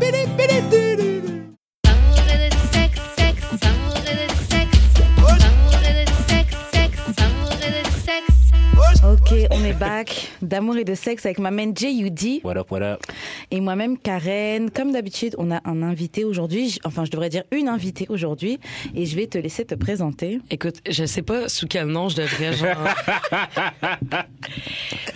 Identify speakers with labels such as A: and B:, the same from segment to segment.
A: Bidi, bidi, didi, didi.
B: Ok, on est back d'amour et de sexe avec ma main J.U.D.
C: What up, what up?
B: et moi-même Karen. Comme d'habitude, on a un invité aujourd'hui. J- Enfin, je devrais dire une invitée aujourd'hui. Et je vais te laisser te présenter.
D: Écoute, je sais pas sous quel nom je devrais genre.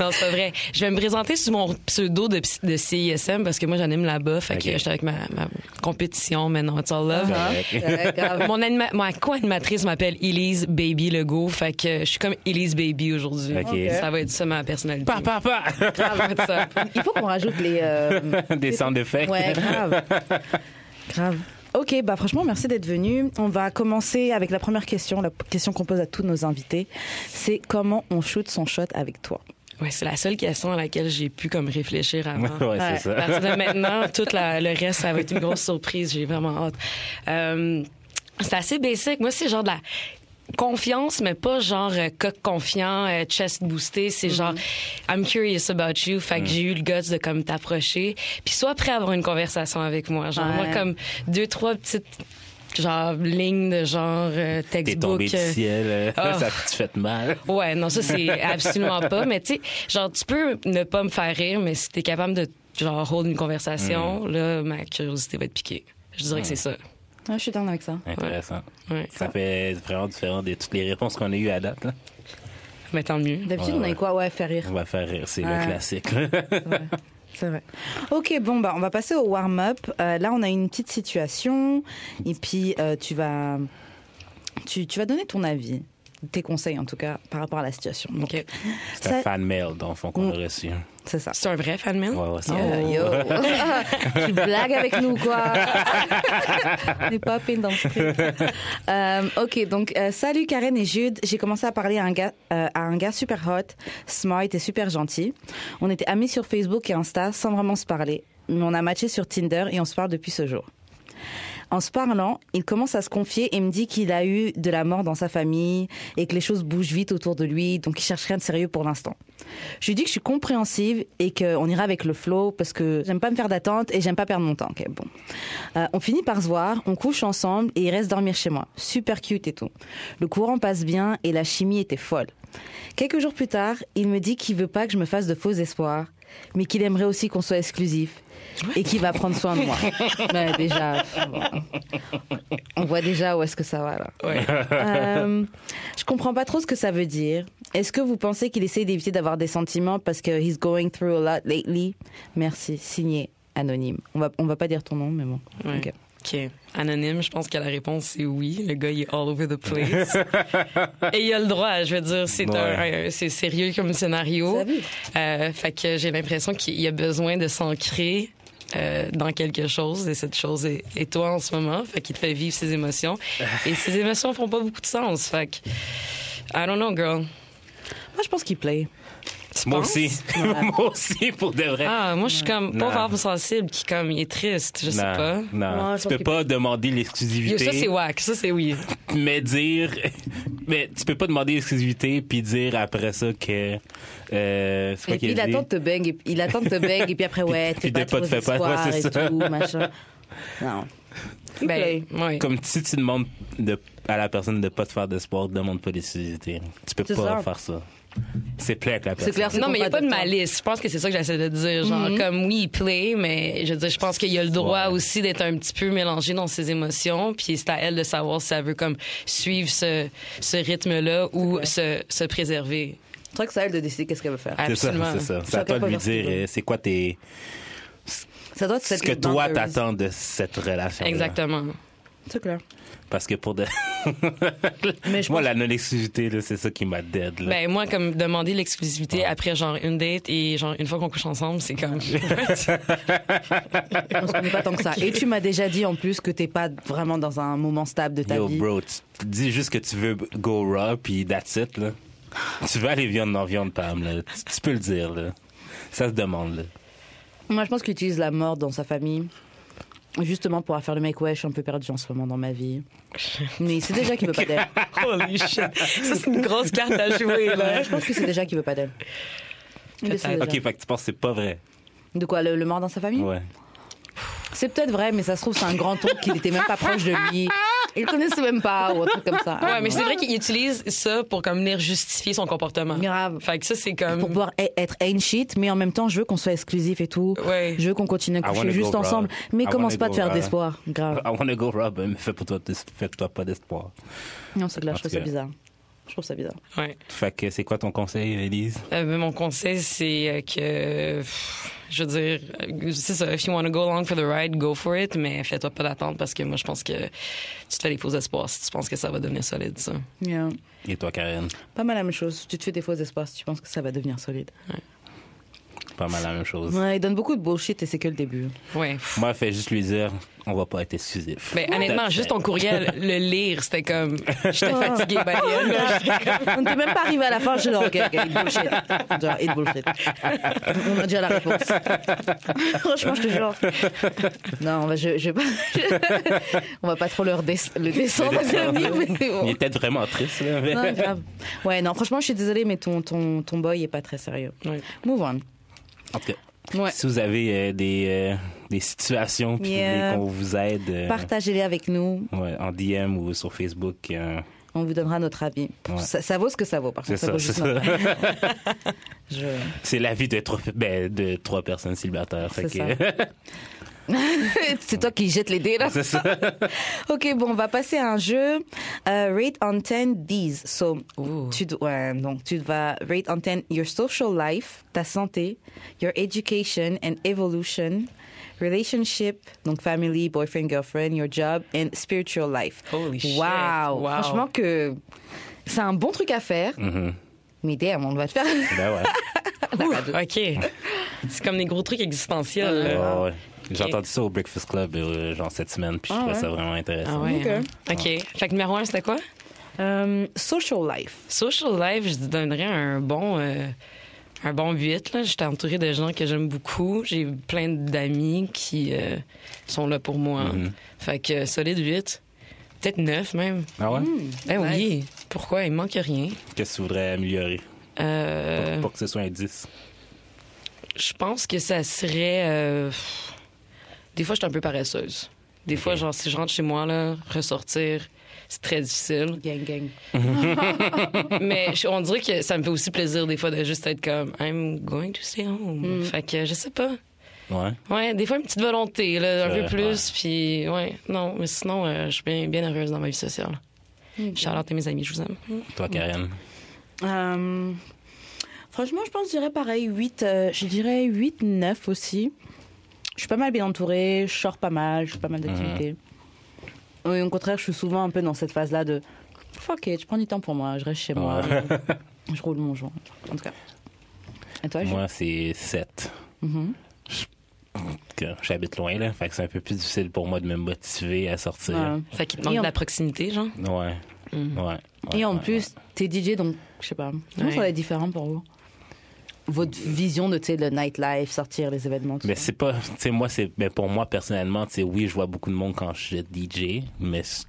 D: non, c'est pas vrai. Je vais me présenter sous mon pseudo de, psy- de CISM parce que moi j'anime là-bas, fait
C: Ok.
D: que j'étais avec ma, ma compétition maintenant, it's all love.
B: Euh, grave.
D: Mon anima- ma co-animatrice m'appelle Elise Baby Legault, fait que je suis comme Elise Baby aujourd'hui.
C: Ok. Ok.
D: Ça va être ça ma personnalité.
C: Pa, pa, pa!
D: Ça va être ça.
B: Il faut qu'on rajoute les. euh,
C: Des sound effects.
B: Ouais, grave. grave. Ok, bah franchement, merci d'être venu. On va commencer avec la première question, la question qu'on pose à tous nos invités. C'est comment on shoot son shot avec toi
D: Ouais, c'est la seule question à laquelle j'ai pu comme réfléchir avant.
C: Ouais, c'est
D: À
C: ça.
D: partir de maintenant, tout la- le reste, ça va être une grosse surprise. J'ai vraiment hâte. Euh, c'est assez basic. Moi, c'est genre de la confiance, mais pas genre euh, coq confiant, euh, chest boosté. C'est genre I'm curious about you. Fait
C: Mm.
D: que j'ai eu le guts de comme t'approcher. Puis sois prêt à avoir une conversation avec moi. Genre moi
B: Ouais.
D: comme deux trois petites genre lignes de genre euh,
C: T'es
D: textbook.
C: tombé du
D: euh,
C: ciel, euh,
D: Ah.
C: ça tu fait mal.
D: Ouais, non, ça, c'est absolument pas. Mais tu sais, genre, tu peux ne pas me faire rire, mais si t'es capable de, genre, hold une conversation,
C: Mm.
D: là, ma curiosité va être piquée. Je dirais que c'est ça.
B: Ouais, Ah, Je suis d'accord avec ça.
C: Intéressant.
D: Ouais.
C: Mm. Ça fait vraiment différent de toutes les réponses qu'on a eues à date. là.
D: Mais tant mieux.
B: D'habitude,
C: Ouais,
B: on a eu
C: ouais.
B: quoi Ouais, faire rire.
C: On va faire rire, c'est
B: Ouais.
C: le classique.
B: C'est vrai. Ok, bon, bah, on va passer au warm-up. Euh, là, on a une petite situation. Et puis, euh, tu, vas, tu, tu vas donner ton avis, tes conseils en tout cas, par rapport à la situation. Donc,
D: Ok.
C: c'est
B: Ça-
C: un fan mail, dans le fond,
D: Mm.
C: qu'on a reçu.
B: c'est ça.
D: C'est un vrai fan mail?
C: Ouais, ouais, c'est
B: Euh, yo. tu blagues avec nous, quoi. on n'est pas à peine dans le street. Euh, ok, donc, euh, salut Karen et Jude. J'ai commencé à parler à un, gars, euh, à un gars super hot, smart et super gentil. On était amis sur Facebook et Insta sans vraiment se parler. Mais on a matché sur Tinder et on se parle depuis ce jour. En se parlant, il commence à se confier et me dit qu'il a eu de la mort dans sa famille et que les choses bougent vite autour de lui, donc il cherche rien de sérieux pour l'instant. Je lui dis que je suis compréhensive et qu'on ira avec le flow parce que j'aime pas me faire d'attente et j'aime pas perdre mon temps. Ok, bon. Euh, on finit par se voir, on couche ensemble et il reste dormir chez moi. Super cute et tout. Le courant passe bien et la chimie était folle. Quelques jours plus tard, il me dit qu'il veut pas que je me fasse de faux espoirs, mais qu'il aimerait aussi qu'on soit exclusif et qu'il va prendre soin de moi. Ouais, déjà, pff, bon. on voit déjà où est-ce que ça va là.
D: Ouais.
B: Euh, je comprends pas trop ce que ça veut dire. Est-ce que vous pensez qu'il essaie d'éviter d'avoir des sentiments parce que he's going through a lot lately Merci. Signé anonyme. On va on va pas dire ton nom, mais bon.
D: Ouais.
B: Ok.
D: OK. Anonyme, je pense que la réponse, c'est oui. Le gars, il est all over the place. Et il a le droit, je veux dire. C'est
C: Ouais.
D: un- un- c'est sérieux comme scénario.
B: Ça va.
D: Euh, fait que j'ai l'impression qu'il a besoin de s'ancrer euh, dans quelque chose et cette chose est, est toi en ce moment. Fait qu'il te fait vivre ses émotions et ses émotions font pas beaucoup de sens. Fait que I don't know, girl.
B: Moi, je pense qu'il play.
D: Tu
C: Moi
D: penses?
C: aussi. Moi aussi, pour de vrai.
D: Ah, moi je suis comme
C: Non.
D: pauvre arbre sensible qui comme il est triste. Je sais
C: non,
D: pas.
C: non.
B: Ouais, je pense
C: tu peux
B: qu'il-
C: pas demander
D: Yo,
C: l'exclusivité.
D: ça c'est whack, ça c'est oui.
C: mais dire mais tu peux pas demander l'exclusivité puis dire après ça que euh, c'est quoi
B: Et puis
C: qu'il
B: il
C: a dit?
B: attend de te bang, et puis, il attend de te bang, et puis après ouais, tu
C: Puis- puis
B: pas
C: de pas
B: trop
C: te faire pas-
B: d'espoir
C: ouais, c'est
B: et
C: ça.
B: tout machin. Non. Il play.
D: Ben, ouais.
C: comme si tu demandes de, à la personne de pas te faire d'espoir demande pas l'exclusivité tu peux
B: C'est
C: pas
B: ça.
C: faire ça c'est clair que la personne
B: clair, c'est-
D: Non, mais il n'y a
B: pas
D: pas de
B: de temps.
D: malice. Je pense que c'est ça que j'essaie de dire. Genre,
B: Mm-hmm.
D: comme oui, il plaît, mais je veux dire, je pense qu'il y a le droit
C: Ouais.
D: aussi d'être un petit peu mélangé dans ses émotions. Puis c'est à elle de savoir si elle veut comme suivre ce, ce rythme-là ou se, se préserver.
B: Je crois que c'est à elle de décider qu'est-ce qu'elle veut faire.
C: c'est ça
D: Absolument.
C: c'est ça c'est
B: Chacun
C: à toi de
B: peut
C: lui
B: faire ce qu'il
C: dire
B: veut.
C: euh, c'est quoi tes
B: Ça doit être
C: ce
B: cette
C: que toi
B: boundaries.
C: t'attends de cette relation
D: Exactement.
B: C'est clair.
C: parce que pour de
B: Mais je
C: moi
B: pense-
C: la non exclusivité c'est ça qui m'a dead là.
D: Ben, moi, comme demander l'exclusivité après genre une date et genre une fois qu'on couche ensemble, c'est comme.
B: On se connaît pas tant que ça. Et tu m'as déjà dit en plus que t'es pas vraiment dans un moment stable de ta
C: Yo,
B: vie.
C: bro, tu dis juste que tu veux go raw, puis that's it, là. Tu veux aller viande, non viande, Pam, là. Tu, tu peux le dire, là. Ça se demande, là.
B: Moi, je pense qu'il utilise la mort dans sa famille. Justement pour faire le make wesh un peu perdu en ce moment dans ma vie. Mais c'est déjà qu'il veut pas d'elle.
D: Holy shit. Ça, c'est une grosse carte à jouer, là.
B: Ouais, je pense que c'est déjà qu'il veut pas d'elle. Il le sait
D: Peut-être.
B: déjà.
C: Ok, fait que tu penses que c'est pas vrai.
B: De quoi le, le mort dans sa famille
C: Ouais.
B: C'est peut-être vrai, mais ça se trouve, c'est un grand oncle qui n'était même pas proche de lui. Il le connaissait même pas ou un truc comme ça.
D: Ouais, mais c'est vrai qu'il utilise ça pour comme venir justifier son comportement.
B: Grave.
D: Fait que Euh, ça, c'est
B: pour
D: comme.
B: pouvoir e- être ancient, mais en même temps, je veux qu'on soit exclusif et tout.
D: Ouais.
B: Je veux qu'on continue à
C: I wanna
B: coucher
C: go
B: juste
C: raw.
B: ensemble. Mais
C: I
B: commence
C: wanna
B: pas à
C: go
B: te faire
C: raw.
B: d'espoir. Grave.
C: I wanna go rob, mais fais-toi fais pas d'espoir.
B: Non, c'est clair, je trouve
C: Parce
B: ça
C: que-
B: bizarre. Je trouve ça bizarre.
D: Ouais.
C: Fait que c'est quoi ton conseil, Elise?
D: Euh, mais mon conseil, c'est euh, que. pff, Je veux dire, euh, c'est ça. If you want to go along for the ride, go for it. Mais fais-toi pas d'attente parce que moi, je pense que tu te fais des faux espoirs si tu penses que ça va devenir solide, ça.
B: Yeah.
C: Et toi, Karen?
B: Pas mal la même chose. Tu te fais des faux espoirs si tu penses que ça va devenir solide.
C: Pas mal la même chose.
B: Ouais, il donne beaucoup de bullshit et c'est que le début.
D: Ouais.
C: Moi, fais juste lui dire, on va pas être exclusif.
B: Ben,
D: Mais honnêtement,
C: That's
D: juste
C: it.
D: ton courriel, le lire, c'était comme. J'étais fatiguée, ben,
B: On n'était même pas arrivé à la fin, je l'ai ok, ok, it bullshit. Genre, it bullshit. On a déjà la réponse. Franchement, je te jure. Non, on va, je, je, vais pas- on va pas trop leur dess- le descendre. mais c'est bon.
C: Il est peut-être vraiment triste, là. mais-
B: Non, grave. Ouais, non, franchement, je suis désolée, mais ton, ton, ton boy est pas très sérieux.
D: Ouais.
B: Move on.
C: En tout cas,
B: Ouais.
C: si vous avez euh, des, euh, des situations puis
B: Yeah.
C: qu'on vous aide euh,
B: Partagez-les avec nous.
C: ouais, en DM ou sur Facebook, euh,
B: On vous donnera notre avis.
C: Ouais.
B: Ça, ça vaut ce que ça vaut, par
C: c'est
B: contre. Ça,
C: ça,
B: vaut
C: c'est
B: juste
C: ça.
B: notre- Je...
C: C'est la vie de trois, ben, de trois personnes célibataires. fait
B: C'est
C: que-
B: C'est toi qui jettes les dés, là.
C: c'est ça.
B: Ok, bon, on va passer à un jeu. Euh, rate on 10 these. So, tu, do- ouais, donc, tu vas rate on 10 your social life, ta santé, your education and evolution, relationship, donc family, boyfriend, girlfriend, your job, and spiritual life.
D: Holy shit.
B: Wow.
D: Wow.
B: Franchement, que c'est un bon truc à faire. Mais damn, on va te faire.
C: Ben ouais.
D: Ouh, OK. C'est comme des gros trucs existentiels. là.
C: Euh, Ouais, ouais. J'ai entendu ça au Breakfast Club euh, genre cette semaine, puis je trouvais ça vraiment intéressant.
D: Ah ouais.
B: Ok.
D: hein. OK. Fait que numéro un, c'était quoi?
B: Euh, social life.
D: Social life, je donnerais un bon, euh, un bon 8. Là. J'étais entourée de gens que j'aime beaucoup. J'ai plein d'amis qui euh, sont là pour moi. Fait que euh, solide 8. Peut-être 9 même.
C: Ah ouais?
D: Ben
B: nice.
D: oui. Pourquoi? Il manque rien.
C: Qu'est-ce que tu voudrais améliorer
D: Euh,
C: pour que ce soit un 10?
D: Je pense que ça serait. euh, Des fois, je suis un peu paresseuse. Des fois, genre, si je rentre chez moi, là, ressortir, c'est très difficile.
B: Gang, gang.
D: Mais je- on dirait que ça me fait aussi plaisir, des fois, de juste être comme I'm going to stay home. Fait que je sais pas.
C: Ouais.
D: Ouais, des fois, une petite volonté, là, un
C: C'est
D: peu
C: vrai,
D: plus. Puis, ouais, non, mais sinon, euh, je suis bien, bien heureuse dans ma vie sociale. Charlotte et mes amis, je vous aime.
B: Mm.
C: Toi, Karen.
B: Euh, franchement, je pense que je dirais pareil, 8, je dirais 8, 9 aussi. Je suis pas mal bien entourée, je sors pas mal, je fais pas mal d'activités. Oui, au contraire, je suis souvent un peu dans cette phase-là de fuck it, je prends du temps pour moi, je reste chez moi, je, je roule mon joint. En tout cas. Et toi, Jules
C: Moi, c'est 7. J'habite loin, là. Fait que c'est un peu plus difficile pour moi de me motiver à sortir.
B: Ouais.
D: Fait qu'il te
B: Et
D: manque
B: on-
D: de la proximité, genre.
C: Ouais. ouais.
B: Et
C: Ouais,
B: en
C: ouais,
B: plus, t'es DJ, donc je sais pas. Comment ça
D: Ouais.
B: va être différent pour vous Votre vision de tu sais, le nightlife, sortir, les événements, tout
C: Mais
B: ça.
C: c'est pas, tu sais, moi, c'est, mais pour moi, personnellement, tu sais, oui, je vois beaucoup de monde quand je suis DJ, mais c-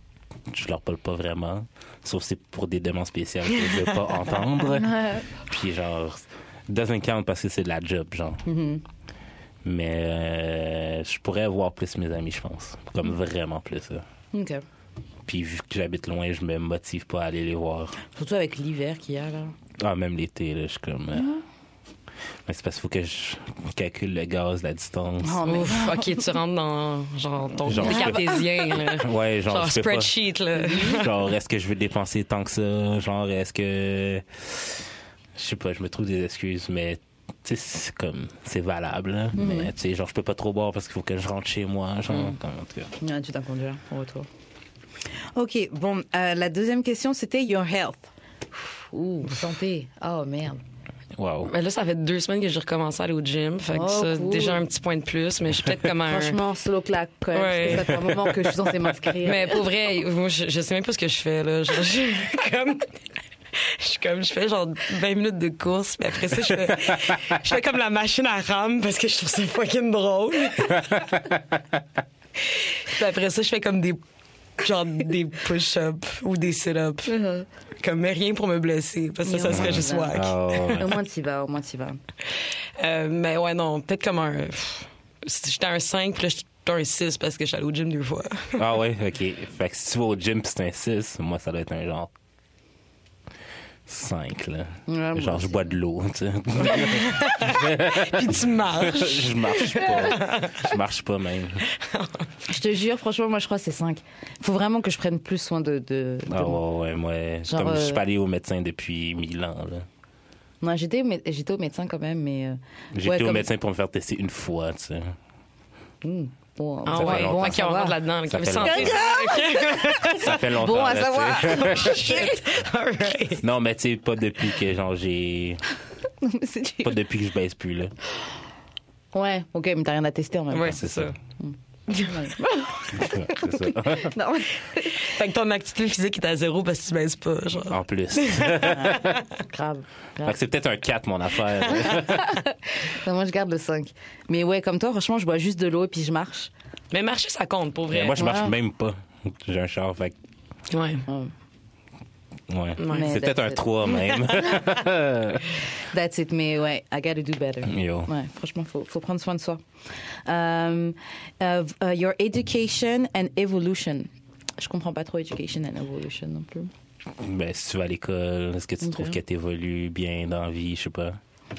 C: je leur parle pas vraiment. Sauf si c'est pour des demandes spéciales que je veux pas entendre. Puis genre, doesn't count parce que c'est de la job, genre. Mais euh, je pourrais voir plus mes amis, je pense. Comme vraiment plus. là.
B: Ok.
C: Puis vu que j'habite loin, je me motive pas à aller les voir.
B: Surtout avec l'hiver qu'il y a là.
C: Ah, même l'été, là, je suis comme. euh, Mais c'est parce qu'il faut que je calcule le gaz, la distance.
B: Oh, mais-
D: Ouf, ok, tu rentres dans genre ton
C: Genre,
D: côté
C: je peux-
D: cartésien, là.
C: Ouais, genre,
D: Genre
C: je peux pas-
D: spreadsheet, là.
C: Genre, est-ce que je veux dépenser tant que ça? Genre, est-ce que. Je sais pas, je me trouve des excuses, mais tu sais, c'est comme. C'est valable. là.
B: Mm.
C: Mais tu sais, genre, je peux pas trop boire parce qu'il faut que je rentre chez moi. Genre, comme, en tout cas.
B: Ouais, tu t'en conduis au retour. Ok, bon, euh, la deuxième question, c'était your health. Ouh, santé. Oh merde.
C: Waouh.
D: Ben là, ça fait deux semaines que j'ai recommencé à aller au gym. Fait que
B: Oh,
D: ça,
B: cool.
D: déjà un petit point de plus, mais je suis peut-être comme un.
B: Franchement, slow clap quand même,
D: Ouais.
B: parce que ça fait un moment que je suis censée m'inscrire.
D: Mais pour vrai, moi, je, je sais même pas ce que je fais, là. Je, je- comme. Je suis comme je fais genre 20 minutes de course, puis après ça, je fais, je fais comme la machine à rame parce que je trouve ça fucking drôle. puis après ça, je fais comme des genre des push-ups ou des sit-ups. Comme mais rien pour me blesser, parce que ça serait juste whack.
C: Ah, ouais.
B: Au moins, tu vas, au moins, tu vas.
D: Euh, mais ouais, non, peut-être comme un. pff, J'étais un 5, puis là, j'étais un 6 parce que j'allais au gym deux fois.
C: Ah ouais, ok. Fait que si tu vas au gym pis c'est un 6, moi ça doit être un genre 5 là.
B: moi
C: genre je bois de l'eau, tu sais.
D: puis tu marches.
C: je marche pas. Je marche pas même.
B: Je te jure, franchement, moi, je crois que c'est 5. Faut vraiment que je prenne plus soin de. de, de
C: Ah
B: moi.
C: ouais, ouais, moi.
B: Genre,
C: comme je suis
B: euh,
C: pas allé au médecin depuis mille ans là.
B: Non, j'étais au, mé- j'étais au médecin quand même, mais. euh,
C: J'étais
B: ouais,
C: au
B: comme-
C: médecin pour me faire tester une fois, tu sais.
B: Mmh. Bon,
D: Ah
C: fait
D: ouais,
C: longtemps.
D: bon,
B: à
D: ok, on
B: savoir.
D: rentre là-dedans. ok,
C: Ça fait
D: santé.
C: Ça fait longtemps.
B: Bon à
C: là, tu sais.
B: savoir.
D: Ok. Shit. All right.
C: Non, mais tu sais, pas depuis que genre j'ai.
B: C'est
C: Pas depuis que je baisse plus là.
B: Ouais, ok, mais t'as rien à tester en même temps.
D: Ouais, c'est ça.
C: C'est ça.
B: Non,
D: Fait que ton activité physique est à zéro parce que tu baisses pas, genre.
C: En plus. Fait
B: grave.
C: que c'est peut-être un 4 mon affaire.
B: Non, moi, je garde le 5. Mais ouais, comme toi, franchement, je bois juste de l'eau et puis je marche.
D: Mais marcher, ça compte, pour vrai.
C: Mais moi je marche
B: Ouais.
C: même pas. J'ai un char, fait que
D: Ouais.
C: Ouais.
B: Mais
C: C'est peut-être un
B: that's it.
C: 3 même.
B: That's it, mais ouais, I gotta do better.
C: Yo.
B: Ouais, franchement, faut, faut prendre soin de soi. Euh, euh, euh, your education and evolution. Je comprends pas trop education and evolution non plus.
C: ben, si tu vas à l'école, est-ce que tu trouves que t'évolues bien dans la vie, je sais pas.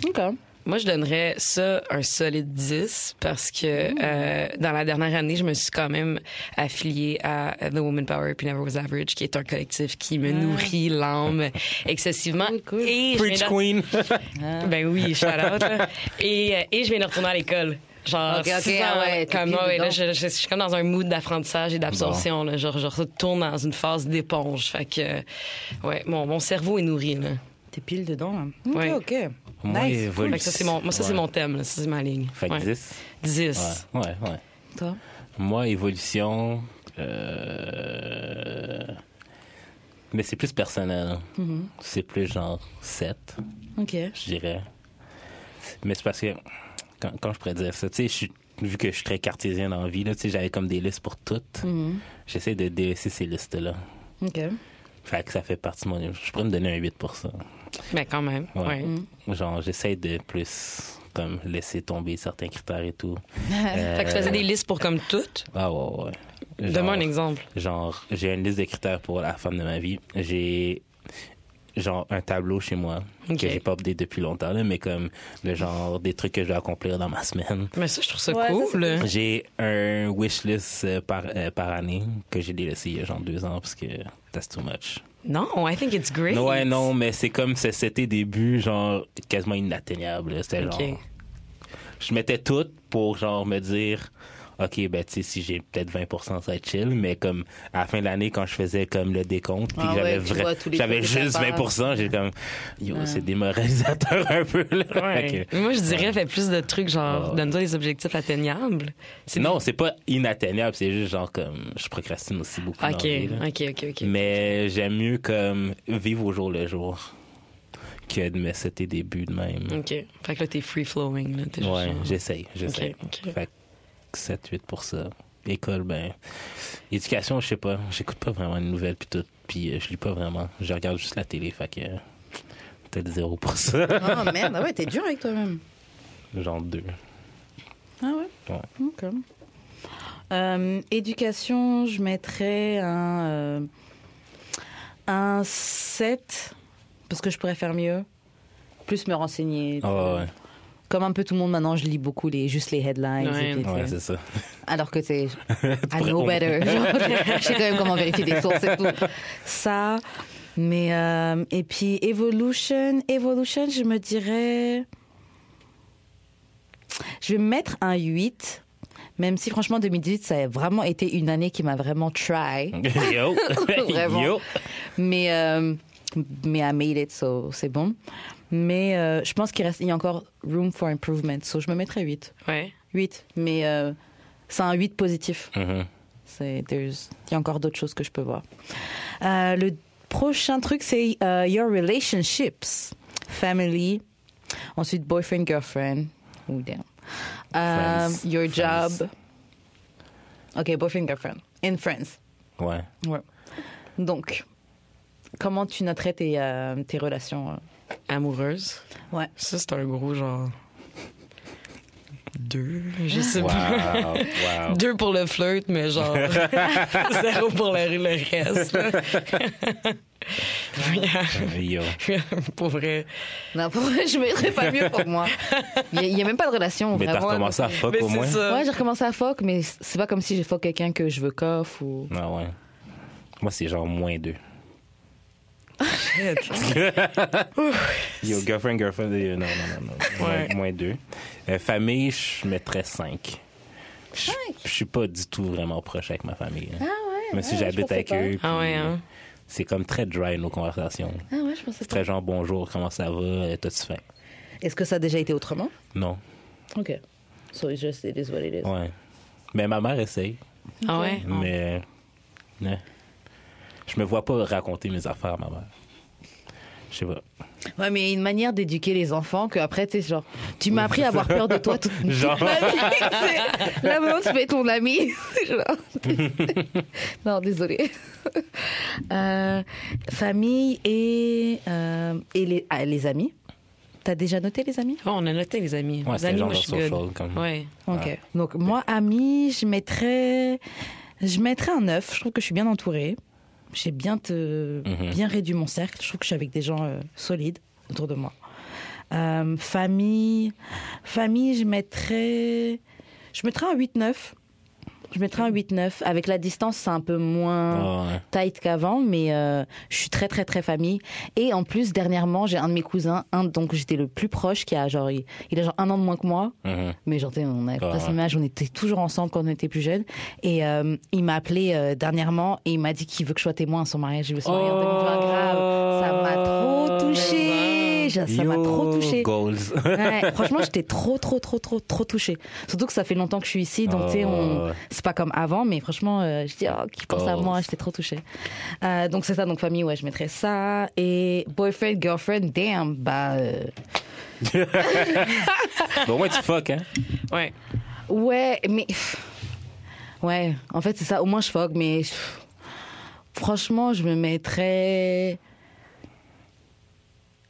B: Ok.
D: Moi, je donnerais ça un solide 10 parce que euh, dans la dernière année, je me suis quand même affiliée à The Woman Power puis Never Was Average, qui est un collectif qui me nourrit l'âme excessivement.
B: Cool, cool.
D: Et je viens de-
C: Queen!
D: Ben oui, shout out, là. Et, euh, et je viens de retourner à l'école. Genre,
B: Ok, ok,
D: six ans,
B: ah ouais, t'es
D: comme,
B: plus
D: ouais, là,
B: dedans.
D: je, je- je suis comme dans un mood d'apprentissage et d'absorption. là. Genre, je retourne dans une phase d'éponge. Fait que, euh, ouais, mon, mon cerveau est nourri. Là.
B: T'es pile dedans. hein. Ok,
D: Ouais.
B: ok.
C: Moi,
B: Nice.
C: évolue.
D: Fait que ça, c'est mon, moi, ça, c'est
C: Ouais.
D: mon thème. là. Ça, c'est ma ligne.
C: Fait que
D: Ouais.
C: 10?
D: 10.
C: Ouais, ouais, ouais.
B: Toi
C: Moi, évolution. euh, Mais c'est plus personnel.
D: Mhm.
C: C'est plus genre 7,
B: Ok.
C: je dirais. Mais c'est parce que. Quand, quand je pourrais dire ça, tu sais, je suis- Vu que je suis très cartésien dans la vie, là, tu sais, j'avais comme des listes pour toutes.
D: Mhm.
C: J'essaie de délaisser ces listes-là.
B: Ok.
C: Fait que ça fait partie de mon. Je pourrais me donner un 8 pour ça.
D: Mais Ben, quand même.
C: Ouais.
D: ouais.
B: Mm.
C: Genre, j'essaie de plus comme laisser tomber certains critères et tout. Euh,
D: Fait que tu faisais des listes pour comme toutes.
C: Ah ouais, ouais. Genre,
D: Donne-moi un exemple.
C: Genre, j'ai une liste de critères pour la femme de ma vie. J'ai genre un tableau chez moi
D: Ok.
C: que j'ai pas update depuis longtemps là, mais comme le genre des trucs que je dois accomplir dans ma semaine.
D: Mais ça, je trouve ça
B: Ouais, ça,
D: cool.
B: c'est cool.
D: là.
C: J'ai un wish list euh, par, euh, par année que j'ai délaissé il y a genre deux ans parce que that's too much.
D: Non, I think it's great.
C: Non, ouais, non, mais c'est comme c'est- c'était début, genre, quasiment inatteignable. là. C'était
D: Ok.
C: genre. Je mettais tout pour, genre, me dire, OK, ben, tu sais, si j'ai peut-être 20 ça va être chill, mais comme, à la fin de l'année, quand je faisais comme le décompte, puis
B: Ah
C: que j'avais
B: ouais, tu
C: vra-
B: vois tous les
C: j'avais
B: trucs que
C: juste
B: t'as pas.
C: 20 j'ai comme, yo, c'est démoralisateur un peu, là.
D: Ouais.
C: Fait que-
D: Mais Moi, je dirais, fais plus de trucs genre,
C: Ouais.
D: donne-toi des objectifs atteignables. C'est
C: Non, c'est pas inatteignable, c'est juste, genre, comme, je procrastine aussi beaucoup. dans la
D: OK,
C: vie, là.
D: OK, OK, OK.
C: Mais j'aime mieux, comme, vivre au jour le jour que de me setter des buts de même.
D: OK. Fait que là, t'es free-flowing. Là. T'es juste
C: Ouais,
D: genre-
C: j'essaye, j'essaye.
D: Ok, ok.
C: Fait que 7, 8 pour ça. École, ben. Éducation, je sais pas. J'écoute pas vraiment de nouvelles, puis tout. Puis euh, je lis pas vraiment. Je regarde juste la télé, fait que. euh, Peut-être zéro pour ça.
B: Oh merde, ah ouais, t'es dur avec toi-même.
C: Genre deux.
B: Ah ouais
C: Ouais.
B: Ok. Euh, éducation, je mettrais un, euh, un 7, parce que je pourrais faire mieux. Plus me renseigner.
C: Ah ouais,
B: Comme un peu tout le monde maintenant, je lis beaucoup les, juste les headlines.
D: Ouais.
B: et puis,
C: ouais,
B: tu sais.
C: c'est ça.
B: alors que c'est I
C: pourrais
B: know
C: au-
B: better. Genre, je sais quand même comment vérifier des sources et tout. Ça. Mais euh, et puis Evolution, Evolution, je me dirais je vais mettre un 8 même si franchement 2018 ça a vraiment été une année qui m'a vraiment try
C: Yo!
B: Vraiment.
C: Yo!
B: mais euh, mais I made it so c'est bon. Mais euh, je pense qu'il reste il y a encore room for improvement. So je me mettrais 8.
D: Ouais.
B: 8 mais euh, c'est un 8 positif.
C: Mhm.
B: C'est- there's- Il y a encore d'autres choses que je peux voir. Euh, le Prochain truc, c'est euh, Your Relationships. Family. Ensuite, Boyfriend, Girlfriend. Oh, damn. Euh,
C: Friends.
B: your
C: Friends.
B: Job. OK, Boyfriend, Girlfriend. And Friends.
C: Ouais.
B: Ouais. Donc, comment tu noterais tes, euh, tes relations? euh?
D: Amoureuse.
B: Ouais.
D: Ça, c'est un gros genre. Deux. Je sais
C: Wow.
D: pas.
C: wow.
D: Deux pour le flirt, mais genre zéro pour le, le reste. là.
C: Yo.
D: pour vrai.
B: Non, pour vrai, je mettrais pas mieux pour moi. Il n'y a, même pas de relation,
C: Mais t'as
B: vraiment.
C: recommencé à fuck
D: Mais
C: au
D: c'est
C: moins?
D: ça.
B: Ouais, j'ai recommencé à fuck, mais c'est pas comme si j'ai fuck quelqu'un que je veux coff ou...
C: Ah ouais. Moi, c'est genre moins deux. Yo, girlfriend, girlfriend, euh, non, non, non. non. Moins-
D: Ouais.
C: Moins, deux. Euh, famille, je mettrais cinq. Je je suis pas du tout vraiment proche avec ma famille. hein.
B: Ah ouais,
C: Même si j'habite avec eux. puis
D: Ah ouais, hein?
C: C'est comme très dry nos conversations.
B: Ah ouais, je pensais
C: Très genre bonjour, comment ça va, euh, t'as-tu faim?
B: Est-ce que ça a déjà été autrement?
C: Non.
B: OK. So it's just, it is what it is.
C: Ouais. Mais ma mère essaye.
D: Ah ouais?
C: Mais. euh, ouais. Je me vois pas raconter mes affaires à ma mère. Je sais pas.
B: Ouais, mais il y a une manière d'éduquer les enfants que après, tu sais, genre, tu m'as appris à avoir peur de toi toute, toute
C: Genre.
B: ma vie. C'est- Là, maintenant, tu fais ton ami. C'est genre. non, désolé. Euh, famille et, euh, et les, ah, les amis. T'as déjà noté les amis?
D: Oh, on a noté les amis.
C: Ouais,
D: les
C: c'est
D: amis,
C: genre
D: moi, je suis
C: de
D: good.
C: social, comme-
D: Ouais.
B: Ok. Donc, moi, amis, je mettrais. Je mettrais un 9. Je trouve que je suis bien entourée. J'ai bien, te...
C: Mhm.
B: bien réduit mon cercle. Je trouve que je suis avec des gens euh, solides autour de moi. Euh, famille. Famille, je mettrais. Je mettrais un 8-9. Je mettrais un 8-9. Avec la distance, c'est un peu moins
C: Ah ouais.
B: tight qu'avant, mais euh, je suis très, très, très famille. Et en plus, dernièrement, j'ai un de mes cousins, un donc j'étais le plus proche, qui a genre. Il, il a genre un an de moins que moi.
C: Mhm.
B: Mais genre, tu sais, on a pas
C: ouais.
B: cette image, on était toujours ensemble quand on était plus jeunes. Et euh, il m'a appelé euh, dernièrement et il m'a dit qu'il veut que je sois témoin à son mariage. Je me suis mariée en 2020,
C: Oh.
B: grave. Ça m'a trop touchée. Je- Ça m'a
C: Yo,
B: trop touchée.
C: Goals.
B: Ouais, franchement, j'étais trop, trop, trop, trop, trop touchée. Surtout que ça fait longtemps que je suis ici, donc tu sais, on...
C: Oh, Ouais.
B: c'est pas comme avant, mais franchement, euh, je dis, oh, qui pense à
C: Oh.
B: moi, j'étais trop touchée. Euh, donc c'est ça, donc famille, ouais, je mettrais ça. Et boyfriend, girlfriend, damn, bah. euh,
C: Bon, au moins, tu fuck, hein?
D: Ouais.
B: Ouais, mais. pff, Ouais, en fait, c'est ça. Au moins, je fogue, mais. pff, Franchement, je me mettrais.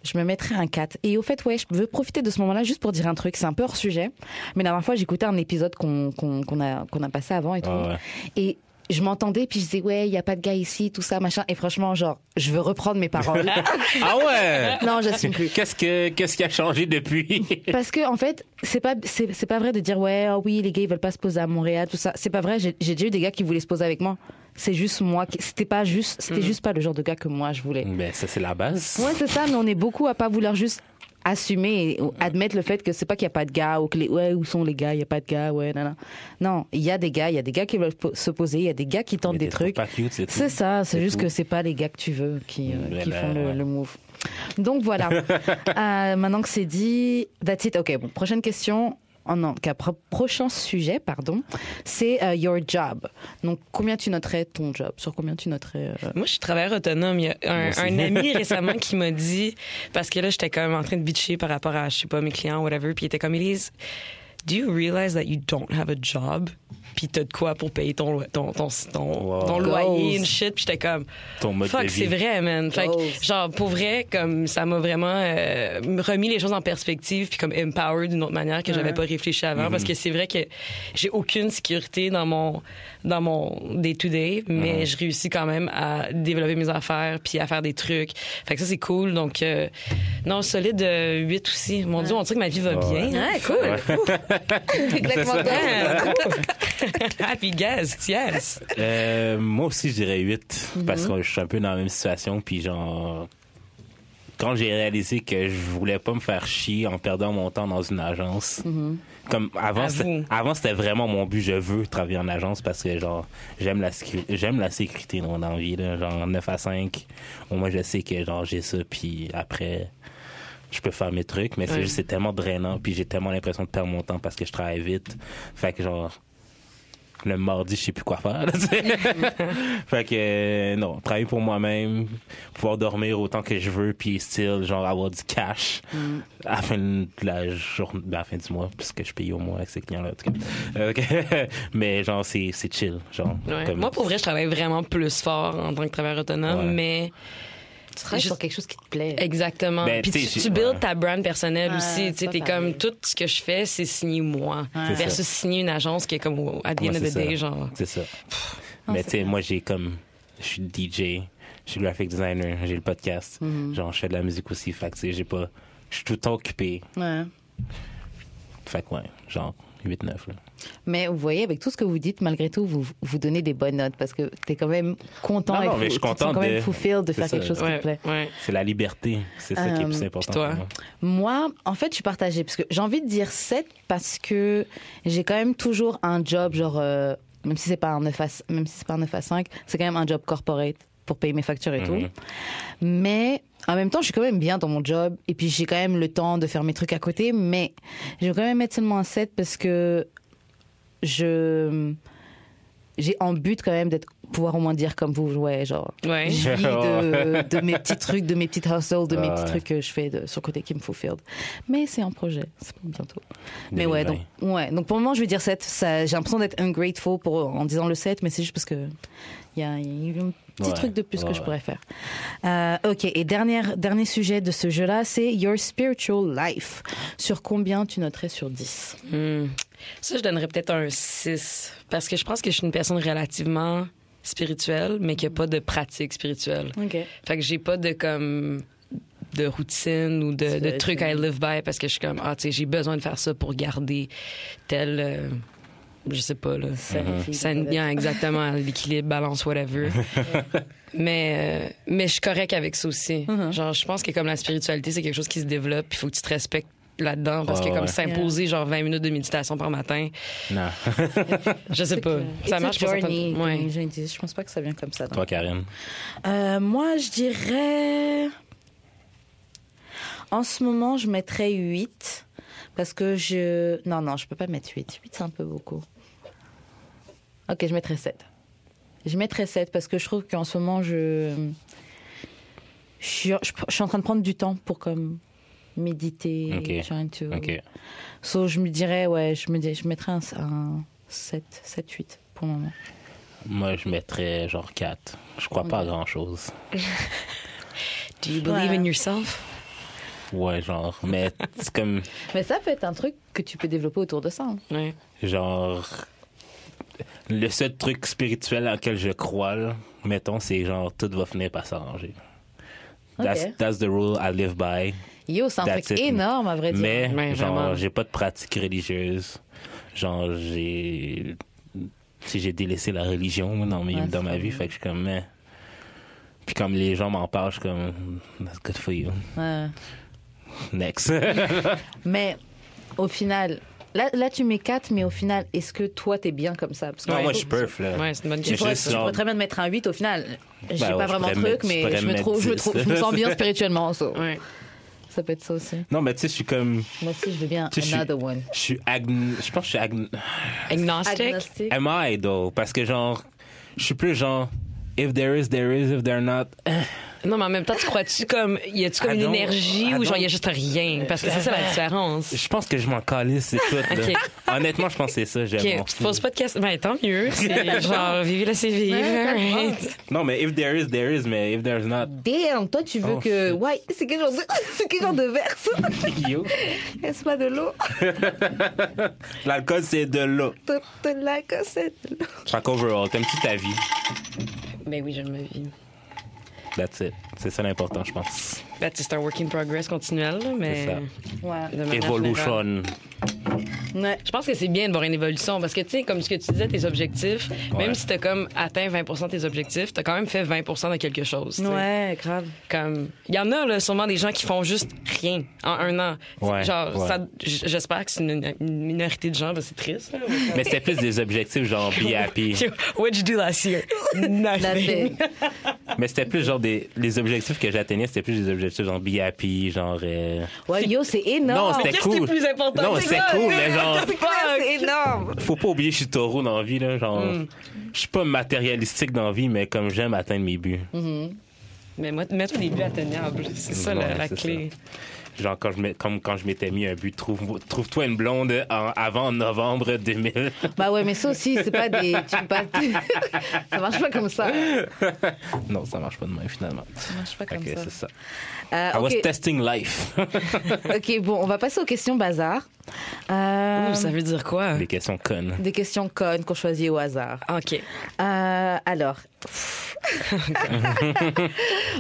B: Je me mettrais un 4. Et au fait, ouais, je veux profiter de ce moment-là juste pour dire un truc. C'est un peu hors sujet. Mais la dernière fois, j'écoutais un épisode qu'on qu'on- qu'on a, qu'on a passé avant et tout.
C: Ah ouais.
B: Et je m'entendais, puis je disais, ouais, il n'y a pas de gars ici, tout ça, machin. Et franchement, genre, je veux reprendre mes paroles.
C: Ah ouais!
B: non, j'assume plus.
C: Qu'est-ce, que, qu'est-ce qui a changé depuis?
B: Parce que en fait, c'est pas c'est c'est pas vrai de dire ouais oh oui les gars ils veulent pas se poser à Montréal tout ça. C'est pas vrai. J'ai j'ai déjà eu des gars qui voulaient se poser avec moi. C'est juste moi. qui- C'était pas juste. C'était juste pas le genre de gars que moi je voulais.
C: ben, ça, c'est la base.
B: Ouais c'est ça. Mais on est beaucoup à pas vouloir juste assumer et admettre le fait que c'est pas qu'il y a pas de gars ou que les, ouais où sont les gars il y a pas de gars ouais nan, nan. non il y a des gars il y a des gars qui veulent po- se poser il y a des gars qui tentent
C: Mais
B: des
C: t'es
B: trucs
C: pas cute, c'est, tout.
B: c'est ça, c'est
C: C'est
B: juste
C: tout.
B: que c'est pas les gars que tu veux qui, euh,
C: Ben
B: qui
C: là,
B: font le,
C: ouais.
B: le move. Donc voilà. Euh, maintenant que c'est dit, that's it. Ok, bon, prochaine question. Oh non, qu'à pro- prochain sujet, pardon, c'est euh, your job. Donc, combien tu noterais ton job Sur combien tu noterais euh,
D: Moi, je suis travailleur autonome. Il y a
C: Moi
D: un,
C: aussi.
D: un ami récemment qui m'a dit, parce que là, j'étais quand même en train de bitcher par rapport à, je sais pas, mes clients, whatever, puis il était comme, Elise, do you realize that you don't have a job? Puis t'as de quoi pour payer ton, lo- ton, ton, ton,
C: Wow.
D: ton
B: Goals.
D: loyer, une shit, puis j'étais comme,
C: Ton mode de
D: fuck,
C: vie.
D: c'est vrai, man. Fait que,
B: Goals.
D: genre, pour vrai, comme, ça m'a vraiment euh, remis les choses en perspective, puis comme empowered d'une autre manière que j'avais pas réfléchi avant,
C: Mm-hmm.
D: parce que c'est vrai que j'ai aucune sécurité dans mon, dans mon day-to-day,
C: Mm-hmm.
D: mais je réussis quand même à développer mes affaires, puis à faire des trucs. Fait que ça, c'est cool. Donc, euh, non, solide euh, 8 aussi. Mon Dieu, on dirait que ma vie va
C: Ouais.
D: bien. hein.
B: Ouais, cool. Exactement.
D: Ouais. Happy guest, yes.
C: Euh, moi aussi, je dirais 8 parce que je suis un peu dans la même situation. Puis, genre, quand j'ai réalisé que je voulais pas me faire chier en perdant mon temps dans une agence, comme avant,
D: À
C: c'était-
D: vous.
C: avant c'était vraiment mon but. Je veux travailler en agence parce que, genre, j'aime la, sécu- j'aime la sécurité dans la vie, là, genre 9 à 5. Au moins, je sais que, genre, j'ai ça. Puis après. Je peux faire mes trucs, mais c'est
D: Ouais.
C: juste c'est tellement drainant, puis j'ai tellement l'impression de perdre mon temps parce que je travaille vite. Fait que genre, le mardi, je sais plus quoi faire. là, tu sais. fait que euh, non, travailler pour moi-même, pouvoir dormir autant que je veux, puis style, genre avoir du cash
D: Mm.
C: à la fin de la journée, ben, à la fin du mois, puisque je paye au mois avec ces clients-là. en tout cas. Euh, ok. Mais genre, c'est c'est chill. Genre,
D: Ouais.
C: comme-
D: Moi, pour vrai, je travaille vraiment plus fort en tant que travailleur autonome,
C: Ouais.
D: mais
B: Tu travailles
D: Juste-
B: sur quelque chose qui te plaît.
D: exactement.
C: Ben,
D: Puis
C: t'sais,
D: tu,
C: j'ai-
D: tu builds
C: ouais.
D: ta brand personnelle
B: Ouais,
D: aussi. Tu
B: c'est
D: sais,
B: pas
D: t'es
B: pareil.
D: comme tout ce que je fais, c'est signer moi
C: C'est
D: versus
C: ça.
D: signer une agence qui est comme oh, at the
C: Ouais,
D: end of
C: c'est
D: the day,
C: ça.
D: genre.
C: C'est ça. Mais tu sais, moi, j'ai comme. Je suis DJ, je suis graphic designer, j'ai le podcast.
D: Mm-hmm.
C: Genre, je fais de la musique aussi. Fait que tu sais, j'ai pas. Je suis tout le temps occupé.
B: Ouais.
C: Fait que ouais, genre 8-9. là.
B: Mais vous voyez, avec tout ce que vous dites, malgré tout, vous vous donnez des bonnes notes parce que t'es quand même content.
C: Non,
B: et
C: non,
B: fou-
C: mais je suis
B: tu te sens
C: content
B: quand
C: de-
B: même fulfilled de
C: c'est
B: faire
C: ça.
B: quelque chose qui
D: Ouais,
B: te plaît.
D: ouais.
C: C'est la liberté. C'est ça qui
B: Euh,
C: est plus
B: puis
C: important.
D: toi?
C: pour moi.
B: Moi, en fait, je suis partagée parce que j'ai envie de dire 7 parce que j'ai quand même toujours un job genre euh, même si c'est pas un 9 à même si c'est pas un 9 à 5, c'est quand même un job corporate pour payer mes factures et
C: Mhm.
B: tout. Mais en même temps, je suis quand même bien dans mon job et puis j'ai quand même le temps de faire mes trucs à côté, mais je vais quand même mettre seulement un 7 parce que je j'ai en but quand même d'être pouvoir au moins dire comme vous ouais genre
D: Ouais.
B: je vis de, de mes petits trucs, de mes petites hustles, de mes
C: Ah
B: petits
C: ouais.
B: trucs que je fais de, sur le côté Kim Fulfilled. Mais c'est en projet, c'est pour bientôt. Mais
C: 2020.
B: ouais donc, ouais, donc pour le moment, je vais dire 7. Ça, j'ai l'impression d'être ungrateful pour, en disant le 7, mais c'est juste parce que il y a, il y a un petit
C: Ouais,
B: truc de plus
C: ouais,
B: que je
C: ouais.
B: pourrais faire. Euh, ok, et dernière, dernier sujet de ce jeu-là, c'est Your Spiritual Life. Sur combien tu noterais sur 10
D: Hmm. Ça, je donnerais peut-être un 6 parce que je pense que je suis une personne relativement spirituelle, mais qui a pas de pratique spirituelle.
B: Ok.
D: Fait que j'ai pas de comme de routine ou de, de
B: C'est-
D: truc I live by parce que je suis comme ah tu sais j'ai besoin de faire ça pour garder tel euh, je sais pas là
C: Mhm.
D: ça bien exactement l'équilibre balance whatever mais euh, mais je suis correct avec ça aussi genre je pense que comme la spiritualité c'est quelque chose qui se développe il faut que tu te respectes là-dedans parce
C: Ouais,
D: que comme
C: ouais.
D: s'imposer genre 20 minutes de méditation par matin
C: Non.
D: je sais pas ça marche pas ça
B: journey,
D: comme- ouais.
B: comme je dis. Je pense pas que ça vient comme ça. non.
C: Toi, Karine.
B: Euh, moi, je dirais. En ce moment, je mettrais 8. Parce que je. Non, non, je peux pas mettre 8. 8, c'est un peu beaucoup. Ok, je mettrais 7. Je mettrais 7 parce que je trouve qu'en ce moment, je. Je suis, je- je suis en train de prendre du temps pour comme méditer.
C: Ok.
B: trying to-
C: OK.
B: So, je me dirais, ouais, je, me dis, je mettrais un, un 7, 7, 8 pour le moment.
C: Moi, je mettrais genre 4. Je crois pas à grand-chose.
D: do you believe in yourself
C: Ouais, genre. Mais c'est comme.
B: Mais ça peut être un truc que tu peux développer autour de ça. hein.
D: ouais
C: genre le seul truc spirituel auquel je crois, là, mettons, c'est genre tout va finir par s'arranger. That's,
B: Ok.
C: that's the rule I live by.
B: Yo, c'est un
C: That's
B: truc
C: it.
B: énorme, à vrai dire.
C: Mais
D: Ouais,
C: genre
D: vraiment.
C: j'ai pas de pratique religieuse. Genre j'ai si j'ai délaissé la religion moi, dans, mes-
B: Ouais,
C: dans
B: c'est
C: ma vie, fait que je suis comme mais puis comme les gens m'en parlent, je suis comme that's good for you.
B: Ouais.
C: Next.
B: Mais au final, là, là tu mets 4, mais au final, est-ce que toi, t'es bien comme ça Parce que
C: non,
B: tu
C: moi je suis perf là.
D: ouais c'est une bonne
B: pourrais-
C: Je
B: Tu
D: question
B: pourrais,
C: juste, genre- Bah
B: très bien te mettre un 8 au final. J'ai
C: ouais,
B: pas
C: je
B: vraiment
C: pourrais
B: truc,
C: mettre- je
B: mais
C: pourrais
B: je me,
C: mettre
B: trouve, je, me
C: 10.
B: trouve, je me sens bien spirituellement. so.
D: ouais
B: Ça peut être ça aussi.
C: Non, mais tu sais, je suis comme
B: Moi aussi, je veux bien
C: Tu sais, je suis-
B: another one.
C: je suis agn... je pense que je suis agn...
D: agnostic
B: Agnostic.
C: Am I though? Parce que genre, je suis plus genre, if there is, there is, if there not. eh.
D: Non, mais en même temps, tu crois-tu comme. Y a-tu comme
C: I
D: une
C: don't-
D: énergie
C: I
D: ou genre y
C: don't-
D: a juste rien? Parce que c'est ça la différence.
C: Je pense que je m'en calisse, c'est tout. là.
D: Ok.
C: Honnêtement, je pense que c'est ça. j'aime
D: Ok,
C: mon
D: tu te
C: fou.
D: poses pas de questions. Ben, tant mieux. C'est genre, vivez la CV.
C: Non, mais if there is, there is, mais if there's not,
B: Damn, toi, tu veux
C: Oh,
B: que. Ouais, c'est quel genre de, c'est quel genre de verse
C: yo.
B: Est-ce pas de l'eau
C: L'alcool, c'est de l'eau.
B: Te te la cassette.
C: Fait qu'overall, t'aimes-tu ta vie?
D: Ben oui, j'aime ma vie.
C: That's it. C'est ça l'important, je pense.
D: Ben, tu sais, c'est un work in progress continuel, là,
C: C'est
D: mais.
C: ça.
B: Ouais.
D: de manière générale.
C: Evolution.
B: Ouais.
D: Je pense que c'est bien de voir une évolution parce que, tu sais, comme ce que tu disais, tes objectifs,
C: Ouais.
D: même si t'as comme atteint 20 de tes objectifs, t'as quand même fait 20 de quelque chose. tu sais.
B: Ouais, grave.
D: Comme, il y en a là, sûrement des gens qui font juste rien en un an.
C: Ouais,
D: Genre,
C: ouais.
D: ça- j- j'espère que c'est une, une minorité de gens, parce que c'est triste. là.
C: Mais c'était plus des objectifs genre be happy.
D: What'd you do last year? Nothing.
B: Nothing.
C: Mais c'était plus genre des. Les objectifs que j'atteignais, c'était plus des objectifs genre be happy, genre. euh,
E: Ouais, yo, c'est
C: Non,
E: énorme.
C: c'était
D: Qu'est-ce qui est
C: cool.
D: plus important?
C: Non, c'est cool, Oh, mais genre.
B: C'est énorme.
C: Faut pas oublier, je suis taureau dans la vie, là. Genre,
D: Mm.
C: je suis pas matérialistique dans la vie, mais comme j'aime atteindre mes buts.
D: Mais moi, mettre des buts atteignables, c'est ça la,
C: Ouais,
D: la
C: c'est
D: clé.
C: Genre, quand je m'ai- comme quand je m'étais mis un but, trouve- trouve-toi une blonde en- avant novembre 2000.
E: Bah ouais, mais ça aussi, c'est pas des. Tu peux pas... ça marche pas comme ça.
B: Euh,
E: Ça
C: non, ça marche pas de même, finalement.
E: marche pas comme
C: Ok,
E: ça.
C: c'est ça.
B: Euh,
C: I was
B: ok,
C: testing life.
B: ok, bon, on va passer aux questions bazar. Euh,
D: Ouh, ça veut dire quoi?
C: Des questions connes.
B: Des questions connes qu'on choisit au hasard.
D: OK.
B: Euh, alors.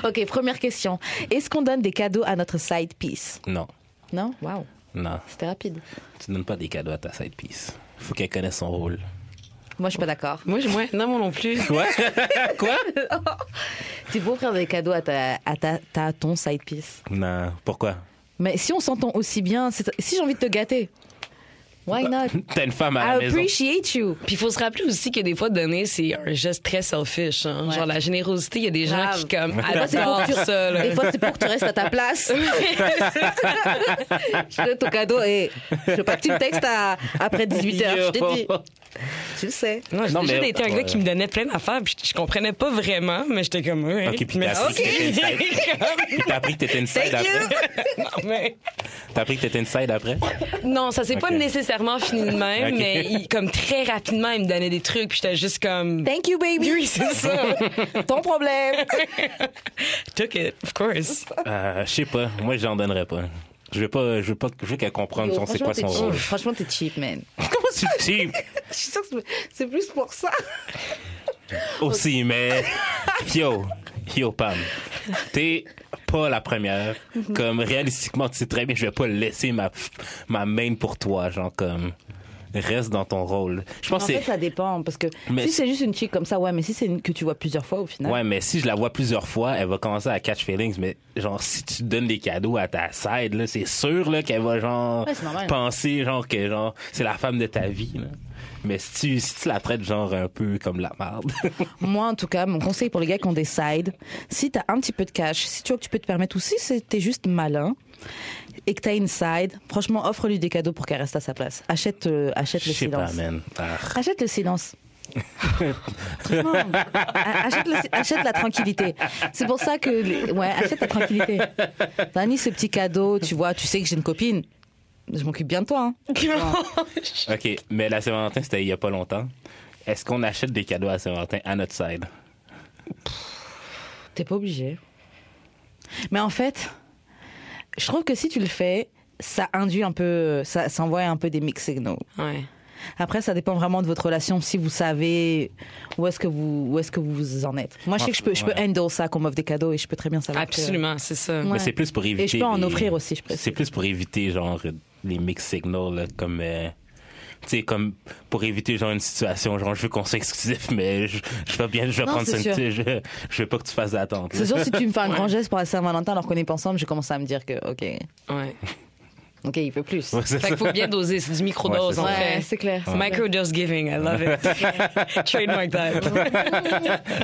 B: ok, première question. Est-ce qu'on donne des cadeaux à notre side piece
C: Non,
B: Non Waouh,
C: non.
B: c'était rapide.
C: Tu donnes pas des cadeaux à ta side piece. Faut qu'elle connaisse son rôle.
B: Moi, je suis pas d'accord.
D: Moi, je- moi, non, moi non plus.
B: Tu peux offrir des cadeaux à, ta, à ta, ta- ton side piece.
C: Non, pourquoi?
B: Mais si on s'entend aussi bien, c'est- si j'ai envie de te gâter, why
C: Bah,
B: not
C: T'as une femme à la
B: I
C: maison.
B: appreciate you.
D: Puis il faut se rappeler aussi que des fois, donner, c'est un geste très selfish. hein. Genre, la générosité, il y a des gens
B: Grave.
D: qui, comme,
B: Des fois, c'est pour,
D: adorent
B: que tu-
D: ça. là.
B: des fois, c'est pour que tu restes à ta place. je te donne ton cadeau et je veux pas que tu me textes à- après 18h. Je t'ai dit, tu le sais.
D: Non, j'ai
C: Non,
D: déjà
C: mais- euh,
D: été un gars
C: Ouais.
D: qui me donnait plein d'affaires, puis je, je comprenais pas vraiment, mais j'étais comme... ouais, ah,
C: Ok, puis t'as
D: merci.
C: appris que t'étais Puis t'as appris que t'étais une side après.
D: Non, mais-
C: T'as appris que t'étais une side après.
D: Non, ça s'est pas
C: Ok.
D: nécessairement fini de même,
C: Ok.
D: mais il- comme très rapidement, il me donnait des trucs, puis j'étais juste comme...
B: Thank you, baby.
D: Oui, c'est ça.
B: Ton problème.
D: Took it, of course.
C: Euh, je sais pas. Moi, j'en donnerais pas. Je veux pas, je veux pas, je veux qu'elle comprenne son- c'est quoi son rôle.
B: Franchement, t'es cheap, man.
C: Comment tu cheap?
B: Je suis sûre que c'est- c'est plus pour ça.
C: Aussi, mais yo, yo Pam, t'es pas la première. Comme réalistiquement, tu sais très bien, je vais pas laisser ma ma main pour toi, genre comme reste dans ton rôle. Je pense
B: En
C: que
B: fait,
C: c'est
B: ça dépend. Parce que
C: Mais
B: si c'est juste une chick comme ça, ouais, mais si c'est une que tu vois plusieurs fois au final.
C: Ouais, mais si je la vois plusieurs fois, elle va commencer à catch feelings. Mais genre, si tu donnes des cadeaux à ta side, là, c'est sûr là, qu'elle va genre
E: Ouais, c'est normal.
C: penser genre que genre c'est la femme de ta vie. là. Mais si tu, si tu la traites genre un peu comme la merde,
B: Moi, en tout cas, mon conseil pour les gars qui ont des sides, si t'as un petit peu de cash, si tu vois que tu peux te permettre ou si c'est- t'es juste malin et que t'as une side, franchement, offre-lui des cadeaux pour qu'elle reste à sa place. Achète, euh, achète
C: je
B: le
C: sais pas,
B: silence.
C: man. Ah.
B: Achète le silence. Franchement, a- achète, le si- achète la tranquillité. C'est pour ça que. les- Ouais, achète la tranquillité. T'as mis ce petit cadeau, tu vois, tu sais que j'ai une copine. Je m'occupe bien de toi. hein.
C: Ok, mais la Saint-Valentin c'était il y a pas longtemps. Est-ce qu'on achète des cadeaux à la Saint-Valentin à notre side?
B: T'es pas obligé. Mais en fait, je trouve que si tu le fais, ça induit un peu. Ça, ça envoie un peu des mixed signals.
D: Ouais.
B: Après, ça dépend vraiment de votre relation, si vous savez où est-ce que vous, où est-ce que vous en êtes. Moi, je sais que je peux, je peux
C: Ouais.
B: handle ça qu'on m'offre des cadeaux et je peux très bien savoir. que-
D: Absolument, c'est ça.
B: Ouais.
C: Mais c'est plus pour éviter.
B: je peux en
C: les-
B: offrir aussi, je précise.
C: C'est plus pour éviter, genre, les mix signals, là, comme. euh, tu sais, comme pour éviter genre une situation genre je veux qu'on soit exclusif mais je, je vais bien je vais
B: Non,
C: prendre
B: c'est
C: ça je, je veux pas que tu fasses d'attente là.
B: C'est sûr, si tu me fais un grand geste pour la Saint-Valentin alors qu'on est pas ensemble, je commence à me dire que, OK,
D: Ouais.
B: OK, il peut plus.
C: Ouais, c'est
D: Fait
C: ça.
D: qu'il faut bien doser, c'est du microdose
C: Ouais,
D: en
B: Ouais,
D: fait.
B: c'est clair.
D: Microdose giving, I love it. Trademark that.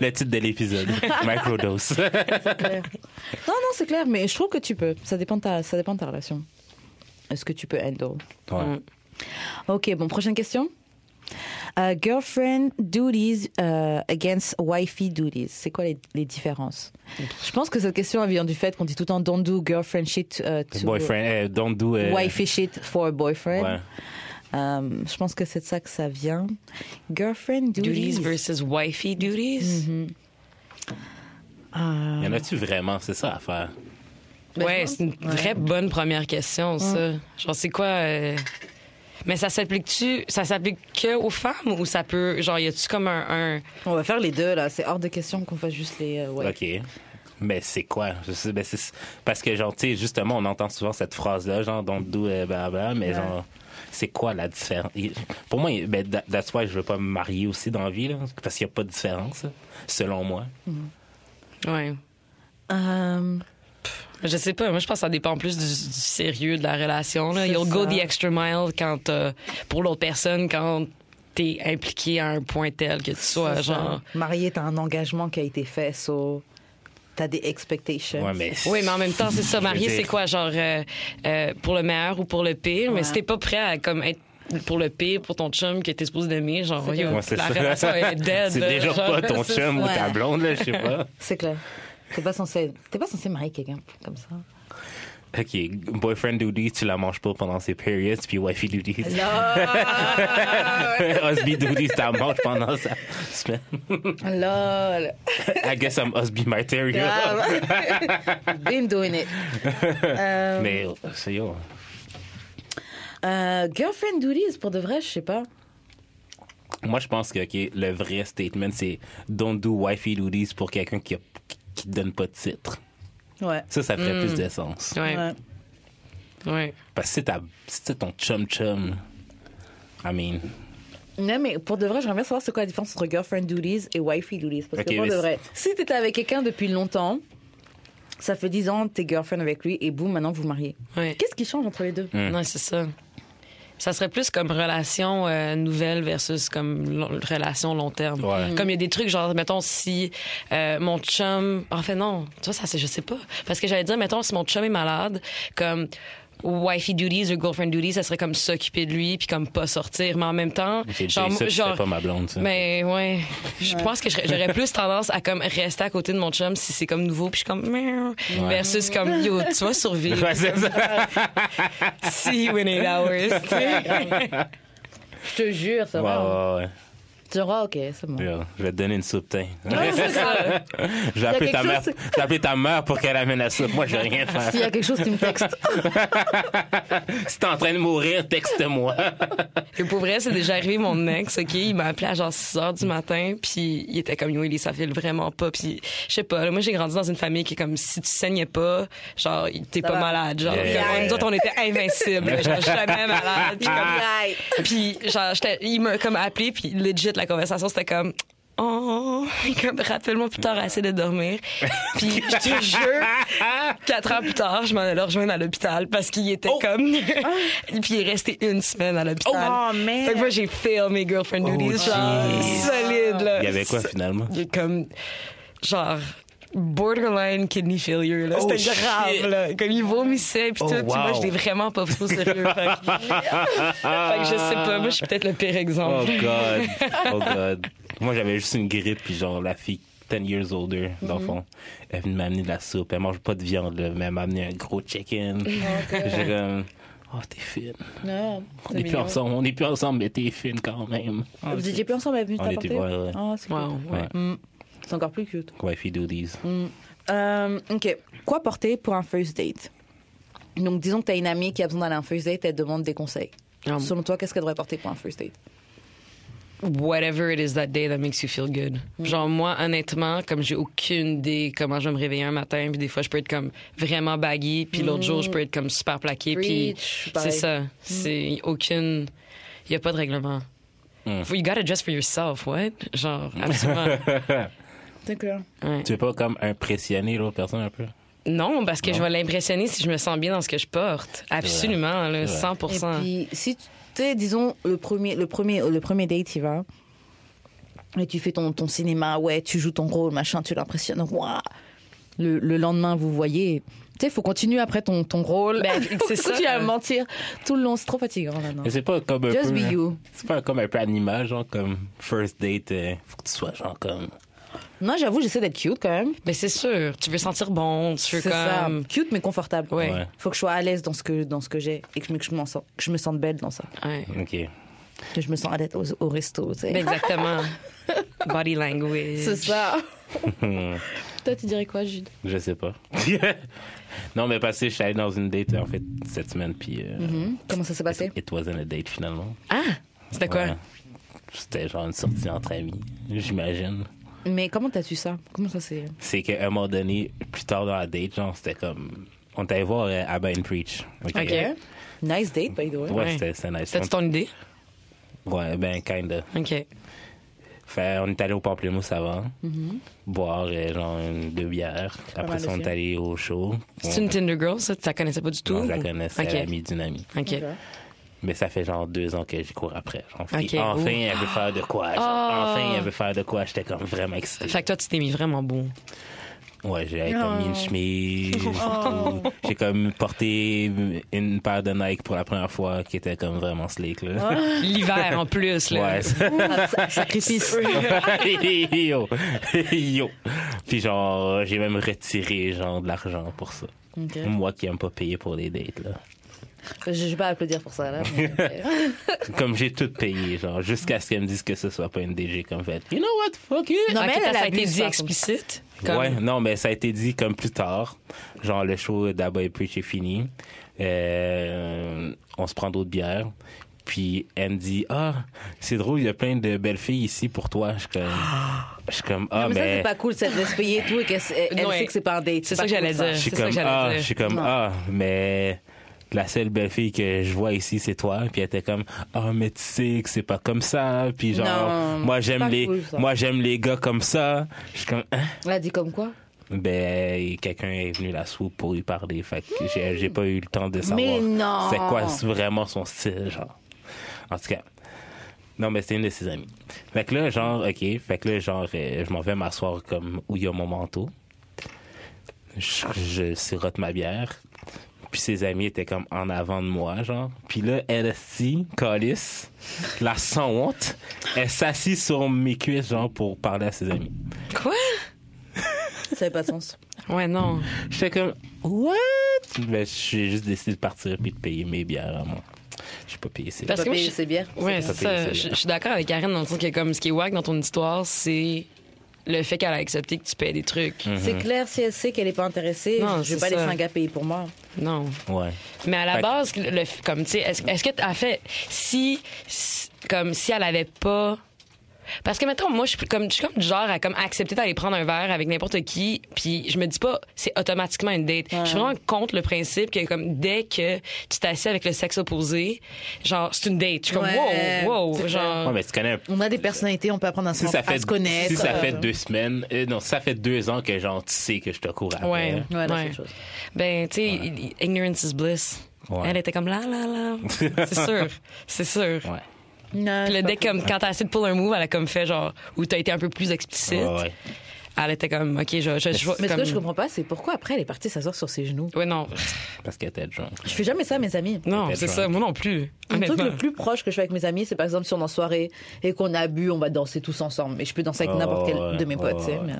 C: le titre de l'épisode microdose
B: Non, non, c'est clair, mais je trouve que tu peux. Ça dépend de ta, ça dépend de ta relation. Est-ce que tu peux handle
C: Ouais.
B: OK, bon, prochaine question. Euh, girlfriend duties euh, against wifey duties. C'est quoi les, les différences Je pense que cette question elle vient du fait qu'on dit tout le temps don't do girlfriend shit euh, to
C: boyfriend euh, don't do euh,
B: wifey shit for a boyfriend.
C: ouais.
B: Euh, je pense que c'est de ça que ça vient. Girlfriend duties.
D: Duties versus wifey duties.
C: y en a-tu vraiment c'est ça à faire
D: Ouais, c'est une vraie bonne première question, ça. Genre, c'est quoi. euh, Mais ça s'applique-tu, ça s'applique que aux femmes ou ça peut. Genre, y a-tu comme un. un-
B: On va faire les deux là. C'est hors de question qu'on fasse juste les. euh, ouais.
C: OK. Mais c'est quoi? Je sais, ben c'est- parce que, genre, tu sais, justement, on entend souvent cette phrase-là, genre, don't do, euh, blablabla, mais genre, c'est quoi la différence? Il- Pour moi, il- ben, tha- that's why je veux pas me marier aussi dans la vie, là, parce qu'il y a pas de différence, là, selon moi.
D: Ouais.
B: Euh,
D: Je sais pas, moi je pense que ça dépend plus du, du sérieux de la relation. Là.
B: C'est
D: You'll go
B: ça.
D: the extra mile quand euh, pour l'autre personne quand t'es impliqué à un point tel que tu sois
B: c'est ça.
D: genre.
B: Marié, t'as un engagement qui a été fait, so. t'as des expectations.
C: Ouais, mais
D: Ben, Oui, mais en même temps, c'est
C: Je
D: ça.
C: veux
D: Marié,
C: dire-
D: c'est quoi, genre, euh, euh, pour le meilleur ou pour le pire? Mais si t'es pas prêt à, comme, être pour le pire, pour ton chum que t'es supposé d'aimer, genre, yo,
C: Ouais, c'est
D: la
C: ça.
D: relation est dead.
C: C'est
D: là,
C: déjà pas
D: genre,
C: ton
D: c'est
C: chum ou ta
B: Ouais.
C: blonde, là, je sais pas.
B: C'est clair. T'es pas censé, t'es pas censé marier quelqu'un comme ça.
C: OK, boyfriend duties, tu la manges pas pendant ses periods, puis wifey duties. Husby duties, tu la manges pendant sa semaine.
B: Lol.
C: I guess I'm husby material.
B: Grave. Been doing it.
C: Mais c'est oh. yo.
B: Euh, girlfriend duties, pour de vrai, je sais pas.
C: Moi, je pense que ok, le vrai statement, c'est don't do wifey duties pour quelqu'un qui, a- qui te donne pas de titre.
B: Ouais.
C: Ça, ça ferait plus de sens.
D: ça. Ouais,
B: Ouais.
D: ouais.
C: Parce que c'est ta- c'est ton chum-chum. I mean,
B: Non, mais pour de vrai, j'aimerais bien savoir c'est quoi la différence entre girlfriend duties et wifey duties. Parce
C: Ok,
B: que pour
C: mais
B: de
C: c'est-
B: vrai, si t'étais avec quelqu'un depuis longtemps, ça fait 10 ans, t'es girlfriend avec lui, et boum, maintenant vous vous mariez.
D: ouais.
B: Qu'est-ce qui change entre les deux
C: Mm. Hum.
D: Non, c'est ça. Ça serait plus comme relation euh, nouvelle versus comme lo- relation long terme.
C: Ouais.
D: Comme il y a des trucs genre mettons si euh, mon chum en fait non, tu vois ça c'est je sais pas parce que j'allais dire mettons si mon chum est malade comme wifey duties ou girlfriend duties, ça serait comme s'occuper de lui puis comme pas sortir mais en même temps
C: j'ai déjà eu ça, puis c'était pas ma blonde, ça.
D: mais ouais, je pense que j'aurais- j'aurais plus tendance à comme rester à côté de mon chum si c'est comme nouveau puis je suis comme Meow versus comme yo tu vas survivre.
C: Ouais, c'est ça.
D: See you in eight hours. tu sais.
B: Je te jure, ça
C: Ouais,
B: va. hein.
C: ouais,
B: Tu diras, ok, c'est bon.
C: ouais. Yo, je vais te donner une soupe, teint.
B: C'est ça.
C: Je vais appeler
B: quelque
C: ta mère.
B: chose-
C: Je vais appeler ta mère pour qu'elle amène la soupe. Moi, je vais rien faire.
B: S'il y a quelque chose qui me texte.
C: Si t'es en train de mourir, texte-moi.
D: Que pour vrai, c'est déjà arrivé mon ex, OK? Il m'a appelé à genre 6 heures du matin, puis il était comme, yo, Ellie, ça file vraiment pas. Puis, je sais pas, là, moi, j'ai grandi dans une famille qui est comme, si tu saignais pas, genre, t'es pas
B: va.
D: malade. Genre,
C: Yeah, yeah, Ah.
D: Nous autres, on était invincibles. genre, jamais malade. Puis, comme- Puis, genre, j'étais- il m'a comme appelé, puis legit, la conversation, c'était comme... Oh, comme rappelle-moi plus tard, assez de dormir. Puis je te jure, quatre ans plus tard, je m'en allais le rejoindre à l'hôpital parce qu'il était comme, puis il est resté une semaine à l'hôpital.
B: Oh, merde.
D: Fait que moi j'ai fail mes girlfriend duties, genre
C: jeez.
D: solide là.
C: Il y avait quoi, finalement?
D: Il est comme genre borderline kidney failure là, c'était
C: Oh, shit.
D: grave là, comme il vomissait puis
C: Oh,
D: tout, puis moi
C: wow.
D: je l'ai vraiment pas pris au sérieux. fait, que... fait que je sais pas, moi je suis peut-être le pire
C: Oh
D: exemple.
C: God, oh God. Moi, j'avais juste une grippe, puis genre, la fille 10 years older, dans
B: Mhm.
C: le fond, elle venait m'amener de la soupe. Elle mange pas de viande, là, mais elle m'a amené un gros chicken.
B: Oh,
C: J'ai comme... Oh, t'es fine.
B: Non,
C: On est, plus ensemble, on est plus ensemble, mais t'es fine quand même.
B: Vous étiez plus ensemble, elle est venue
C: On
B: t'apporter
C: était- ouais, ouais.
B: Ah, c'est
D: Wow,
B: cool.
D: Ah, ouais.
B: Mm. C'est encore plus cute.
C: Ouais, if you do these.
B: Mm. Euh, ok. Quoi porter pour un first date Donc, disons que t'as une amie qui a besoin d'aller à un first date, elle te demande des conseils.
D: Ah.
B: Selon toi, qu'est-ce qu'elle devrait porter pour un first date
D: whatever it is that day that makes you feel good. Genre moi honnêtement, comme j'ai aucune idée comment je vais me réveiller un matin, puis des fois je peux être comme vraiment baggy, puis l'autre jour je peux être comme super plaqué, puis
B: Preach,
D: c'est
B: pareil.
D: ça, c'est aucune il y a pas de règlement.
C: Hmm.
D: You gotta dress for yourself, what? Genre, absolument.
B: D'accord.
C: Tu veux pas comme impressionner l'autre personne un peu?
D: non, parce que je vais l'impressionner si je me sens bien dans ce que je porte. Absolument, là, 100
B: Et puis, si tu tu sais, disons, le premier, le, premier, le premier date, il va. Et tu fais ton, ton cinéma, ouais, tu joues ton rôle, machin, tu l'impressionnes, waouh le, le lendemain, vous voyez. Tu sais, faut continuer après ton, ton rôle.
D: Ben, c'est ça.
B: ça. Tu vas mentir tout le long, c'est trop fatigant là, non
C: Mais c'est pas comme un
B: Just
C: peu. hein.
B: be you.
C: C'est pas comme un peu animal, genre comme first date, euh, faut que tu sois genre comme.
B: Non, j'avoue, j'essaie d'être cute quand même.
D: Mais Ben, c'est sûr, tu veux sentir bon, tu veux
B: C'est ça,
D: comme
B: cute mais confortable.
D: Ouais.
C: Ouais.
B: Faut que je sois à l'aise dans ce que dans ce que j'ai et que, je- que je m'en sens- que je me sente belle dans ça.
D: Ouais.
C: Ok.
B: Que je me sens à l'aise au, au resto. tu sais.
D: Ben, Exactement. Body language.
B: C'est ça. Toi, tu dirais quoi, Jude
C: Je sais pas. non, mais parce que je suis allé dans une date en fait cette semaine, puis. euh,
B: Comment ça s'est passé
C: It wasn't a date finalement.
D: Ah, c'était quoi?
C: Ouais. C'était genre une sortie entre amis, j'imagine.
B: Mais comment t'as su ça Comment ça s'est
C: C'est qu'à un moment donné, plus tard dans la date, genre c'était comme. On t'allait voir euh, Abba and Preach. Ok.
D: Ok.
B: Nice date, by the way.
C: Ouais, c'était c'était nice.
D: C'était-tu ton idée?
C: Ouais, ben, kinda.
D: OK.
C: Fait, on est allé au Pamplemousse avant, boire euh, genre une, deux bières. Après
B: mal
C: ça, on est
B: aussi.
C: allé au show.
D: C'est
C: On-
D: une Tinder girl, ça? Tu la connaissais pas du tout?
C: non, je la connaissais,
D: OK.
C: l'amie d'une amie.
D: OK.
C: Mais ça fait genre deux ans que j'y cours après. genre. Puis
D: Ok. Oh.
C: enfin,
D: Ouh.
C: elle veut faire de quoi. genre. Enfin, elle veut faire de quoi. J'étais comme vraiment excitée.
D: Fait Oh. que toi, tu t'es mis vraiment beau.
C: Ouais, j'ai comme mis une chemise. tout. J'ai comme porté une paire de Nike pour la première fois qui était comme vraiment slick. Là.
D: Oh. L'hiver en plus, là.
C: Ouais. ça-
B: Ah, Sacrifice.
C: yo. yo. Puis genre, j'ai même retiré genre de l'argent pour ça.
B: Ok.
C: Moi qui aime pas payer pour les dates là.
B: Je je vais pas applaudir pour ça, là. mais-
C: Comme j'ai tout payé genre jusqu'à ce qu'elle me dise que ce soit pas une DG comme fait. You know what? Fuck it.
B: Non,
D: Ok,
B: mais elle,
D: parce que
B: elle
D: ça a été
B: abuse,
D: dit
B: par
D: explicite. Comme...
C: Ouais, non, mais ça a été dit comme plus tard. Genre, le show d'Abba et Preach est fini. Euh, on se prend d'autres bières. Puis elle me dit Ah, c'est drôle, il y a plein de belles filles ici pour toi. Je suis comme, je suis comme Ah,
B: Mais ça,
C: mais.
B: c'est pas cool, ça de se payer et tout, et qu'elle elle
D: Ouais.
B: sait que c'est pas un date.
D: C'est
B: pas
D: ça que j'allais
B: cool,
D: dire.
C: je suis
D: c'est ça que
C: comme
D: j'allais
C: Ah,
D: dire.
C: je suis comme
B: Non.
C: Ah, mais. La seule belle fille que je vois ici, c'est toi. Puis elle était comme, ah, mais tu sais que c'est pas comme ça. Puis genre,
B: Non,
C: moi
B: c'est
C: j'aime
B: pas
C: les,
B: cool, ça.
C: moi j'aime les gars comme ça. Je suis comme, Hein?
B: Elle a dit comme quoi
C: Ben, quelqu'un est venu la soupe pour lui parler. Fait que j'ai, j'ai pas eu le temps de
B: Hmm. Mais non!
C: savoir c'est quoi vraiment son style, genre. En tout cas. Non, mais c'est une de ses amies. Fait que là, genre, OK. Fait que là, genre, euh, je m'en vais m'asseoir comme où il y a mon manteau. Je, je sirote ma bière. Puis ses amis étaient comme en avant de moi, genre. Puis là, elle assis, calice, la sans honte, elle s'assit sur mes cuisses, genre, pour parler à ses amis.
D: Quoi?
B: Ça n'avait pas de sens.
D: Ouais, non.
C: J'étais comme, what? Ben, j'ai juste décidé de partir puis de payer mes bières à moi. J'ai pas payé ces
D: Parce
B: Pas
D: que moi,
B: payer
D: je-
B: ses bières.
D: Ouais,
C: Ça
D: c'est
C: paye,
D: ça.
C: ça.
D: Je je suis d'accord avec Karen dans le sens que, comme, ce qui est wack dans ton histoire, c'est le fait qu'elle a accepté que tu payes des trucs.
C: Mhm.
B: C'est clair, si elle sait qu'elle est pas intéressée, je
D: Non,
B: vais
D: c'est
B: pas
D: ça.
B: laisser un gars payer pour moi.
D: Non.
C: Ouais.
D: Mais à la
C: Fait que-
D: base, le, le- comme tu sais, est-ce est-ce que t'as fait si, si- comme si elle avait pas parce que maintenant moi je suis plus- comme je suis comme du genre à comme accepter d'aller prendre un verre avec n'importe qui puis je me dis pas c'est automatiquement une date. Je suis vraiment contre le principe que comme dès que tu t'assieds avec le sexe opposé, genre c'est une date. Je suis comme
B: Ouais,
D: wow,
B: c'est
D: wow,
B: vrai.
D: genre
C: Ouais, mais tu connais un
B: On a des personnalités, on peut apprendre à se,
C: si ça fait,
B: à se connaître.
C: si ça
B: euh,
C: fait deux semaines, euh, non, si ça fait deux ans que genre tu sais que je te cours après.
D: Ouais.
B: Ouais, là, c'est
D: Ouais.
B: autre chose.
D: Ben, tu sais, il- il- ignorance is bliss.
C: Ouais.
D: Elle était comme là, là, là. C'est sûr. C'est sûr.
C: Ouais.
B: Non,
D: Puis
B: c'est
D: le
B: pas
D: dès,
B: cool.
D: comme, quand t'as essayé de pull un move, elle a comme fait genre, où t'as été un peu plus explicite.
C: Ouais, ouais.
D: Elle était comme, OK, je. je, je
B: Mais ce
D: comme-
B: que je comprends pas, c'est pourquoi après elle est partie s'asseoir sur ses genoux.
D: Ouais, non.
C: Parce qu'elle était drunk.
B: Je fais jamais ça, mes amis.
D: Non,
C: Peut-être,
D: c'est
C: ouais.
D: ça. Moi non plus.
B: Le truc
D: honnêtement.
B: le plus proche que je fais avec mes amis, c'est par exemple si on est en soirée et qu'on a bu, on va danser tous ensemble. Et je peux danser avec
C: Oh,
B: n'importe quel
C: ouais,
B: de mes potes,
C: oh,
B: tu sais.
C: ouais.
B: mais-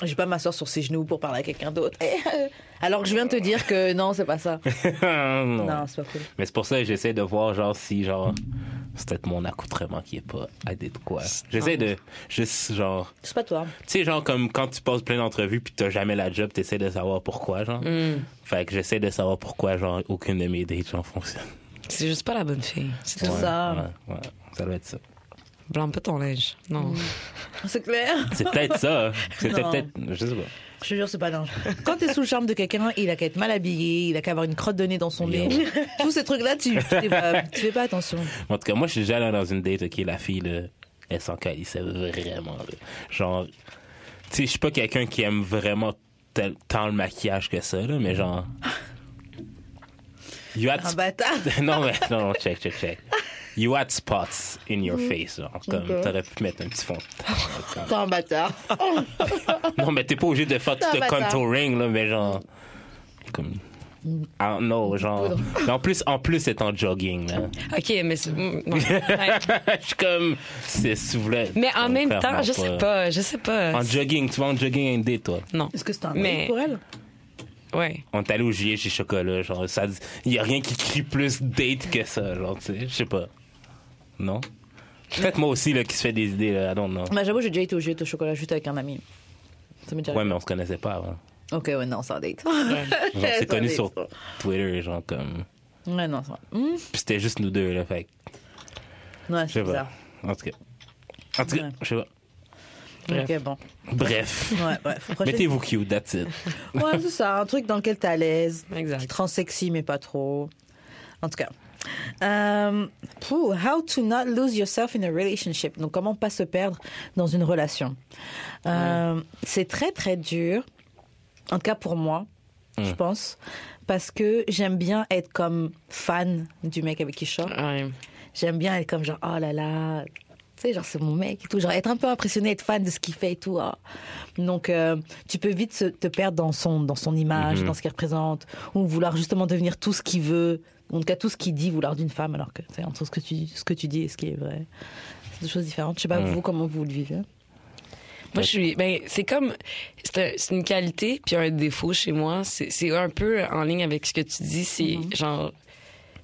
B: Je vais pas m'asseoir sur ses genoux pour parler à quelqu'un d'autre. Alors que je viens de te dire que non, c'est pas ça.
C: Non.
B: Non, c'est pas cool.
C: Mais c'est pour ça que j'essaie de voir genre si genre c'est peut-être mon accoutrement qui est pas adéquat. J'essaie de juste genre
B: C'est pas toi.
C: Tu sais, genre, comme quand tu passes plein d'entrevues puis t'as jamais la job, t'essaies de savoir pourquoi, genre. Fait que j'essaie de savoir pourquoi, genre, aucune de mes dates, genre, fonctionne.
D: C'est juste pas la bonne fille. C'est
B: C'est
D: tout.
B: ça.
C: Ouais, ouais, ça doit être ça.
D: Blâme pas ton linge. Non.
B: Mm. C'est clair.
C: C'est peut-être ça. hein. C'était
B: Non.
C: peut-être. Je sais pas.
B: Je te jure, c'est pas dingue. Quand t'es sous le charme de quelqu'un, il a qu'à être mal habillé, il a qu'à avoir une crotte de nez dans son
C: Yo.
B: nez. Tous ces trucs-là, tu, tu, fais pas- tu fais pas attention.
C: En tout cas, moi, je suis déjà allé dans une date, ok, la fille, là, elle s'en calissait vraiment, là. Genre, tu sais, je suis pas quelqu'un qui aime vraiment tel- tant le maquillage que ça, là, mais genre. You had
B: Un bâtard.
C: non, mais non, non, check, check, check. You had spots in your face, genre. Comme, t'aurais pu mettre un petit fond. de teint, genre,
B: T'es un bâtard.
C: comme- Non, mais t'es pas obligé de faire tout
B: Ah,
C: le
B: bah, ça.
C: contouring, là, mais genre. Comme. Ah, non, genre. Mais en plus, en plus, c'est en jogging, là.
D: OK, mais c'est. mm, non. Ouais.
C: Je suis comme. C'est soufflé.
D: Mais en même temps, je sais pas. Je sais pas.
C: En jogging, tu vas en jogging à une date, toi.
D: Non.
B: Est-ce que c'est un date
D: Mais-
B: pour elle
D: Ouais.
C: On est allé au gilet chez Chocolat, genre, ça dit- y a rien qui crie plus date que ça, genre, tu sais, je sais pas. Non? Peut-être moi aussi, là, qui se fait des idées, là, I don't know.
B: Bah, J'avoue, j'ai déjà été au jeu au chocolat juste avec un ami. Ça m'est déjà
C: Ouais,
B: arrivé.
C: mais on se connaissait pas avant.
B: Ok, ouais, non, c'est un date.
C: Genre, on
B: Ça
C: s'est connus
B: date.
C: sur Twitter, genre, comme.
B: Ouais, non, c'est vrai. Hmm,
C: Puis c'était juste nous deux, là, fait que,
B: Ouais,
C: je sais
B: c'est
C: pas.
B: bizarre.
C: En tout cas. En tout cas,
B: Ouais.
C: je sais pas.
B: Ok, bon.
C: Bref.
B: Ouais, ouais. faut prochaine-
C: Mettez-vous cute, that's it.
B: Ouais, c'est ça, un truc dans lequel t'es à l'aise.
D: Exact.
B: Qui te rend sexy, mais pas trop. En tout cas. Euh, pou, how to not lose yourself in a relationship. Donc, comment pas se perdre dans une relation. Euh, C'est très, très dur. En tout cas, pour moi, je pense. Parce que j'aime bien être comme fan du mec avec qui je sors.
D: Ouais.
B: J'aime bien être comme genre, oh là là, sais, genre, c'est mon mec et tout. Genre, être un peu impressionné, être fan de ce qu'il fait et tout. ah. Donc, euh, tu peux vite se- te perdre dans son, dans son image,
C: Mhm.
B: dans ce qu'il représente, ou vouloir justement devenir tout ce qu'il veut, ou en tout cas tout ce qu'il dit, vouloir d'une femme, alors que, tu sais, entre ce que tu, ce que tu dis et ce qui est vrai. C'est deux choses différentes. Je sais pas,
C: Mhm.
B: vous, comment vous le vivez
D: Moi, je suis. Ben, c'est comme. C'est un- c'est une qualité puis un défaut chez moi. C'est c'est un peu en ligne avec ce que tu dis. C'est genre.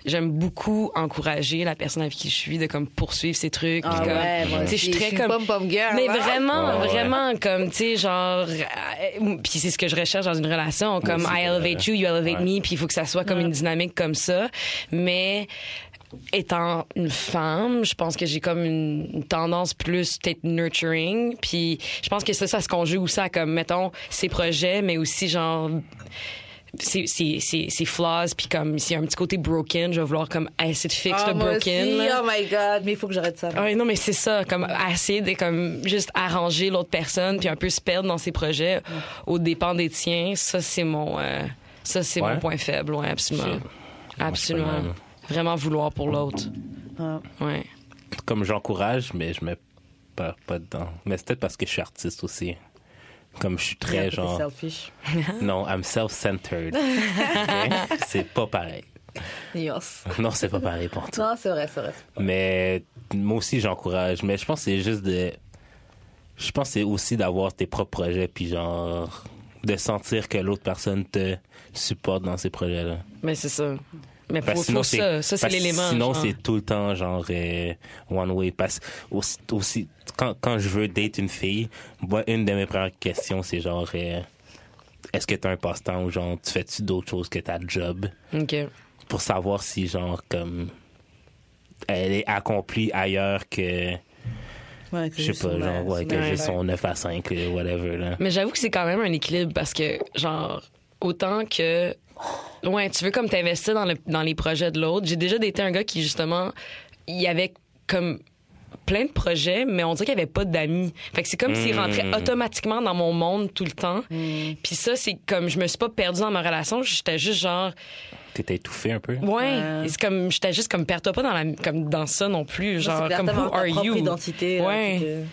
D: J'aime beaucoup encourager la personne avec qui je suis de comme poursuivre ses trucs. puis comme-
C: moi
D: Tu sais, je suis très comme.
F: pom girl.
D: Mais vraiment,
C: Ouais, ouais.
D: vraiment, comme, tu sais, genre, euh, puis c'est ce que je recherche dans une relation, comme,
C: aussi,
D: I
C: euh,
D: elevate you, you elevate
C: ouais.
D: me, puis il faut que ça soit comme une dynamique comme ça. Mais étant une femme, je pense que j'ai comme une une tendance plus peut-être nurturing, puis je pense que ça, ça se conjugue aussi à comme, mettons, ses projets, mais aussi genre c'est c'est- c'est- c'est flaws puis comme s'il y a un petit côté broken je vais vouloir comme essayer de fixer
B: Ah,
D: le broken là.
B: Oh my god, Oh, mais il faut que j'arrête ça.
D: Ah Ouais, non, mais c'est ça, comme essayer de comme juste arranger l'autre personne, puis un peu se perdre dans ses
C: Mm.
D: projets au dépens des tiens. Ça, c'est mon, euh, ça, c'est
C: Ouais.
D: mon point faible, ouais, absolument,
C: Shit. Moi, je
D: absolument.
C: suis pas le même.
D: Vraiment vouloir pour l'autre. Ouais.
C: Comme j'encourage, mais je mets pas, pas dedans. Mais c'est peut-être parce que je suis artiste aussi. Comme je suis très genre.
B: selfish.
C: Non, I'm self-centered. Ok? C'est pas pareil.
B: Yes.
C: Non, c'est pas pareil pour toi.
B: Non, c'est vrai, c'est vrai.
C: Mais moi aussi, j'encourage. Mais je pense que c'est juste de. Je pense que c'est aussi d'avoir tes propres projets, puis genre. de sentir que l'autre personne te supporte dans ces projets-là.
D: Mais c'est ça. Mais
C: Parce
D: pour,
C: que Ben, sinon,
D: pour ça, ça, c'est
C: parce que
D: l'élément.
C: Sinon,
D: genre.
C: c'est tout le temps genre euh, one way. Parce aussi, aussi quand, quand je veux date une fille, moi, une de mes premières questions, c'est genre euh, est-ce que t'as un passe-temps ou genre tu fais-tu d'autres choses que ta job
D: OK.
C: pour savoir si genre comme elle est accomplie ailleurs que
B: Ouais,
C: je sais pas genre ouais, que
D: ouais,
C: j'ai
D: ouais.
C: son 9 à 5 euh, whatever là.
D: Mais j'avoue que c'est quand même un équilibre parce que, genre, autant que. Ouais, tu veux comme t'investir dans, le, dans les projets de l'autre. J'ai déjà été un gars qui, justement, il y avait comme plein de projets, mais on dirait qu'il n'y avait pas d'amis. Fait que c'est comme s'il
C: Mm.
D: rentrait automatiquement dans mon monde tout le temps.
B: Hmm.
D: Puis ça, c'est comme je me suis pas perdue dans ma relation. J'étais juste genre,
C: T'étais étouffé un peu.
D: ouais,
B: Ouais.
D: Et c'est comme j'étais juste comme perds-toi pas dans la, comme dans ça non plus. Genre
B: Genre,
D: comme who are you?
B: identité.
D: Ouais.
B: là,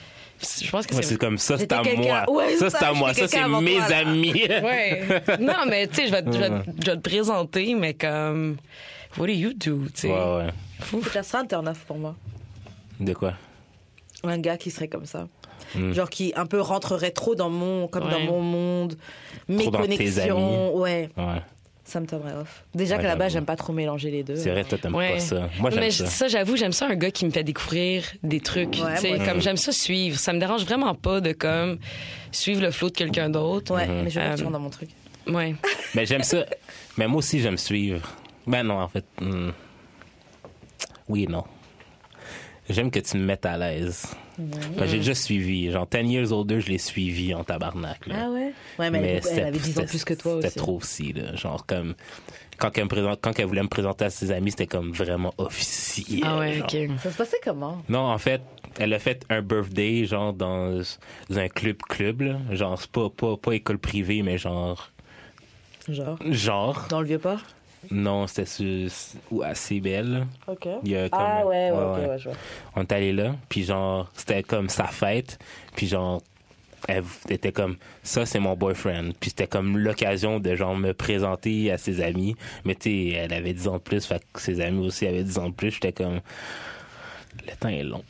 B: tu
D: Je pense que
C: Ouais,
D: c'est
C: c'est comme ça, c'est
B: J'étais
C: à
B: quelqu'un-
C: moi.
B: Ouais,
C: ça,
B: ça,
C: c'est à
B: j'étais
C: moi. Ça,
B: quelqu'un
C: c'est
B: avant
C: mes
B: toi, là.
C: amis.
D: Ouais. non, mais tu sais, je vais, te- je vais te- je vais te présenter, mais comme. What do you do? tu sais?
C: Ouais, ouais.
B: te- Ça serait un turn-off pour moi.
C: De quoi?
B: un gars qui serait comme ça.
C: Mm.
B: Genre qui un peu rentrerait trop dans mon comme
D: Ouais.
B: dans mon monde, mes
C: Trop dans tes
B: connexions, ouais,
C: Ouais.
B: ça me tomberait off. Déjà
C: Ouais,
B: qu'à la base,
C: j'avoue.
B: j'aime pas trop mélanger les deux.
C: C'est vrai, toi, t'aimes
D: Ouais.
C: pas ça. Moi, j'aime
D: mais je-
C: ça.
D: ça, j'avoue, j'aime ça un gars qui me fait découvrir des trucs.
B: Ouais,
D: tu sais,
B: moi
C: Mm.
D: comme j'aime ça suivre. Ça me dérange vraiment pas de comme suivre le flot de quelqu'un d'autre.
B: Ouais,
C: Mm-hmm.
B: mais je vais
D: Euh,
B: pas toujours dans mon truc.
D: Ouais.
C: Mais j'aime ça. Mais moi aussi, j'aime suivre. Ben non, en fait. hmm. Oui et non. J'aime que tu me mettes à l'aise. Parce que J'ai déjà suivi. Genre, 10 years older, je l'ai suivi en tabarnak. là.
B: Ah ouais. Ouais, mais, elle- elle,
C: c'était-
B: avait 10 ans
C: c'était-
B: plus que toi aussi.
C: C'était trop aussi, là. Genre, comme. Quand elle, me présente, quand elle voulait me présenter à ses amis, c'était comme vraiment officiel.
D: Ah ouais,
C: genre.
D: OK.
B: Ça se passait comment
C: Non, en fait, elle a fait un birthday, genre, dans un club-club, là. Genre, c'est pas, pas, pas école privée, mais genre.
B: Genre
C: Genre.
B: dans le vieux port
C: Non, c'était sur. Ou à CBL.
B: OK.
C: Il y a comme-
B: Ah ouais, ouais,
C: ouais,
B: ok,
C: ouais. Mm.
B: ouais, je vois.
C: On est allé là, puis genre, c'était comme sa fête, puis genre, elle était comme, ça c'est mon boyfriend. Puis c'était comme l'occasion de genre me présenter à ses amis. Mais tu sais, elle avait 10 ans de plus, fait que ses amis aussi avaient 10 ans de plus. J'étais comme, le temps est long.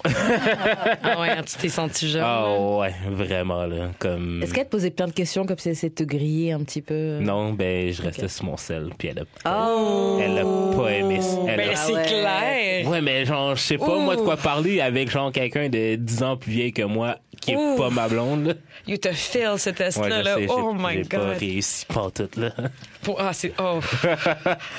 D: Ah ouais, tu t'es senti jeune.
C: Ah ouais, vraiment là. Comme.
B: Est-ce qu'elle te posait plein de questions comme si elle essayait de te griller un petit peu
C: Non, ben je restais sur mon sel, puis elle a,
D: Ah,
B: Oh Ah
C: elle a pas aimé. Elle
D: Ben,
C: a-
D: c'est
B: ouais.
D: clair.
C: Ouais, mais genre, je sais pas
D: Ouh.
C: moi de quoi parler avec genre quelqu'un de 10 ans plus vieil que moi qui est
D: Ouh.
C: pas ma blonde. là.
D: You te feel ce
C: Ouais,
D: test-là.
C: je
D: là.
C: sais, j'ai-
D: Oh my
C: j'ai pas
D: God.
C: réussi pas tout là.
D: Pour- Ah, c'est. Oh,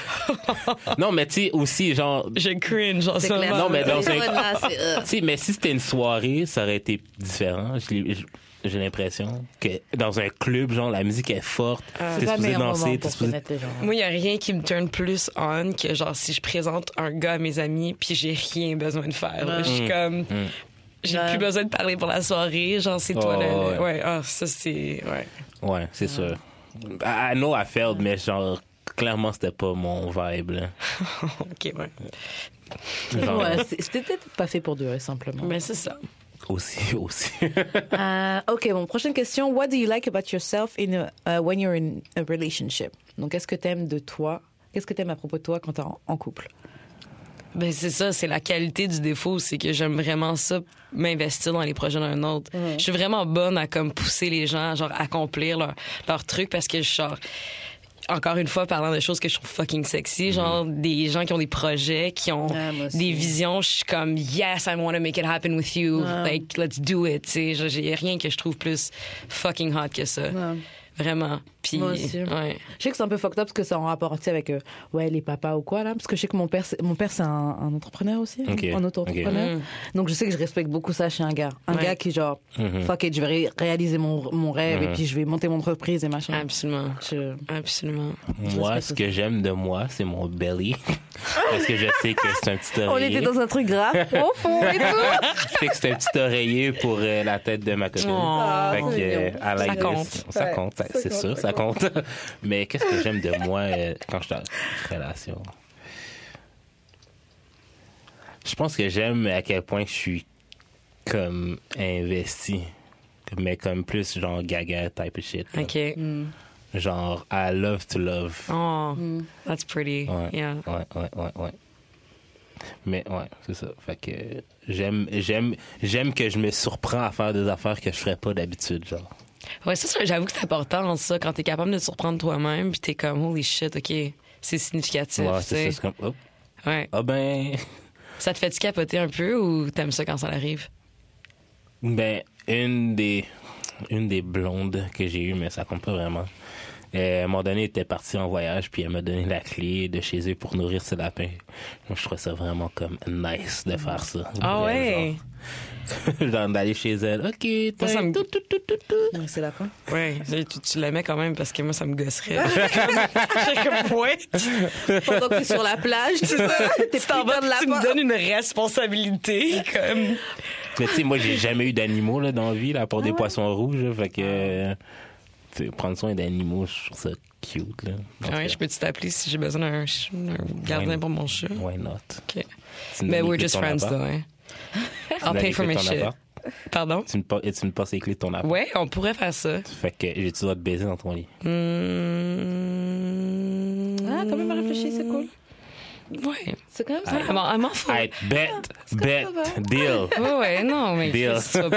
C: non, mais tu sais aussi genre tu
D: je cringe en ce
B: clair.
D: moment.
C: Non, mais dans un-
B: Ah, c'est- euh,
C: sais mais si c'était une soirée, ça aurait été différent. Je l'ai- je- J'ai l'impression que dans un club genre la musique est forte, t'es
B: C'est pas le
C: supposé
B: meilleur moment
C: danser, t'es
B: pour
C: supposé
B: connaître les gens.
D: Moi, il n'y a rien qui me turn plus on que genre si je présente un gars à mes amis puis j'ai rien besoin de faire. là. Je
C: Mm.
D: suis comme. J'ai
B: Ouais.
D: plus besoin de parler pour la soirée. Genre, c'est toi
C: Oh,
D: le.
C: ouais.
D: le- Ouais, ah, ça c'est. Ouais.
C: Bah, Ouais, c'est sûr. I I know I failed, mais genre clairement, c'était pas mon vibe. là.
D: OK, ouais.
C: Genre,
B: Ouais, c'est- c'était peut-être pas fait pour durer, simplement.
D: Mais Ben, c'est ça.
C: Aussi, aussi.
B: Euh, ok, bon, prochaine question. What do you like about yourself in a- uh, when you're in a relationship? Donc, qu'est-ce que t'aimes de toi? Qu'est-ce que t'aimes à propos de toi quand t'es en, en couple?
D: Ben c'est ça, c'est la qualité du défaut, c'est que j'aime vraiment ça m'investir dans les projets d'un autre.
B: Mm.
D: Je suis vraiment bonne à comme pousser les gens, genre accomplir leur leur truc parce que je suis, genre encore une fois parlant de choses que je trouve fucking sexy, genre des gens qui ont des projets, qui ont
B: Ouais, Mm. Ah, moi aussi.
D: des visions, je suis comme yes, I want to make it happen with you,
B: Ah.
D: like let's do it, tu sais, je- j'ai rien que je trouve plus fucking hot que ça. Vraiment. Puis
B: Ah. Moi aussi.
D: ouais.
B: Je sais que c'est un peu fucked up parce que c'est en rapport tu sais, avec euh, ouais, les papas ou quoi, là. Parce que je sais que mon père, c'est- mon père c'est un, un entrepreneur aussi,
C: Ok, Mm.
B: un auto-entrepreneur. Donc, je sais que je respecte beaucoup ça chez un gars. Un
D: Ouais.
B: gars qui, genre,
C: Mm-hmm.
B: fuck it, je vais ré- réaliser mon, mon rêve et puis je vais monter mon entreprise et machin.
D: Absolument.
B: Je-
D: Absolument.
C: Moi, ce que j'aime de moi, c'est mon belly. Parce que je sais que c'est un petit
B: On
C: oreiller.
B: était dans un truc grave profond et tout.
C: Je sais que c'est un petit oreiller pour euh, la tête de ma copine.
D: Oh.
C: Fait que, euh, I like
D: Ça
C: this.
D: compte.
C: Ça
B: Ouais,
C: compte,
B: ça
C: c'est
B: compte,
C: sûr,
B: ça
C: ça compte. Mais qu'est-ce que j'aime de moi euh, quand je suis en relation? Je pense que j'aime à quel point je suis comme investi. Mais comme plus genre gaga type of shit. là.
D: OK.
C: Genre, I love to love.
D: Oh, that's pretty.
C: Ouais,
D: Ah, Yeah.
C: ouais, ouais, ouais, ouais. Mais ouais, c'est ça. Fait que euh, j'aime, j'aime, j'aime que je me surprends à faire des affaires que je ferais pas d'habitude, genre.
D: Ouais, ça, ça, j'avoue que c'est important, ça, quand t'es capable de te surprendre toi-même, puis t'es comme, holy shit, OK, c'est significatif,
C: Ouais,
D: tu
C: c'est ça.
D: sais.
C: C'est comme, hop,
D: Ouais.
C: ah ben,
D: Ça te fait-tu capoter un peu ou t'aimes ça quand ça arrive?
C: ben, une des, une des blondes que j'ai eues, mais ça compte pas vraiment. Euh, à un moment donné, elle était partie en voyage, puis elle m'a donné la clé de chez eux pour nourrir ses lapins. Moi, je trouvais ça vraiment comme nice de faire ça.
D: Ah
C: Genre,
D: ouais?
C: genre d'aller chez elle. OK,
D: Moi, ça
C: t'as
D: me-
C: tout, tout, tout, tout, tout.
B: C'est la fin.
D: Ouais, tu, tu l'aimais quand même parce que moi, ça me gosserait. J'ai comme, ouais,
B: Pendant que t'es sur la plage, tu sais, t'es
D: tu t'en vas,
B: putain de
D: tu me
B: lapin.
D: donnes une responsabilité, comme.
C: Mais tu sais, moi, j'ai jamais eu d'animaux là, dans la vie, là,
D: Ah
C: à part des poissons rouges. là, fait que euh, tu sais, prendre soin d'animaux, je trouve ça cute. Là. En tout
D: Ah Ouais,
C: cas,
D: je peux-tu t'appeler si j'ai besoin d'un ch- d'un gardien pour mon chat?
C: Why not?
D: OK.
C: Tu me
D: Mais
C: donnes les
D: we're
C: clés
D: just
C: de ton
D: friends,
C: appart?
D: though, hein.
C: Tu me
D: I'll
C: donnes
D: pay
C: les
D: for
C: clés
D: my
C: de ton
D: shit.
C: appart?
D: Pardon?
C: Tu me, pa- et tu me passes les clés de ton appart.
D: Ouais, on pourrait faire ça.
C: Fait que j'ai toujours te baiser dans ton lit.
D: Mmh.
B: Ah, quand même, réfléchir, c'est cool.
D: Ouais.
B: C'est quand même ça.
D: Ah, elle m'en- elle m'en fout.
C: Hey, bet, bet, deal.
D: Ouais, ouais, non, mais.
C: Deal.
D: Chris, ça-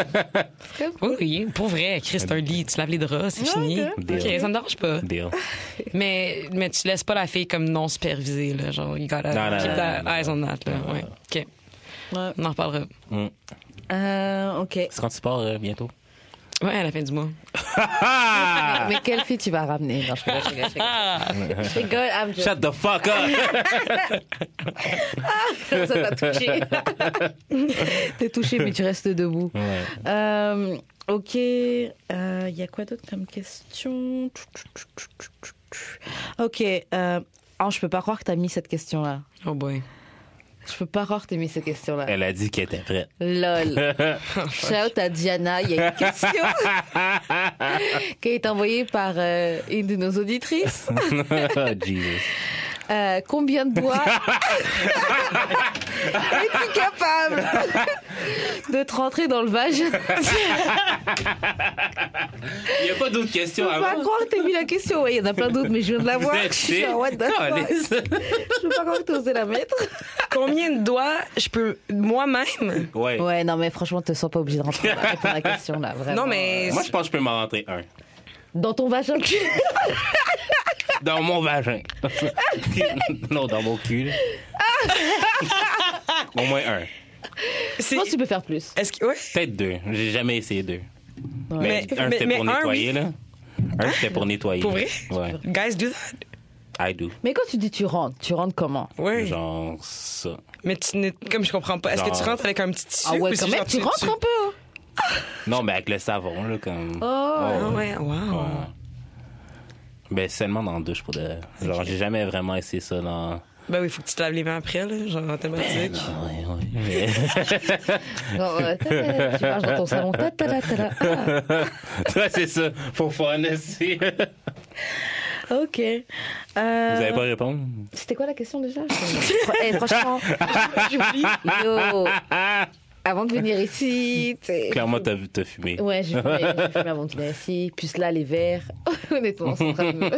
D: Oui, oui, pour vrai, Chris, c'est un lit, tu laves les draps, c'est fini.
C: ok.
D: Ok, ça me dérange pas.
C: Deal.
D: Mais, mais tu laisses pas la fille comme non supervisée, là. Genre, you gotta
C: Non, non,
D: keep
C: non,
D: the
C: non,
D: eyes
C: non.
D: on that, là.
C: Non,
D: ouais.
C: non.
D: Ok.
B: Ouais.
D: On en reparlera.
C: Mm.
B: Euh, ok.
C: C'est quand tu pars euh, bientôt?
D: Ouais, à la fin du mois.
C: Ah!
B: Mais quelle fille tu vas ramener Non, je rigole, je rigole, je rigole. Je rigole, I'm just-
C: Shut the fuck up!
B: Ah, ça t'a touché. T'es touché, mais tu restes debout.
C: Ouais.
B: Euh, ok. Il y a quoi d'autre comme question Ok. euh, oh, je peux pas croire que t'as mis cette question-là.
D: Oh boy.
B: Je peux pas croire que t'as mis cette question-là.
C: Elle a dit qu'elle était prête.
B: Lol. Shout à Diana, il y a une question qui est envoyée par euh, une de nos auditrices.
C: Jesus.
B: Euh, combien de doigts Es-tu capable de te rentrer dans le vagin
C: Il n'y a pas d'autres questions
B: Je peux pas croire que t'aies mis la question. Ouais, il y en a plein d'autres, mais je viens de la voir. Je suis genre, what the fuck Je peux pas croire que t'as osé la mettre.
D: Combien de doigts je peux. Moi-même?
C: Ouais.
B: Ouais, non, mais franchement, te sens pas obligé de rentrer dans répondre à la question là, vraiment.
D: Non, mais.
C: Euh, Moi, je pense que je peux m'en rentrer un.
B: Dans ton hein, vagin.
C: Dans mon vagin. non, dans mon cul. là. Au moins un.
B: Je
D: c'est-
B: pense que tu peux faire plus.
D: Est-ce que. Ouais.
C: Peut-être deux. J'ai jamais essayé deux. Mais,
D: Mais-
C: un,
D: mais-
C: c'était pour
D: mais un,
C: nettoyer,
D: oui.
C: là. Un, c'était pour nettoyer.
D: Pour vrai?
C: Ouais.
D: Guys, do that.
C: I do.
B: Mais quand tu dis tu rentres, tu rentres comment
D: Ouais.
C: Genre ça.
D: Mais tu n'es. Comme je comprends pas. Est-ce que
C: Genre-
D: tu rentres avec un petit tissu?
B: Ah ouais,
D: ou
B: quand
D: c'est
B: même,
D: genre
B: tu rentres un peu. hein.
C: Non, mais avec le savon, là, comme.
D: Ah
C: Oh,
D: ouais, wow.
C: Ouais. Ben, seulement dans la douche pour de. Genre, j'ai jamais vraiment essayé ça dans. Ah,
D: Ben oui, faut que tu te laves les mains après, là, genre en
C: Ben
D: thématique.
C: Ouais, ouais. Mais-
B: Genre, euh, tata, tu marches dans ton salon. tata, tata, tata.
C: Ouais, c'est ça. Faut faire un essai.
G: Ah,
B: Ok. Euh,
C: Vous n'allez pas répondre?
B: C'était quoi la question déjà Eh, Franchement, j'oublie. Yo, avant de venir ici, t'sais-
C: Clairement, t'as t'as fumé.
G: Ouais, j'ai fumé, j'ai fumé avant qu'il vienne ici. Puis là, les verres. Honnêtement, c'est en train de me-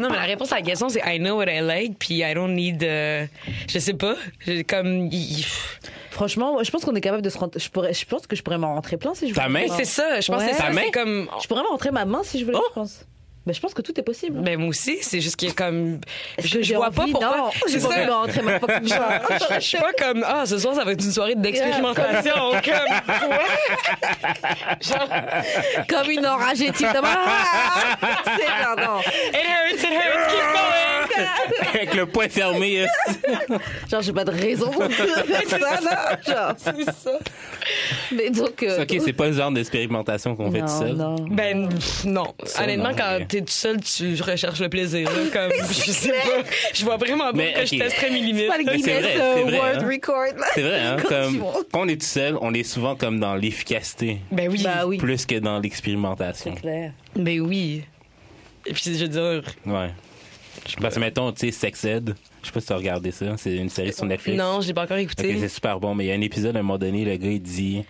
D: Non, mais la réponse à la question, c'est I know what I like, puis I don't need. euh, je sais pas. Je- Comme. il- il-
G: Franchement, moi, je pense qu'on est capable de se rentrer. Je, pourrais... je pense que je pourrais m'en rentrer plein si je
C: Ta
G: voulais.
C: main?
D: C'est ça, je pense
G: Ouais.
D: que c'est
C: Ta
D: ça.
C: main?
D: C'est comme.
G: Je pourrais m'en rentrer ma main si je voulais,
D: Oh
G: je pense. Mais je pense que tout est possible.
D: Ben, moi aussi, c'est juste qu'il y a comme.
G: Est-ce
D: Je,
G: que
D: je
G: j'ai
D: vois pas
G: envie Non,
D: pourquoi.
G: j'ai pas
D: C'est
G: envie
D: ça.
G: de me rentrer ma fucking main.
D: Je suis pas comme ah ce soir ça va être une soirée d'expérimentation comme quoi? Genre,
B: comme une enragée, type de- Ah, C'est pardon.
D: it hurts it hurts keep going
C: Avec le poing fermé. euh,
B: Genre, j'ai pas de raison pour faire ça, là. Genre, c'est ça. Mais donc. euh,
C: Ok, c'est pas le genre d'expérimentation qu'on fait tout
G: Non,
C: seul.
G: non.
D: ben pff, non
C: Ça,
D: honnêtement
C: non,
D: quand
C: mais-
D: t'es tout seul tu recherches le plaisir là, comme je sais pas je vois vraiment pas
C: Mais,
D: que
C: ok.
D: je testerais mes limites
B: Pas le
C: Mais c'est
B: Guinness
C: vrai,
B: euh,
C: c'est vrai,
B: World
C: hein.
B: Record. là.
C: C'est vrai, hein?
B: Quand
C: Comme,
B: ils vont.
C: quand on est tout seul, on est souvent comme dans l'efficacité,
D: ben oui
G: Bah oui,
C: plus que dans l'expérimentation.
G: c'est clair.
D: ben oui et puis je veux dire
C: Ouais. Parce que mettons, tu sais, Sex Ed, je sais pas si tu as regardé ça, c'est une série sur Netflix.
D: non je l'ai pas encore
C: Ok,
D: écouté
C: c'est super bon, mais il y a un épisode, à un moment donné, le gars, il dit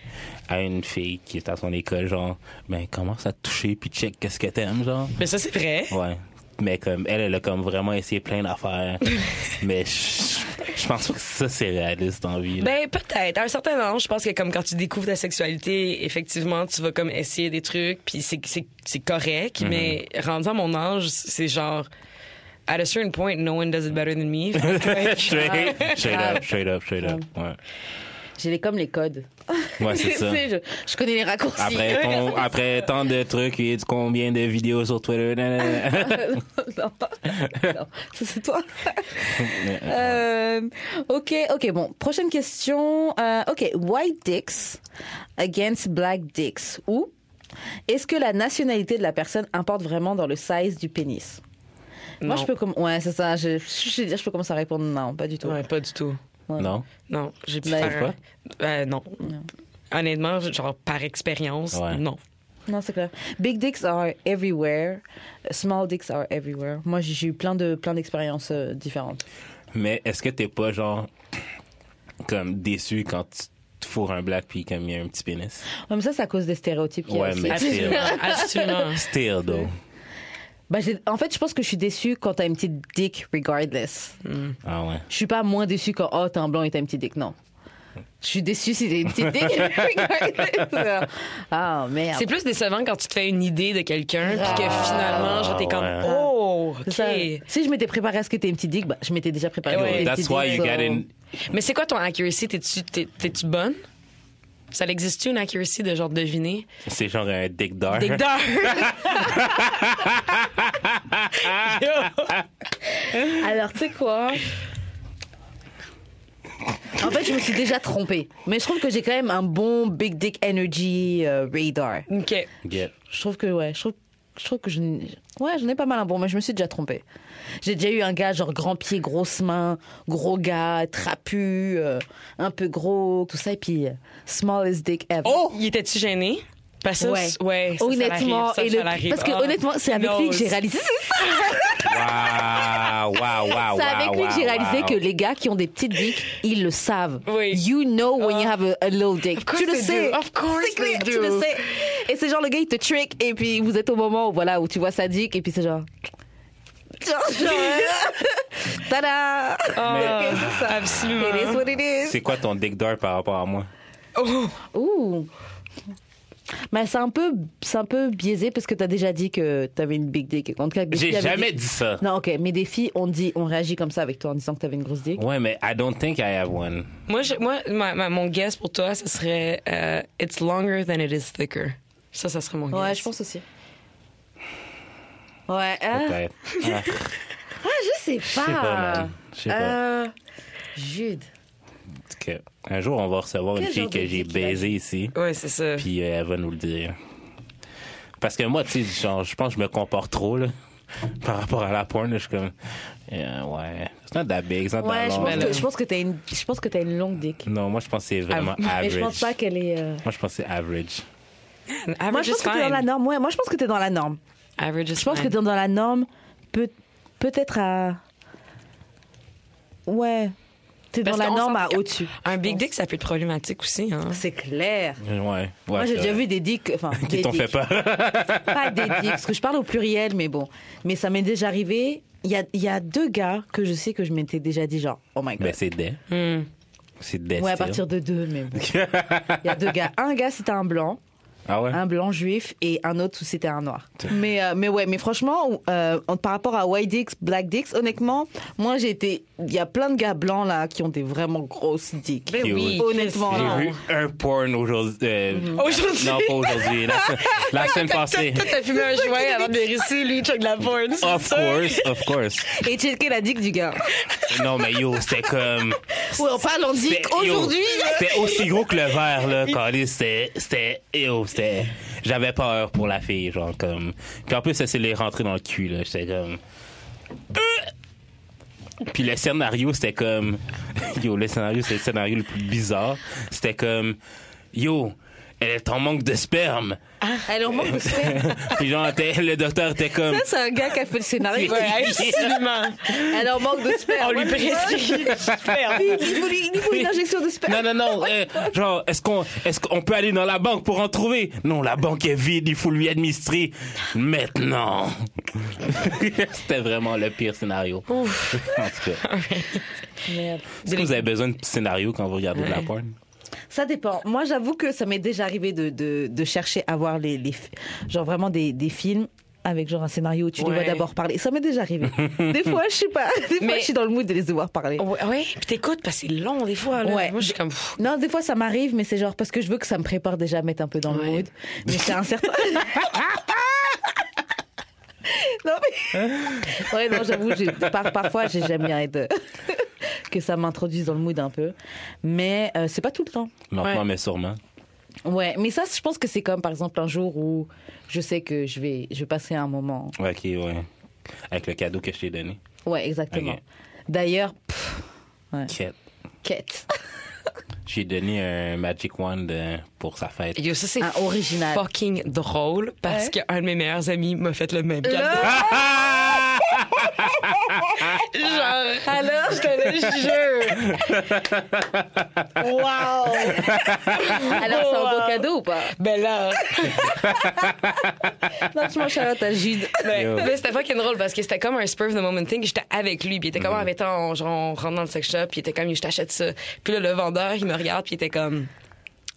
C: à une fille qui est à son école, genre, ben, commence à te toucher, puis check qu'est-ce que t'aimes, genre.
D: mais ça c'est vrai
C: Ouais. Mais comme, elle, elle a comme vraiment essayé plein d'affaires. mais je je pense pas que ça, c'est réaliste en vie. là.
D: Ben peut-être. À un certain âge, je pense que comme quand tu découvres ta sexualité, effectivement, tu vas comme essayer des trucs, puis c'est c'est c'est
C: Mm-hmm.
D: correct. Mais rendu à mon âge, c'est genre at a certain point, no one does it better than me.
C: straight, straight up, straight up, straight up. Ouais,
G: J'ai les- comme les codes.
C: ouais c'est ça.
G: Tu sais, je-
B: Je connais les raccourcis.
C: Après, ton- après tant de trucs et combien de vidéos sur Twitter. nanana.
B: non, non, ça c'est toi. Euh, ok, ok, bon. Prochaine question. Euh, ok, white dicks against black dicks. Ou est-ce que la nationalité de la personne importe vraiment dans le size du pénis Moi,
D: Non.
B: je peux comme ouais, c'est ça. Je, je, veux dire, je peux commencer à répondre non, pas du tout.
D: Ouais, pas du tout.
C: non?
D: Non, j'ai pu
B: Ben,
D: faire un- Euh, non. Honnêtement, genre par expérience,
C: Ouais.
D: non.
B: Non, c'est clair. Big dicks are everywhere. Small dicks are everywhere. Moi, j'ai j'ai eu plein de plein d'expériences euh, différentes.
C: Mais est-ce que t'es pas genre comme déçu quand tu te fourres un black puis comme il y a un petit pénis?
B: Comme ça, c'est à cause des stéréotypes. qu'il y a
C: Ouais,
B: aussi.
C: mais-
D: Absolument, absolument.
C: Still though.
B: Bah, j'ai- en fait, je pense que je suis déçue quand t'as une petite dick, regardless.
C: Ah ouais.
B: Je suis pas moins déçue quand, oh, t'es un blanc et t'as une petite dick. Non. Je suis déçue si t'as une petite dick, regardless. Ah, merde.
D: C'est plus décevant quand tu te fais une idée de quelqu'un, puis que finalement, genre t'es comme
C: ouais.
D: oh, ok.
B: Ah C'est ça. Si je m'étais préparée à ce que t'aies une petite dick, bah, je m'étais déjà préparée à ce que t'aies
C: Anyway,
B: une
C: that's
B: petite
C: why
B: dick,
C: you
B: so-
C: got in.
D: Mais c'est quoi ton accuracy? T'es-tu, t'es, tu bonne? Ça existe une accuracy de genre deviner?
C: C'est genre un dick dar.
D: Des
B: Alors, tu sais quoi en fait, je me suis déjà trompée. Mais je trouve que j'ai quand même un bon Big Dick Energy euh, radar.
D: OK.
C: Yeah.
B: Je trouve que ouais, je trouve, je trouve que je n'ai- ouais, j'en ai pas mal un bon, mais je me suis déjà trompée. J'ai déjà eu un gars genre grand pied, grosse main, gros gars, trapu, euh, un peu gros, tout ça et puis euh, smallest dick ever.
D: Oh! Il était-tu gêné? Parce que ça,
B: Ouais. Oh,
D: c- ouais, ça, ça
B: honnêtement
D: l'arrive, ça,
B: et
D: ça
B: le-
D: l'arrive.
B: parce que
D: Ah.
B: honnêtement, c'est avec lui que j'ai
D: Nose.
B: réalisé
C: Wow, wow, Ah, wow,
B: c'est avec lui que j'ai réalisé
C: wow.
B: que les gars qui ont des petites dicks, ils le savent.
D: Oui.
B: You know when you have a, a low dick.
D: course
B: Tu le
D: they
B: sais.
D: do. Of course
B: C'est clair,
D: they
B: Tu le
D: do.
B: sais. Et c'est genre le gars il te trick et puis vous êtes au moment où voilà où tu vois sa dick et puis c'est genre. Genre, genre, Tada!
D: Ah,
C: Mais-
D: absolument.
B: It is what it is.
C: C'est quoi ton dick dar par rapport à moi?
D: Oh,
B: Ouh. Mais c'est un peu, c'est un peu biaisé parce que t'as déjà dit que t'avais une big dick. En tout cas, des filles
C: J'ai
B: avaient
C: jamais dit ça.
B: Non, ok, mais des filles, on dit, on réagit comme ça avec toi en disant que t'avais une grosse dick.
C: Ouais, mais I don't think I have one.
D: Moi, je- moi ma- ma- mon guess pour toi, ce serait euh, It's longer than it is thicker. Ça, ça serait mon guess.
B: aussi. Ouais, hein?
C: Peut-être. Ah,
B: Ah, je sais pas.
C: Je sais pas, man. Je sais pas.
B: Euh, Jude.
C: Que- Un jour, on va recevoir une
B: Quel
C: fille
B: genre de
C: que j'ai
B: dick il a
C: baisée ici,
D: Ouais, c'est ça.
C: puis euh, elle va nous le dire. Parce que moi, tu sais, genre, je pense que je me comporte trop, là, par rapport à la porn. là, Je suis comme, euh, ouais, it's not that big, it's not
B: Ouais,
C: that
B: je
C: long.
B: pense,
D: Ben là.
B: que, je pense que t'as une, je pense que t'as une longue dick.
C: Non, moi, je pense que c'est vraiment
B: Et
C: average.
B: je pense pas qu'elle est. euh,
C: Moi, je pense que c'est average.
D: Average
B: Moi, je
D: is
B: pense que t'es dans
D: fine.
B: la norme. Ouais, moi, je pense que t'es dans la norme.
D: Average is
B: Je pense que
D: fine.
B: dans, dans la norme, peut- peut-être à. Ouais. T'es dans
D: Parce
B: la
D: qu'on
B: norme à
D: s'entend-
B: au-dessus.
D: Un big dick, ça peut être problématique aussi. Hein.
B: Ah, C'est clair.
C: Ouais. ouais
B: Moi, j'ai
C: ça-
B: déjà vu des dicks. Enfin,
C: Qui
B: des
C: t'ont
B: dicks.
C: fait peur.
B: Pas des dicks, parce que je parle au pluriel, mais bon. Mais ça m'est déjà arrivé. Il y a, il y a deux gars que je sais que je m'étais déjà dit, genre, oh my god.
C: Ben, c'est des.
D: Hmm.
C: C'est des.
B: ouais, à
C: still.
B: partir de deux, mais bon. Il y a deux gars. Un gars, c'était un blanc.
C: Ah ouais?
B: un blanc juif et un autre où c'était un noir. Mais, euh, mais ouais, mais franchement, euh, en- par rapport à White Dicks, Black Dicks, honnêtement, moi j'ai été. Il y a plein de gars blancs là qui ont des vraiment grosses dicks.
C: Cute. oui.
B: Honnêtement,
C: J'ai
B: non.
C: vu un porn aujourd'hui. euh,
D: Aujourd'hui.
C: Non, pas aujourd'hui. La, la semaine passée.
D: Toi, t'as fumé un joint avant de venir ici, lui, check de la porn.
C: Of course, of course.
B: Et checker la dick du gars.
C: Non, mais yo, c'était comme.
B: Ouais, on parle en dick
C: C'était- yo,
B: aujourd'hui.
C: C'était aussi gros que le verre, là, Carlis. C'était. C'était. Yo, c'était. J'avais peur pour la fille, genre, comme. Puis en plus, ça s'est les rentrée dans le cul, là. J'étais comme. Euh! Puis le scénario, c'était comme. Yo, le scénario, c'est le scénario le plus bizarre. C'était comme. Yo, elle est en manque de sperme.
B: Elle en manque de sperme.
C: Puis genre, t'es- le docteur était comme.
B: Ça, c'est un gars qui a fait le scénario.
D: Ouais, absolument.
B: Elle en manque de sperme.
D: On lui prescrit du sperme.
B: Il faut, lui- il faut une injection de sperme.
C: Non, non, non. euh, genre, est-ce qu'on est qu'on peut aller dans la banque pour en trouver? Non, la banque est vide, il faut lui administrer maintenant. C'était vraiment le pire scénario. En tout cas,
B: Merde.
C: est-ce que vous avez besoin de petits scénarios quand vous regardez de la porn?
B: Ça dépend. Moi, j'avoue que ça m'est déjà arrivé de, de, de chercher à voir les, les fi- genre vraiment des, des films avec genre un scénario où tu les
D: Ouais.
B: vois d'abord parler. Ça m'est déjà arrivé. des fois, je sais pas. Des fois,
D: Mais-
B: je suis dans le mood de les voir parler.
D: Ouais, ouais, puis t'écoutes parce que c'est long des fois. Ah, Là.
B: Ouais.
D: Moi, je suis comme. pff,
B: Non, des fois, ça m'arrive, mais c'est genre parce que je veux que ça me prépare déjà à mettre un peu dans le
D: Ouais.
B: mood. Mais c'est un certain. non, mais. Ouais, non, j'avoue, j'ai- par- parfois, j'ai- j'aime bien être. que ça m'introduise dans le mood un peu. Mais euh, c'est pas tout le temps.
C: Lentement,
D: Ouais.
C: mais sûrement.
B: Ouais, mais ça, je pense que c'est comme par exemple un jour où je sais que je vais, je vais passer un moment.
C: Ouais, Ok, ouais. Avec le cadeau que je t'ai donné.
B: Ouais, exactement.
C: Ok.
B: D'ailleurs, pff,
C: Quête.
B: quête.
C: J'ai donné un Magic Wand euh, pour sa fête.
D: Yo, ça, c'est
B: Un original.
D: fucking drôle parce qu'un de mes meilleurs amis m'a fait le même cadeau. Genre, alors, je te le jure.
B: Alors, c'est un beau cadeau ou pas
D: Ben là.
B: Non, tu m'en charlotte à Jude.
D: Ben,
C: Yo.
D: mais c'était fucking drôle parce que c'était comme un spur de moment thing. J'étais avec lui, puis il était
C: Mm.
D: comme, ah, mais attends, on- genre, on rentre dans le sex shop, puis il était comme, je t'achète ça. Puis là, le vendeur, il me regarde, puis il était comme,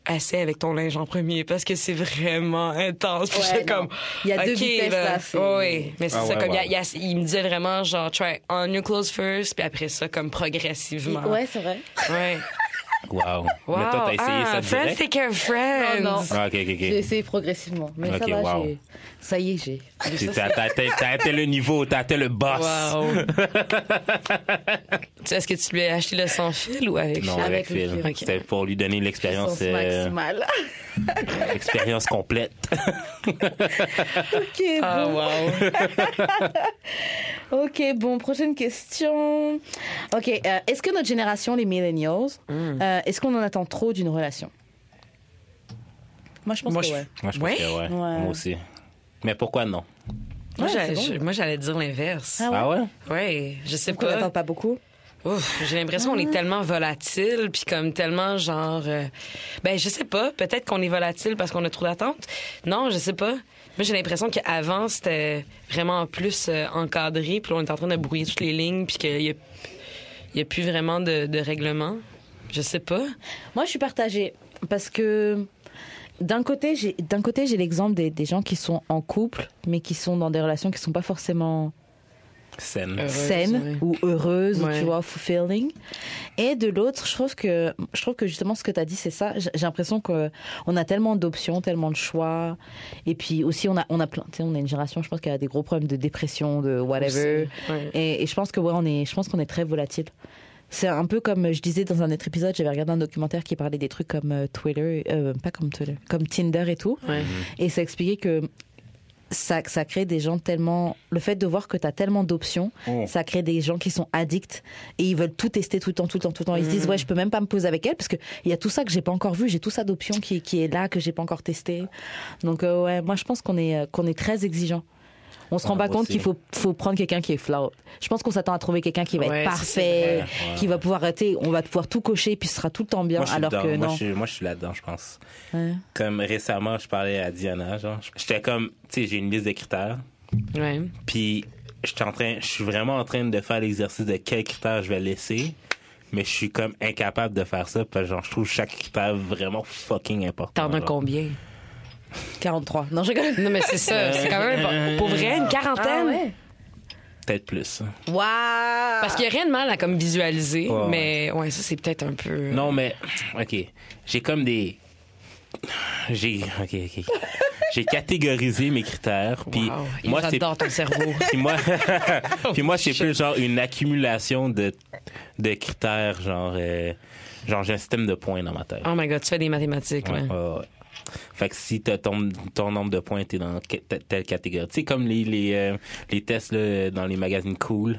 D: assez avec ton linge en premier parce que c'est vraiment intense. Puis
B: Ouais,
D: j'étais
B: non.
D: comme,
B: Il y a deux
D: OK,
B: vitesses, là, c'est-
D: oui, mais c'est
C: Ah
D: ça,
C: ouais,
D: comme, il y a-
C: ouais.
D: il y a- il me disait vraiment, genre, try on your clothes first, puis après ça, comme progressivement.
B: Ouais, c'est vrai.
D: Ouais.
C: Wow.
D: Wow.
C: Mais toi, t'as essayé
D: ah,
C: ça
D: friends
C: direct?
D: take care of friends.
B: Non, non.
C: Ah, ok,
B: J'ai
C: ok,
B: essayé progressivement. Mais
C: Ok,
B: ça va,
C: wow.
B: j'ai. Ça y est, j'ai.
C: ok. T'as- T'as atteint- t'as atteint le niveau, t'as atteint le boss.
D: Wow. Tu sais, Est-ce que tu lui as acheté le sans fil ou avec
C: Non,
D: fil?
B: Avec
C: avec
B: le
C: Phil.
B: fil.
D: Ok.
C: C'était pour lui donner l'expérience
B: Sens
C: euh,
B: maximale.
C: expérience complète.
B: ok,
D: Ah,
B: bon.
D: wow.
B: Ok, bon, prochaine question. Ok, euh, est-ce que notre génération, les millennials,
D: Hmm.
B: euh, est-ce qu'on en attend trop d'une relation Moi, je pense
D: Moi,
B: que
D: je-
B: ouais.
C: Moi, je pense
D: Ouais?
C: que ouais.
B: Ouais.
C: Moi aussi. Mais pourquoi non?
D: Moi,
B: Ouais, c'est
D: j'allais-
B: bon.
D: je- moi, j'allais dire l'inverse.
B: Ah ouais?
C: Ah ouais?
D: Ouais, je sais
B: qu'on n'attend
D: pas.
B: pas Ah. beaucoup.
D: Ouf, j'ai l'impression qu'on est tellement volatile, puis comme tellement genre. euh, ben, je sais pas. Peut-être qu'on est volatile parce qu'on a trop d'attentes. Non, je sais pas. Moi, j'ai l'impression qu'avant, c'était vraiment plus euh, encadré, puis là, on est en train de brouiller toutes les lignes, puis qu'il y a, il y a plus vraiment de, de règlement. Je sais pas.
B: Moi, je suis partagée parce que d'un côté, j'ai d'un côté j'ai l'exemple des, des gens qui sont en couple, mais qui sont dans des relations qui sont pas forcément
C: Scène.
D: Euh, Heureuse,
B: saines
D: ouais.
B: ou heureuses ou
D: Ouais.
B: tu vois fulfilling. Et de l'autre, je trouve que je trouve que justement ce que tu as dit c'est ça, j'ai j'ai l'impression que on a tellement d'options, tellement de choix et puis aussi on a on a plein tu sais on a une génération je pense qui a des gros problèmes de dépression, de whatever.
D: Ouais.
B: Et, et je pense que ouais, on est, je pense qu'on est très volatile. C'est un peu comme euh, je disais dans un autre épisode, j'avais regardé un documentaire qui parlait des trucs comme euh, Twitter, euh, pas comme Twitter, comme Tinder et tout,
D: Ouais.
B: et ça expliquait que ça, ça crée des gens tellement, le fait de voir que tu as tellement d'options,
C: Oh.
B: ça crée des gens qui sont addicts et ils veulent tout tester tout le temps, tout le temps, tout le temps. Ils se
C: Mm.
B: disent ouais, je peux même pas me poser avec elle parce que il y a tout ça que j'ai pas encore vu, j'ai tout ça d'options qui, qui est là que j'ai pas encore testé. Donc euh, ouais, moi je pense qu'on est euh, qu'on est très exigeant. On se rend
C: Ouais,
B: pas
C: Ah, moi
B: compte
C: aussi.
B: qu'il faut, faut prendre quelqu'un qui est flau. Je pense qu'on s'attend à trouver quelqu'un qui va
D: Ouais,
B: être
D: ça,
B: parfait,
C: c'est vrai.
B: qui va pouvoir arrêter, on va pouvoir tout cocher, puis ce sera tout le temps bien,
C: Moi, je suis
B: alors
C: dedans.
B: que
C: Moi,
B: non.
C: je suis- moi, je suis là-dedans, je pense.
B: Ouais.
C: Comme récemment, je parlais à Diana, genre, j'étais comme, tu sais, j'ai une liste de critères,
D: Ouais.
C: puis j'étais en train, je suis vraiment en train de faire l'exercice de quels critères je vais laisser, mais je suis comme incapable de faire ça, parce que genre, je trouve chaque critère vraiment fucking important.
D: T'en as
C: genre.
D: combien?
B: 43. Non, je rigole.
D: Non, mais c'est ça. c'est quand même. pas- Pour vrai, une
B: Ah
D: quarantaine?
C: Peut-être plus.
B: Waouh!
D: Parce qu'il n'y a rien de mal à comme visualiser,
C: Ouais, ouais.
D: mais ouais, ça, c'est peut-être un peu.
C: Non, mais, OK. J'ai comme des. J'ai. OK, OK. J'ai catégorisé mes critères, puis
D: Wow.
C: moi, c'est
D: J'adore ton cerveau.
C: Puis moi, puis moi c'est plus genre une accumulation de, de critères, genre, euh, genre j'ai un système de points dans ma tête.
D: Oh my god, tu fais des mathématiques,
C: Ouais,
D: ouais.
C: ouais, ouais. Fait que si t'as ton, ton nombre de points, t'es dans que- te- telle catégorie. Tu sais, comme les, les, euh, les tests là, dans les magazines cool.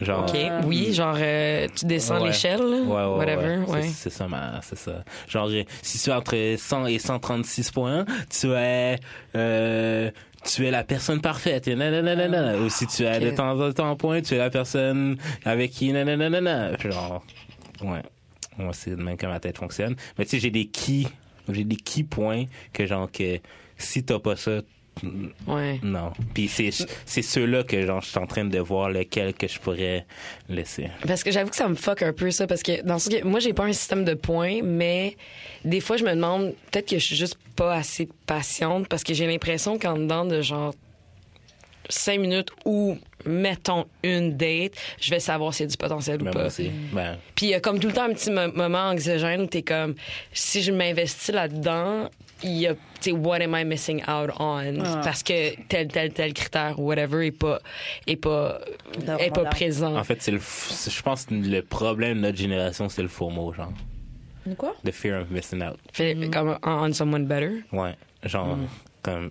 C: Genre,
D: OK. Oui, genre, euh, tu descends
C: Ouais.
D: l'échelle, là,
C: Ouais, ouais,
D: whatever.
C: ouais. C'est-
D: Ouais.
C: C'est ça, ma, c'est ça. Genre, j'ai- si tu es entre 100 et 136 points, tu es, euh, tu es la personne parfaite. et nanana, nanana. Ou si tu as
D: Ah, ok.
C: de temps en temps points, tu es la personne avec qui, nanana, nanana. Genre, ouais. Moi, c'est de même que ma tête fonctionne. Mais tu sais, j'ai des qui, j'ai des qui points que genre, que si t'as pas ça,
D: ouais.
C: non. Puis c'est, c'est ceux-là que genre, je suis en train de voir lequel que je pourrais laisser.
D: Parce que j'avoue que ça me fuck un peu ça parce que dans ce que moi j'ai pas un système de points mais des fois je me demande peut-être que je suis juste pas assez patiente parce que j'ai l'impression qu'en dedans de genre cinq minutes ou mettons une date, je vais savoir s'il y a du potentiel ou
C: Mais moi
D: pas.
C: aussi. Ben,
D: Puis il y a comme tout le temps un petit mo- moment anxiogène où t'es comme si je m'investis là-dedans, il y a tu sais what am I missing out on parce que tel tel tel critère ou whatever est pas est pas
B: Non,
D: est pas
B: voilà.
D: présent.
C: En fait, c'est le, f- c'est- je pense que le problème de notre génération, c'est le faux mot, genre.
B: Quoi?
C: The fear of missing out.
D: Fait comme on on someone better.
C: Ouais. Genre,
B: Mm.
C: comme,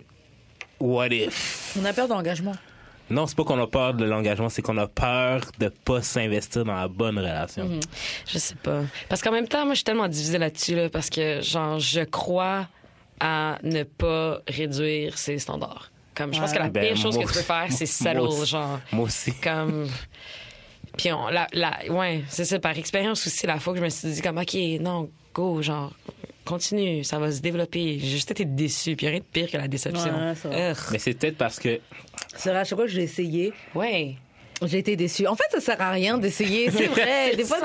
C: what if?
B: On a peur d'engagement.
C: Non, c'est pas qu'on a peur de l'engagement, c'est qu'on a peur de pas s'investir dans la bonne relation.
B: Mm-hmm.
D: Je sais pas. Parce qu'en même temps, moi, je suis tellement divisée là-dessus, là, parce que, genre, je crois à ne pas réduire ses standards. Comme, je pense que la
C: Ben,
D: pire chose que
C: moi
D: tu peux faire, c'est
C: aussi- moi
D: settle,
C: aussi-
D: genre.
C: Moi aussi.
D: Comme. Puis, on, la, la, ouais, c'est ça, par expérience aussi, la fois que je me suis dit, comme, OK, non, go, genre, continue, ça va se développer. J'ai juste été déçue, puis rien de pire que la déception.
B: Ouais, ça va.
D: Ugh.
C: Mais c'est peut-être parce que.
B: C'est vrai, à chaque fois que j'ai essayé,
D: Ouais.
B: j'ai été déçue. En fait, ça sert à rien d'essayer, c'est vrai. Des fois,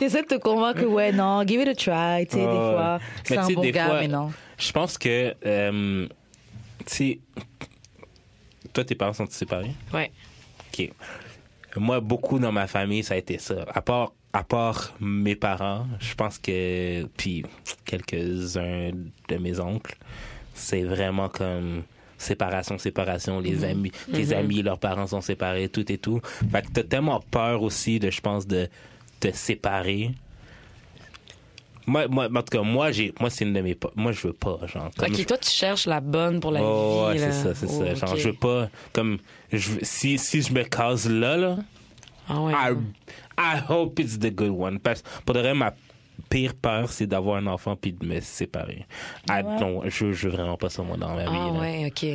B: t'essaies de te convaincre que, ouais, non, give it a try, tu sais, des
C: Ouais, ouais.
B: fois, c'est
C: Mais
B: un
C: tu sais,
B: bon
C: des
B: gars,
C: fois,
B: mais non.
C: Je pense que. euh, tu sais. Toi, tes parents sont séparés?
D: Ouais.
C: OK. Moi, beaucoup dans ma famille, ça a été ça. À part, à part mes parents, je pense que. Puis quelques-uns de mes oncles, c'est vraiment comme séparation, séparation, les
D: Mhm.
C: amis, tes amis, leurs parents sont séparés, tout et tout. Fait que t'as tellement peur aussi de, je pense, de te séparer. Moi, moi, en tout cas, moi, j'ai, moi, c'est une de mes, pa- moi, je veux pas, genre. Comme je-
D: OK, toi, tu cherches la bonne pour la
C: Oh,
D: vie.
C: ouais,
D: là.
C: c'est ça, c'est
D: Oh,
C: ça. Genre,
D: OK.
C: je veux pas, comme, je, veux- si, si je me case là, là,
D: Ah ouais.
C: I, I hope it's the good one. Parce pour de vrai, ma pire peur, c'est d'avoir un enfant puis de me séparer. I don't- je, je veux vraiment pas ça, moi, dans ma vie.
D: Ah
C: là.
D: ouais, OK.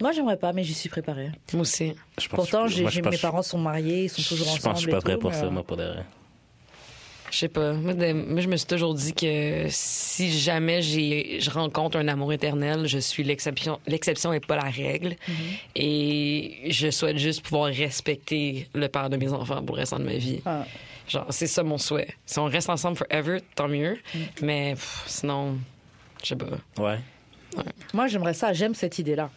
B: Moi, j'aimerais pas, mais j'y suis préparée.
D: Moi aussi.
C: Je pense
B: Pourtant,
C: que je-
B: j'ai-
C: moi, je
B: j'ai-
C: pense
B: mes
C: que
B: parents sont mariés, ils sont
C: je-
B: toujours
C: Je
B: ensemble.
C: pense que je suis
B: et
C: pas prêt
B: tout,
C: pour
B: mais-
C: ça, moi, pour de vrai.
D: Je sais pas. Moi, de- moi, je me suis toujours dit que si jamais j'ai, je rencontre un amour éternel, je suis l'exception. L'exception et pas la règle. Et je souhaite juste pouvoir respecter le père de mes enfants pour le restant de ma vie.
B: Ah.
D: Genre, c'est ça mon souhait. Si on reste ensemble forever, tant mieux. Mais pff, sinon, je sais pas.
C: Ouais.
B: Moi, j'aimerais ça, j'aime cette idée-là.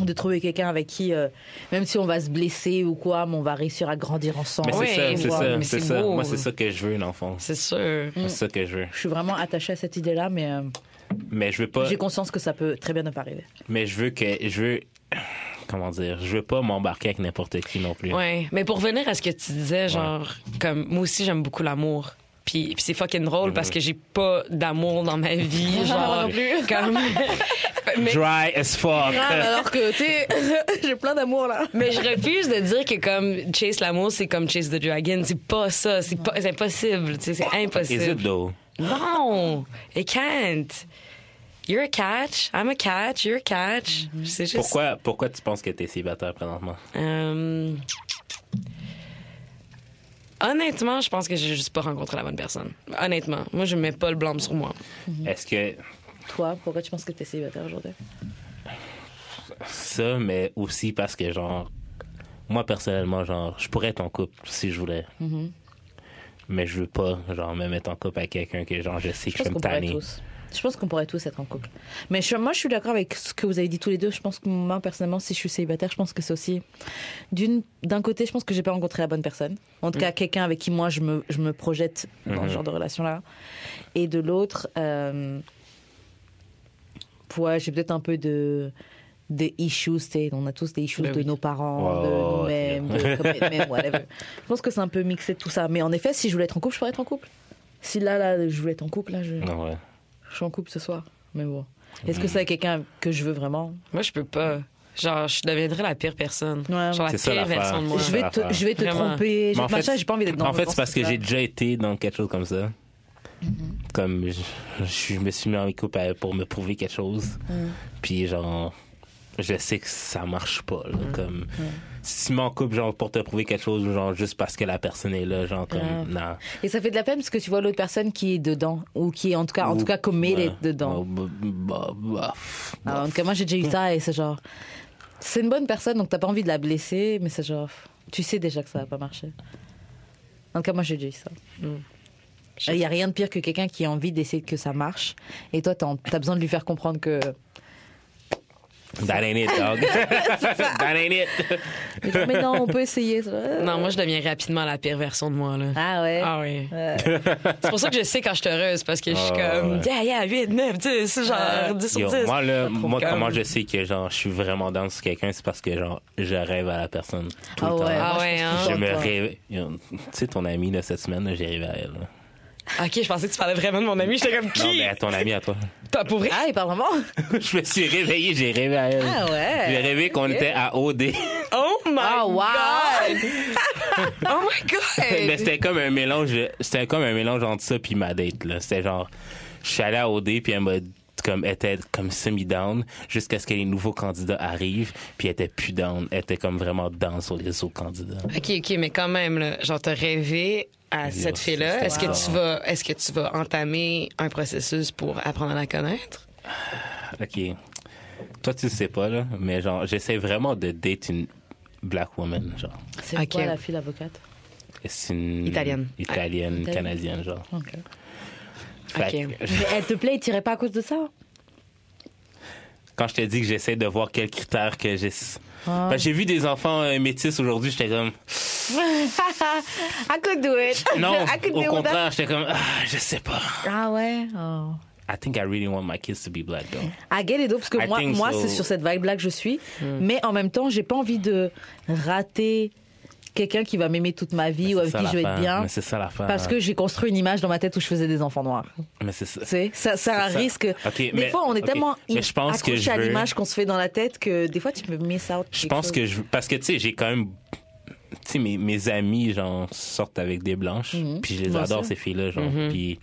B: De trouver quelqu'un avec qui, euh, même si on va se blesser ou quoi, mais on va réussir à grandir ensemble. euh,
C: Mais
D: Ouais,
C: c'est ça, c'est
D: ouais,
C: ça,
D: mais
C: c'est
D: c'est
C: ça.
D: beau.
C: Moi, c'est ça que je veux, l'enfant.
D: C'est sûr.
C: C'est ça que je veux.
B: Je suis vraiment attachée à cette idée-là, mais euh,
C: Mais je veux pas.
B: j'ai conscience que ça peut très bien ne pas arriver.
C: Mais je veux que. Je veux. Comment dire? Je veux pas m'embarquer avec n'importe qui non plus.
D: Ouais, mais pour revenir à ce que tu disais, genre, comme moi aussi j'aime beaucoup l'amour. Puis, puis c'est fucking drôle parce que j'ai pas d'amour dans ma vie, genre.
B: non plus.
D: Comme... mais,
C: Dry as fuck.
B: Ah, alors que, tu sais, j'ai plein d'amour là.
D: mais je refuse de dire que comme chase l'amour, c'est comme chase the dragon. C'est pas ça. C'est pas, c'est impossible. tu sais, C'est
C: Is it
D: impossible.
C: though?
D: Non, it can't. You're a catch, I'm a catch, you're a catch.
B: Mhm.
D: C'est juste.
C: Pourquoi, pourquoi tu penses que t'es célibataire présentement?
D: Euh, Honnêtement, je pense que j'ai juste pas rencontré la bonne personne. Honnêtement, moi je mets pas le blâme sur moi.
C: Est-ce que
B: Toi, pourquoi tu penses que t'es célibataire aujourd'hui
C: ça, mais aussi parce que, genre, moi, personnellement, genre, je pourrais être en couple si je voulais.
B: Mm-hmm.
C: Mais je veux pas, genre, me mettre en couple avec quelqu'un que, genre, je sais que
B: Je
C: je
B: pense
C: vais me
B: qu'on pourrait
C: tanner.
B: tous. Je pense qu'on pourrait tous être en couple. Mais je- moi, je suis d'accord avec ce que vous avez dit tous les deux. Je pense que moi, personnellement, si je suis célibataire, je pense que c'est aussi. d'une- D'un côté, je pense que j'ai pas rencontré la bonne personne. En tout cas, quelqu'un avec qui moi, je me, je me projette dans
C: Mhm.
B: ce genre de relation-là. Et de l'autre, euh, ouais, j'ai peut-être un peu de des issues, tu sais, on a tous des issues
D: Ben
B: de
D: oui.
B: nos parents,
C: Ouais, ouais, ouais,
B: de nous-mêmes, de commitment, whatever. Je pense que c'est un peu mixé de tout ça. Mais en effet, si je voulais être en couple, je pourrais être en couple. Si là, là, je voulais être en couple, là, je,
C: Non, ouais.
B: je suis en couple ce soir. Mais bon. Est-ce que c'est quelqu'un que je veux vraiment
D: Moi je peux pas. Genre, je deviendrais la pire personne.
B: Ouais.
D: Genre la
C: C'est ça,
D: pire
C: l'affaire.
D: version de moi.
C: Ouais,
B: Je vais
C: ça
B: te,
C: va faire.
B: je vais te
D: Vraiment.
B: tromper. je-
C: Mais en fait,
B: machin, j'ai pas envie d'être dans
C: En fait,
B: dans
C: c'est parce
B: ce Mm-hmm.
C: que
B: truc-là.
C: j'ai déjà été dans quelque chose comme ça. Comme je, je me suis mis en couple à- pour me prouver quelque chose.
B: Mm.
C: Puis genre, je sais que ça marche pas.
B: Mm.
C: là. Comme si tu m'en coupes genre pour te prouver quelque chose, ou genre juste parce que la personne est là, genre comme
B: Grave.
C: non.
B: Et ça fait de la peine parce que tu vois l'autre personne qui est dedans ou qui est en tout cas, en
C: Ou-
B: tout cas, comme elle
C: Ouais.
B: est dedans.
C: Ouais, bah, bah, bah, pff, bah.
B: Ah, en tout cas, moi, j'ai déjà eu ça et c'est genre. C'est une bonne personne, donc t'as pas envie de la blesser, mais c'est genre. Tu sais déjà que ça va pas marcher. En tout cas, moi, j'ai déjà eu ça.
D: Mm.
B: Il n'y a rien de pire que quelqu'un qui a envie d'essayer que ça marche. Et toi, t'as t'as besoin de lui faire comprendre que.
C: That ain't it, dog. That ain't it.
B: Et genre, mais non, on peut essayer. ça.
D: Non, moi je deviens rapidement la pire version de moi là.
B: Ah ouais.
D: Ah oui. c'est pour ça que je sais quand je suis heureuse, parce que je suis
C: Ah,
D: comme,
C: ouais.
D: yeah, yeah, 8, 9, 10, genre 10 sur
C: Yo,
D: 10.
C: moi, là, moi
D: calme.
C: comment je sais que genre, je suis vraiment dans sur quelqu'un, c'est parce que genre, je rêve à la personne tout
B: Ah
C: le temps.
B: ouais,
D: Ah
B: moi, je
D: ouais,
B: pense que
D: hein.
C: Je
B: genre,
C: me
B: toi.
C: réveille. Yo, Tu sais, ton ami, là, cette semaine, là, j'ai rêvé à elle. là.
D: Ok, je pensais que tu parlais vraiment de mon ami, j'étais comme, qui?
C: Non, mais à ton ami, à toi.
D: T'as pour vrai?
B: Ah, il parle vraiment
C: je me suis réveillé, j'ai rêvé à elle.
B: Ah
C: J'ai
B: ouais.
C: rêvé qu'on était à OD.
D: Oh my
B: Ah, wow.
D: god! oh
C: mais
D: my god!
C: Ben, c'était comme un mélange, c'était comme un mélange entre ça puis ma date, là. C'était genre, je suis allé à OD puis elle m'a comme était comme semi-down jusqu'à ce que les nouveaux candidats arrivent puis elle était plus down elle était comme vraiment down sur les autres candidats
D: Ok, ok, mais quand même, là, genre, t'as rêvé à
C: Yo,
D: cette fille-là.
C: c'est
D: Est-ce que,
C: bizarre.
D: tu vas, est-ce que tu vas entamer un processus pour apprendre à la connaître?
C: ok toi tu le sais pas là mais genre j'essaie vraiment de date une black woman genre
B: C'est
D: Ok.
B: quoi la fille d'avocate
C: c'est une
D: Italienne. Ah,
C: italienne
B: Italienne.
C: canadienne genre
B: Ok.
C: Fait
D: Ok.
C: que
B: Mais elle te plaît, il tirait pas à cause de ça
C: quand je te dis que j'essaie de voir quels critères que j'ai
B: Ah.
C: Parce que j'ai vu des enfants euh, métis aujourd'hui j'étais comme
B: I could do it.
C: Non,
B: I could
C: au
B: do that.
C: contraire, j'étais comme, ah, je sais pas.
B: Ah ouais. Oh.
C: I think I really want my kids to be black, though.
B: I get it, though, parce que
C: I
B: moi,
C: think
B: moi
C: so. Hmm.
B: c'est sur cette vibe-là que je suis. Mais en même temps, j'ai pas envie de rater quelqu'un qui va m'aimer toute ma vie ou avec
C: C'est ça
B: qui je vais
C: l'affaire.
B: être bien.
C: Mais c'est ça l'affaire.
B: Parce que j'ai construit une image dans ma tête où je faisais des enfants noirs.
C: Mais c'est ça.
B: Tu sais, ça, ça
C: C'est ça.
B: risque.
C: Ok,
B: des
C: mais-
B: fois, on est
C: ok.
B: tellement
C: Mais je pense que
B: accroché
C: je
B: à
C: veux-
B: l'image qu'on se fait dans la tête que des fois, tu peux miss out.
C: Je pense que je. Parce que, tu sais, j'ai quand même. Tu sais, mes, mes amis, genre, sortent avec des blanches. Puis je les
B: Mm-hmm. Bien
C: adore,
B: sûr.
C: ces filles-là, genre. Puis.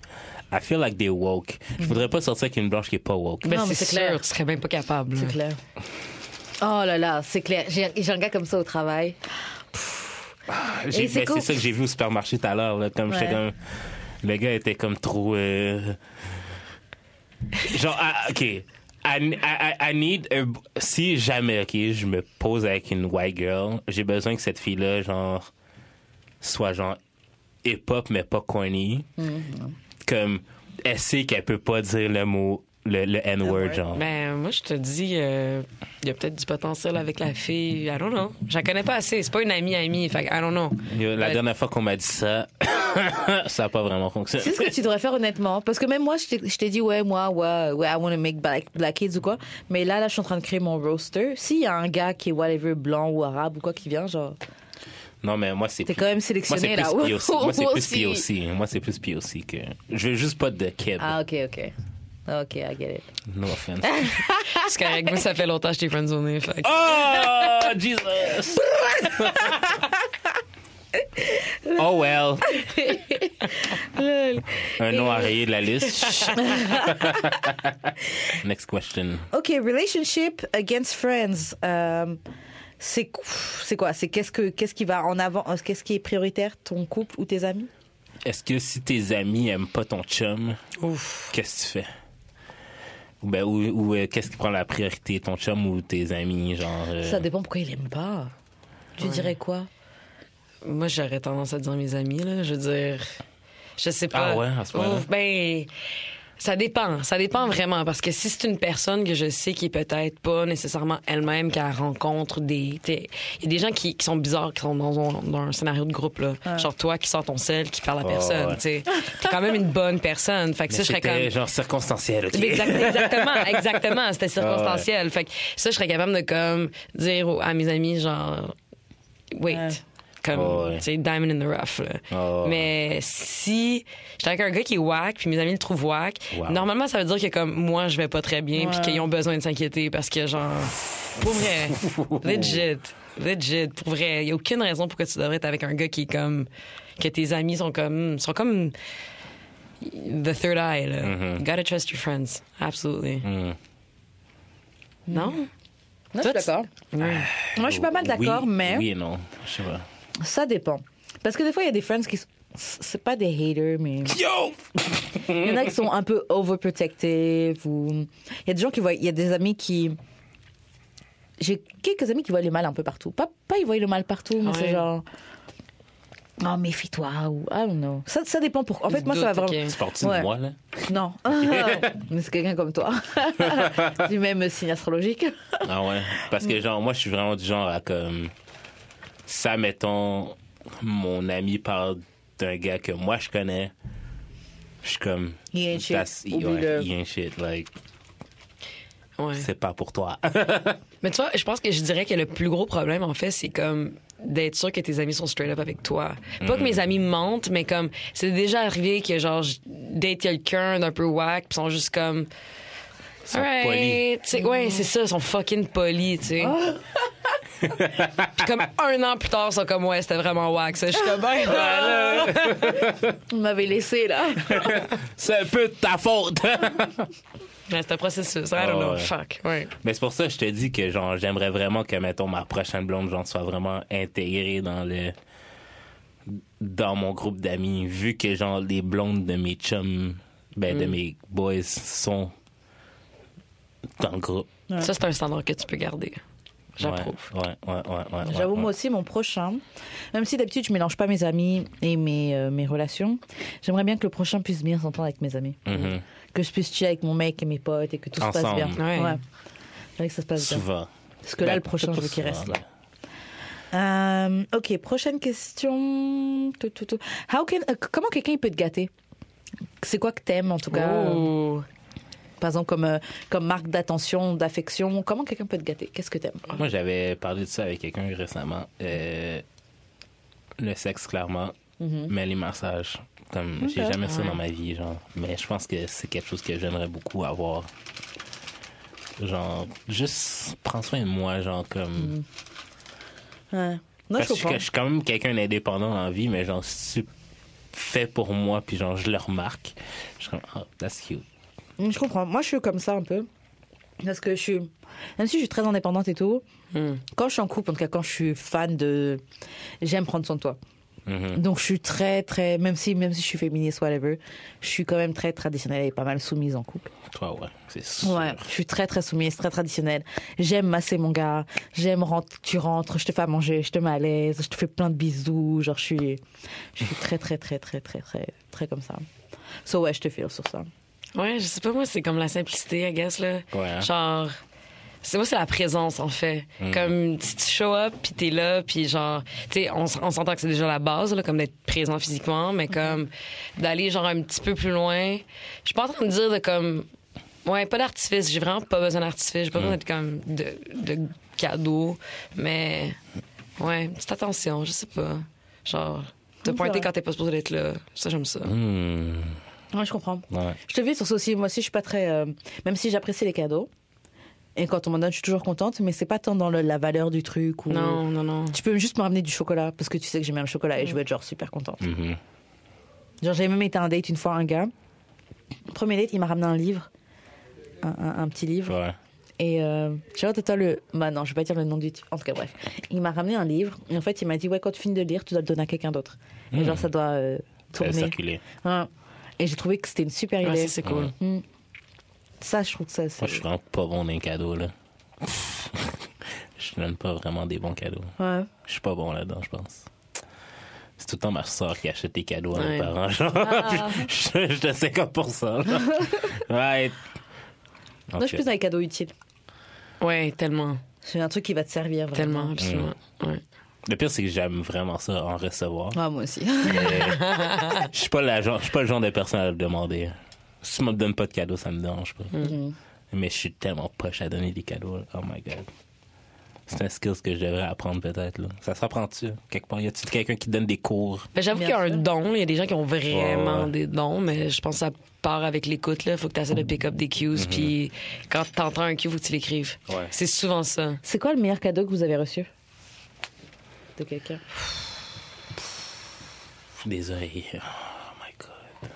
C: I feel like they woke.
B: Mm-hmm.
C: Je voudrais pas sortir avec une blanche qui est pas woke.
D: Ben,
B: Non, mais
D: c'est
B: c'est
D: sûr,
B: clair.
D: tu serais même pas capable.
B: C'est clair. Oh là là, c'est clair. J'ai j'ai un gars comme ça au travail.
C: J'ai-
B: Et c'est
C: ben,
B: cool.
C: c'est ça que j'ai vu au supermarché tout à l'heure. là, Comme j'étais
B: Ouais.
C: comme. Le gars était comme trop. euh, Genre, ah, OK. I, I- I- I need. a- Si jamais, OK, je me pose avec une white girl, j'ai besoin que cette fille-là, genre. soit genre hip-hop, mais pas corny.
B: Mm-hmm.
C: Comme. Elle sait qu'elle peut pas dire le mot. Le, le N-word, genre.
D: Ben, moi, je te dis, euh, il y a peut-être du potentiel avec la fille. I don't know. Je la connais pas assez. C'est pas une amie-amie. Fait que, I don't know.
C: Yo, La
D: Ben-
C: dernière fois qu'on m'a dit ça, ça a pas vraiment fonctionné.
B: C'est ce que tu devrais faire honnêtement. Parce que même moi, je t'ai- je t'ai dit, ouais, moi, ouais, ouais, I want to make black, black kids ou quoi. Mais là, là, je suis en train de créer mon roster. S'il y a un gars qui est whatever, blanc ou arabe ou quoi qui vient, genre,
C: Non, mais moi, c'est
B: t'es
C: plus-
B: quand même
C: Moi, c'est
B: sélectionné
C: plus
B: là.
C: POC. Moi, c'est plus
B: Aussi.
C: POC. Moi, c'est plus POC que. Je veux juste pas de kid.
B: Ah, ok, ok. Ok, I get it.
C: No offense.
D: C'est correct. Moi, ça fait longtemps que je t'ai friendzonée. Fait que-
C: oh, Jesus! oh, well. Un nom
F: Et-
C: à rayer de la liste. Next question.
F: OK, relationship against friends. Euh, c'est qu- c'est quoi C'est qu'est-ce que qu'est-ce qui va en avant euh, Qu'est-ce qui est prioritaire Ton couple ou tes amis
C: Est-ce que si tes amis aiment pas ton chum, qu'est-ce que tu fais? Ou ben, ou, ou, euh, qu'est-ce qui prend la priorité, ton chum ou tes amis, genre. euh,
B: Ça dépend pourquoi il aime pas. Tu
D: Ouais.
B: dirais quoi
D: Moi, j'aurais tendance à dire mes amis, là. Je veux dire, je sais pas.
C: Ah ouais, à ce point-là?
D: Ouf, ben, ça dépend. Ça dépend vraiment. Parce que si c'est une personne que je sais qui est peut-être pas nécessairement elle-même, qu'elle rencontre des. t'sais, Il y a des gens qui, qui sont bizarres, qui sont dans un, dans un scénario de groupe, là. Genre toi qui sors ton sel, qui parle à
C: Ouais,
D: personne.
C: ouais.
D: tu T'es quand même une bonne personne. Fait que
C: mais
D: ça, je serais
C: c'était
D: quand même.
C: genre circonstanciel, ok?
D: Mais exact- exactement, exactement.
C: Ah
D: C'était circonstanciel. Fait que ça, je serais capable de comme dire aux- à mes amis genre, wait. Comme,
C: Oh, Ouais. Oh,
D: tu sais, diamond in the rough. là.
C: Ouais.
D: Mais si j'étais avec un gars qui est whack, puis mes amis le trouvent whack,
C: Wow.
D: normalement, ça veut dire que comme moi, je vais pas très bien, puis qu'ils ont besoin de s'inquiéter parce que, genre, pour vrai, legit, legit, pour vrai, il y a aucune raison pour que tu devrais être avec un gars qui est comme, que tes amis sont comme, sont comme the third eye, là.
C: Mm-hmm.
D: You gotta trust your friends. Absolutely.
C: Hmm.
D: Non?
B: Non, je suis d'accord. Moi, je suis pas mal d'accord,
C: Oui-
B: mais
C: Oui et non. Je sais pas.
B: ça dépend. Parce que des fois, il y a des friends qui sont. C'est pas des haters, mais.
C: Yo!
B: Il y en a qui sont un peu overprotective ou il y a des gens qui voient il y a des amis qui j'ai quelques amis qui voient le mal un peu partout. Pas pas ils voient le mal partout, mais
D: Ouais.
B: c'est genre Oh, méfie-toi ou I don't know. Ça, ça dépend pour. En fait,
D: Du
B: moi, ça va
D: doute,
B: vraiment.
D: ok.
C: Tu parles-tu
B: Ouais.
C: de moi, là?
B: Non. mais c'est quelqu'un comme toi. du même signe astrologique.
C: Ah ouais. Parce que genre, moi, je suis vraiment du genre à comme. Ça, mettons, mon ami parle d'un gars que moi je connais. Je suis comme.
B: He ain't shit.
C: That's-
B: Oublie
C: ouais,
B: le-
C: he ain't shit. Like,
D: Ouais.
C: c'est pas pour toi.
D: Mais tu vois, je pense que je dirais que le plus gros problème, en fait, c'est comme d'être sûr que tes amis sont straight up avec toi. Pas
C: Mm.
D: que mes amis mentent, mais comme c'est déjà arrivé que genre je date quelqu'un d'un peu whack, puis sont juste comme
C: sont polis.
D: tu sais, ouais, c'est ça, ils sont fucking polis, tu sais. Puis comme un an plus tard, ils sont comme ouais, c'était vraiment whack. Ça, je suis comme ben, voilà.
B: Vous m'avez laissé là.
C: c'est un peu de ta faute!
D: Mais c'est un processus. I don't
C: Ah
D: know.
C: ouais.
D: Fuck. Ouais.
C: Mais c'est pour ça que je te dis que genre j'aimerais vraiment que mettons ma prochaine blonde genre soit vraiment intégrée dans le dans mon groupe d'amis vu que genre les blondes de mes chums ben
B: Mm.
C: de mes boys sont dans le groupe.
D: Ça, c'est un standard que tu peux garder. J'approuve.
C: Ouais, ouais, ouais, ouais, ouais,
B: J'avoue,
C: Ah, ouais.
B: moi aussi, mon prochain, même si d'habitude je mélange pas mes amis et mes, euh, mes relations, j'aimerais bien que le prochain puisse bien s'entendre avec mes amis.
C: Mhm.
B: Que je puisse chiller avec mon mec et mes potes et que tout se passe
C: Ensemble.
B: bien.
D: Ouais.
B: J'aimerais que ça se passe bien.
C: Souvent.
B: Parce que là,
C: Ben,
B: le prochain, je
C: pas
B: veux qu'il
C: souvent,
B: reste.
C: là.
B: Euh, ok, prochaine question. Tout, tout, tout. How can- euh, comment quelqu'un il peut te gâter C'est quoi que t'aimes en tout cas
D: Oh.
B: Par exemple, comme, euh, comme marque d'attention, d'affection. Comment quelqu'un peut te gâter Qu'est-ce que t'aimes
C: Moi, j'avais parlé de ça avec quelqu'un récemment. Euh, le sexe, clairement, mais les massages. Comme, j'ai jamais ça dans ma vie, genre. Mais je pense que c'est quelque chose que j'aimerais beaucoup avoir. Genre, juste prends soin de moi, genre, comme.
B: Non, je
C: Parce que
B: comprends.
C: je, je suis quand même quelqu'un d'indépendant en vie, mais genre, si tu fais pour moi, puis genre, je le remarque, je suis comme, oh, that's cute.
B: Je comprends. Moi, je suis comme ça un peu. Parce que je suis. Même si je suis très indépendante et tout,
D: Hmm.
B: quand je suis en couple, en tout cas, quand je suis fan de. J'aime prendre soin de toi.
C: Mhm.
B: Donc, je suis très, très. Même si, même si je suis féministe, whatever, je suis quand même très traditionnelle et pas mal soumise en couple.
C: Toi, ouais, c'est sûr.
B: Ouais. Je suis très, très soumise, très traditionnelle. J'aime masser mon gars. J'aime rentrer. Tu rentres, je te fais à manger, je te mets à l'aise, je te fais plein de bisous. Genre, je suis. Je suis très, très, très, très, très, très, très comme ça. So, ouais, je te file sur ça.
D: Ouais, je sais pas, moi, c'est comme la simplicité, I guess, là.
C: Ouais, hein. Mm.
D: Genre. C'est moi, c'est la présence, en fait. Comme si tu show up, puis t'es là, puis genre. Tu sais, on, s- on s'entend que c'est déjà la base, là, comme d'être présent physiquement, mais comme d'aller, genre, un petit peu plus loin. Je suis pas en train de dire de comme. Ouais, pas d'artifice. J'ai vraiment pas besoin d'artifice. J'ai pas
C: Mm.
D: besoin d'être comme de, de cadeaux. Mais. Ouais, une petite attention, je sais pas. Genre, te pointer quand t'es pas supposé d'être là. Ça, j'aime ça.
C: Hmm,
B: Ouais, je comprends.
C: ouais.
B: Je te vis sur ça aussi. Moi aussi, je suis pas très. euh, même si j'apprécie les cadeaux. Et quand on m'en donne, je suis toujours contente. Mais c'est pas tant dans le- la valeur du truc. Ou...
D: Non, non, non.
B: Tu peux juste me ramener du chocolat. Parce que tu sais que j'aime bien le chocolat. Et je vais être genre super contente.
C: Mhm.
B: Genre, j'ai même été en date une fois, un gars. Premier date, il m'a ramené un livre. Un, un- un petit livre.
C: Ouais.
B: Et euh, j'ai hâte de toi le. Bah non, je vais pas dire le nom du. En tout cas, bref. Il m'a ramené un livre. Et en fait, il m'a dit Ouais, quand tu finis de lire, tu dois le donner à quelqu'un d'autre. Et Genre, ça doit euh,
C: Ça a
B: tourner.
C: circulé.
B: Ouais. Et j'ai trouvé que c'était une super idée.
D: Ouais, ça, c'est cool.
B: ça, je trouve que ça. c'est-
C: Moi, je suis vraiment pas bon dans les cadeaux, là. je donne pas vraiment des bons cadeaux.
B: Ouais.
C: Je suis pas bon là-dedans, je pense. C'est tout le temps ma soeur qui achète des cadeaux à
D: Ouais.
C: mes parents. Genre,
B: Ah.
C: je, je, je te 50%. genre. ouais.
B: Moi, je suis plus dans les cadeaux utiles.
D: Ouais, tellement,
B: C'est un truc qui va te servir. Vraiment.
D: tellement, absolument. Ouais.
C: Le pire, c'est que j'aime vraiment ça, en recevoir.
D: Ah,
B: Ouais, moi aussi.
C: Je suis pas, la genre- je suis pas le genre de personne à le demander. Si tu me donnes pas de cadeaux, ça me dérange pas. Mais je suis tellement poche à donner des cadeaux. là. Oh my god. C'est un skill que je devrais apprendre peut-être. là. Ça s'apprend-tu? hein? Quelque part, y a-tu quelqu'un qui donne des cours?
D: Mais Ben, J'avoue
B: Bien
D: qu'il y a un
B: sûr.
D: don, il y a des gens qui ont vraiment
C: Ouais, ouais.
D: des dons, mais je pense que ça part avec l'écoute, là. Faut que tu essaies de pick up des cues, puis quand t'entends un cue, faut que tu l'écrives.
C: Mm-hmm. Ouais.
D: C'est souvent ça.
B: C'est quoi le meilleur cadeau que vous avez reçu de quelqu'un
C: Des oreilles. Oh my god.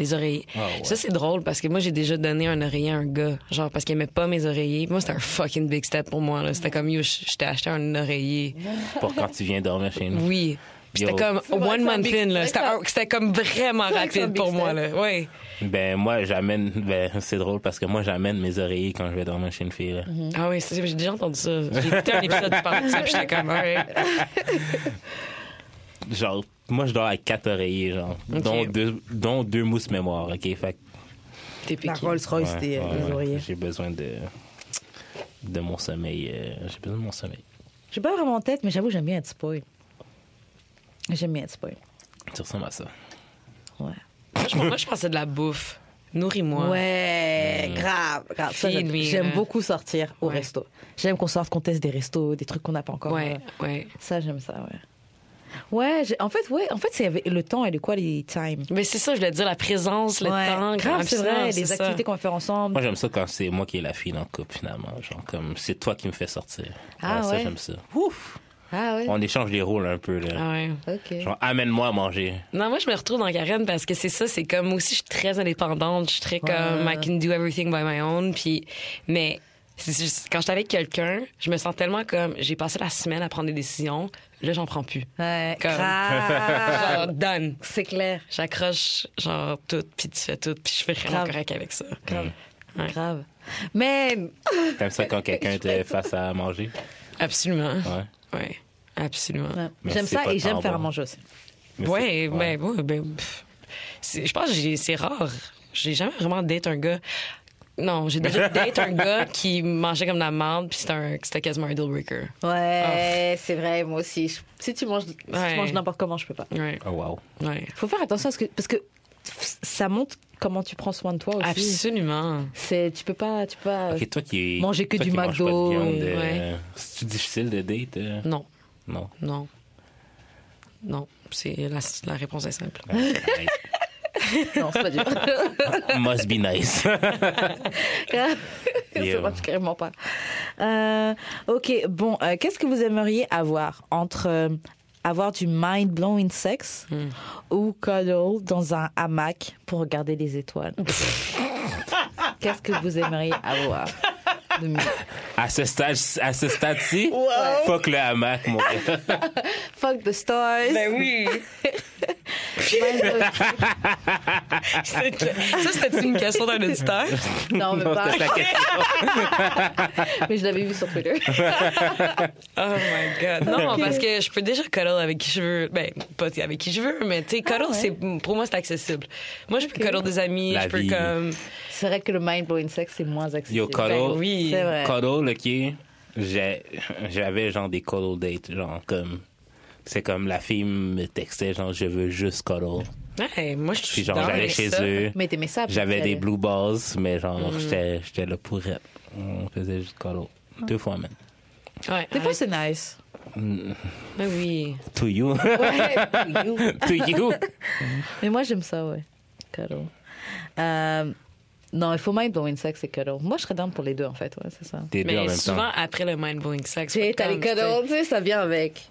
D: Les oreillers.
C: Ah ouais.
D: Ça, c'est drôle parce que moi, j'ai déjà donné un oreiller à un gars. Genre, parce qu'il aimait pas mes oreillers. Moi, c'était un fucking big step pour moi. là. C'était comme, yo, je je t'ai acheté un oreiller.
C: Pour quand tu viens dormir chez nous.
D: Oui. Puis C'était
C: Yo.
D: comme
B: vrai que
D: one
B: c'est un
D: month
B: big-
D: in, là.
B: c'est
D: C'était
B: vrai que
D: un- C'était comme vraiment
B: vrai que c'est un
D: rapide
B: big
D: pour moi, là.
B: step.
D: Oui.
C: Ben, moi, j'amène. Ben, c'est drôle parce que moi, j'amène mes oreillers quand je vais dormir chez une fille. là.
B: Mm.
D: Ah oui, c'est- j'ai déjà entendu ça. J'ai écouté un épisode du parle de ça, puis j'étais comme, ouais.
C: Genre, moi, je dors avec quatre oreillers, genre. Dont, deux, dont deux mousses mémoire, ok? Fait que
D: T'es piqué.
B: Royce,
C: Ouais, ouais, ouais. J'ai besoin de, de mon sommeil. euh, j'ai besoin de mon sommeil.
B: J'ai pas vraiment en tête, mais j'avoue, j'aime bien être spoil. J'aime bien être spoil.
C: Ça ressemble à ça.
B: Ouais.
D: Moi, je- Moi, je pensais de la bouffe. Nourris-moi.
B: Ouais, grave, grave. Ça,
D: Feed
B: j'aime-
D: me,
B: J'aime
D: là.
B: beaucoup sortir au
D: Ouais.
B: resto. J'aime qu'on sorte, qu'on teste des restos, des trucs qu'on n'a pas encore.
D: Ouais,
B: euh,
D: ouais.
B: Ça, j'aime ça, ouais. Ouais, j'ai- en fait, ouais, en fait, c'est avec le temps et le quality time.
D: Mais c'est ça, je voulais dire, la présence, le
B: Ouais,
D: temps.
B: grave, c'est
D: absolument,
B: vrai,
D: c'est
B: les
D: ça.
B: activités qu'on va faire ensemble.
C: Moi, j'aime ça quand c'est moi qui ai la fille dans le couple, finalement. Genre, comme c'est toi qui me fais sortir.
B: Ah
C: ça,
B: ouais.
C: j'aime ça.
B: Ah ouais,
C: On échange les rôles un peu, là.
D: Ah ouais.
B: ok.
C: Genre, amène-moi à manger.
D: Non, moi, je me retrouve dans Karen parce que c'est ça, c'est comme, moi aussi, je suis très indépendante, je suis très comme, I can do everything by my own, puis, mais, c'est juste- quand j'étais avec quelqu'un, je me sens tellement comme, j'ai passé la semaine à prendre des décisions, là, j'en prends plus.
B: Ouais,
D: Comme-
B: grave.
D: Genre, done.
B: c'est clair.
D: J'accroche, genre, tout, puis tu fais tout, puis je suis vraiment
B: Grave.
D: correct avec ça. Ouais.
B: Grave. Mais
C: T'aimes ça quand quelqu'un te face à manger?
D: Absolument.
C: Ouais.
D: Ouais. Absolument.
B: Ouais.
C: Mais
B: j'aime
C: c'est
B: ça
C: pas
B: et
C: tant
B: j'aime faire à
C: bon.
B: manger aussi.
C: Mais
D: Ouais,
C: c'est-
D: ben, ouais, ben, pff, c'est- je pense que j'ai- c'est rare. J'ai jamais vraiment date un gars. Non, j'ai déjà date un gars qui mangeait comme de la merde, puis c'était un- c'était quasiment un deal breaker.
C: Ah.
B: Ouais, c'est vrai, moi aussi. Je- Si tu manges, si tu
D: Ouais.
B: manges n'importe comment, je peux pas.
D: Ouais,
C: Oh, wow.
D: ouais.
B: Faut faire attention à ce que parce que ça montre comment tu prends soin de toi aussi.
D: Absolument.
B: C'est tu peux pas, tu peux pas.
C: Ok, toi qui.
B: Euh, Manger que
C: toi
B: du
C: qui manges pas de
B: McDo, Mm.
C: viande,
B: et-
C: euh, C'est-tu difficile de date? euh?
D: Non,
C: Non.
D: non. Non, c'est la, la réponse est simple.
C: Ouais.
B: Non, c'est pas dur.
C: Must be nice.
B: ça
C: Yeah.
B: marche carrément pas. Euh, ok, bon, euh, qu'est-ce que vous aimeriez avoir entre euh, avoir du mind blowing sex
C: Hmm.
B: ou cuddle dans un hamac pour regarder les étoiles Qu'est-ce que vous aimeriez avoir de mieux
C: À ce stade, à ce stade-ci, fuck le hamac, mon gars.
B: Fuck the stars.
D: oui! ça, c'était une question d'un auditeur.
B: non, mais
C: Non,
B: pas.
C: c'était ta question.
B: Mais je l'avais vu sur Twitter.
D: Oh my god. Non, parce que je peux déjà cuddle avec qui je veux. Ben, pas avec qui je veux, mais tu sais, cuddle,
B: Ah ouais.
D: c'est, pour moi, c'est accessible. Moi, je peux
B: Ok.
D: cuddle des amis,
C: La
D: je peux
C: vie.
D: comme.
B: C'est vrai que le mind blowing sex c'est moins accessible.
C: Yo, cuddle.
D: Ben oui.
B: C'est vrai.
C: Cuddle, OK? j'ai- J'avais genre des cuddle dates, genre comme. C'est comme la fille me textait, genre, je veux juste cuddle.
D: Ouais, moi, je suis
C: Puis genre,
D: down
C: j'allais
D: avec
C: chez
D: ça.
C: eux.
B: Mais t'aimais ça. après,
C: J'avais
B: t'allais.
C: des blue balls, mais
D: Hmm.
C: genre, j'étais j'étais là pour elle. On faisait juste cuddle.
D: Ah.
C: Deux fois même.
D: Ouais.
B: Des fois, c'est nice.
D: Ben oui.
C: To you. to you.
B: Mais moi, j'aime ça, ouais. Cuddle. Euh, non, il faut mind blowing sex et cuddle. Moi, je serais down pour les deux, en fait, ouais, c'est ça.
C: T'es deux en
D: Mais
C: même
D: souvent,
C: temps.
D: après le mind-blowing sex.
B: Tu sais,
D: faut
B: t'as les
D: comme, tu sais,
B: cuddles, tu sais, ça vient avec.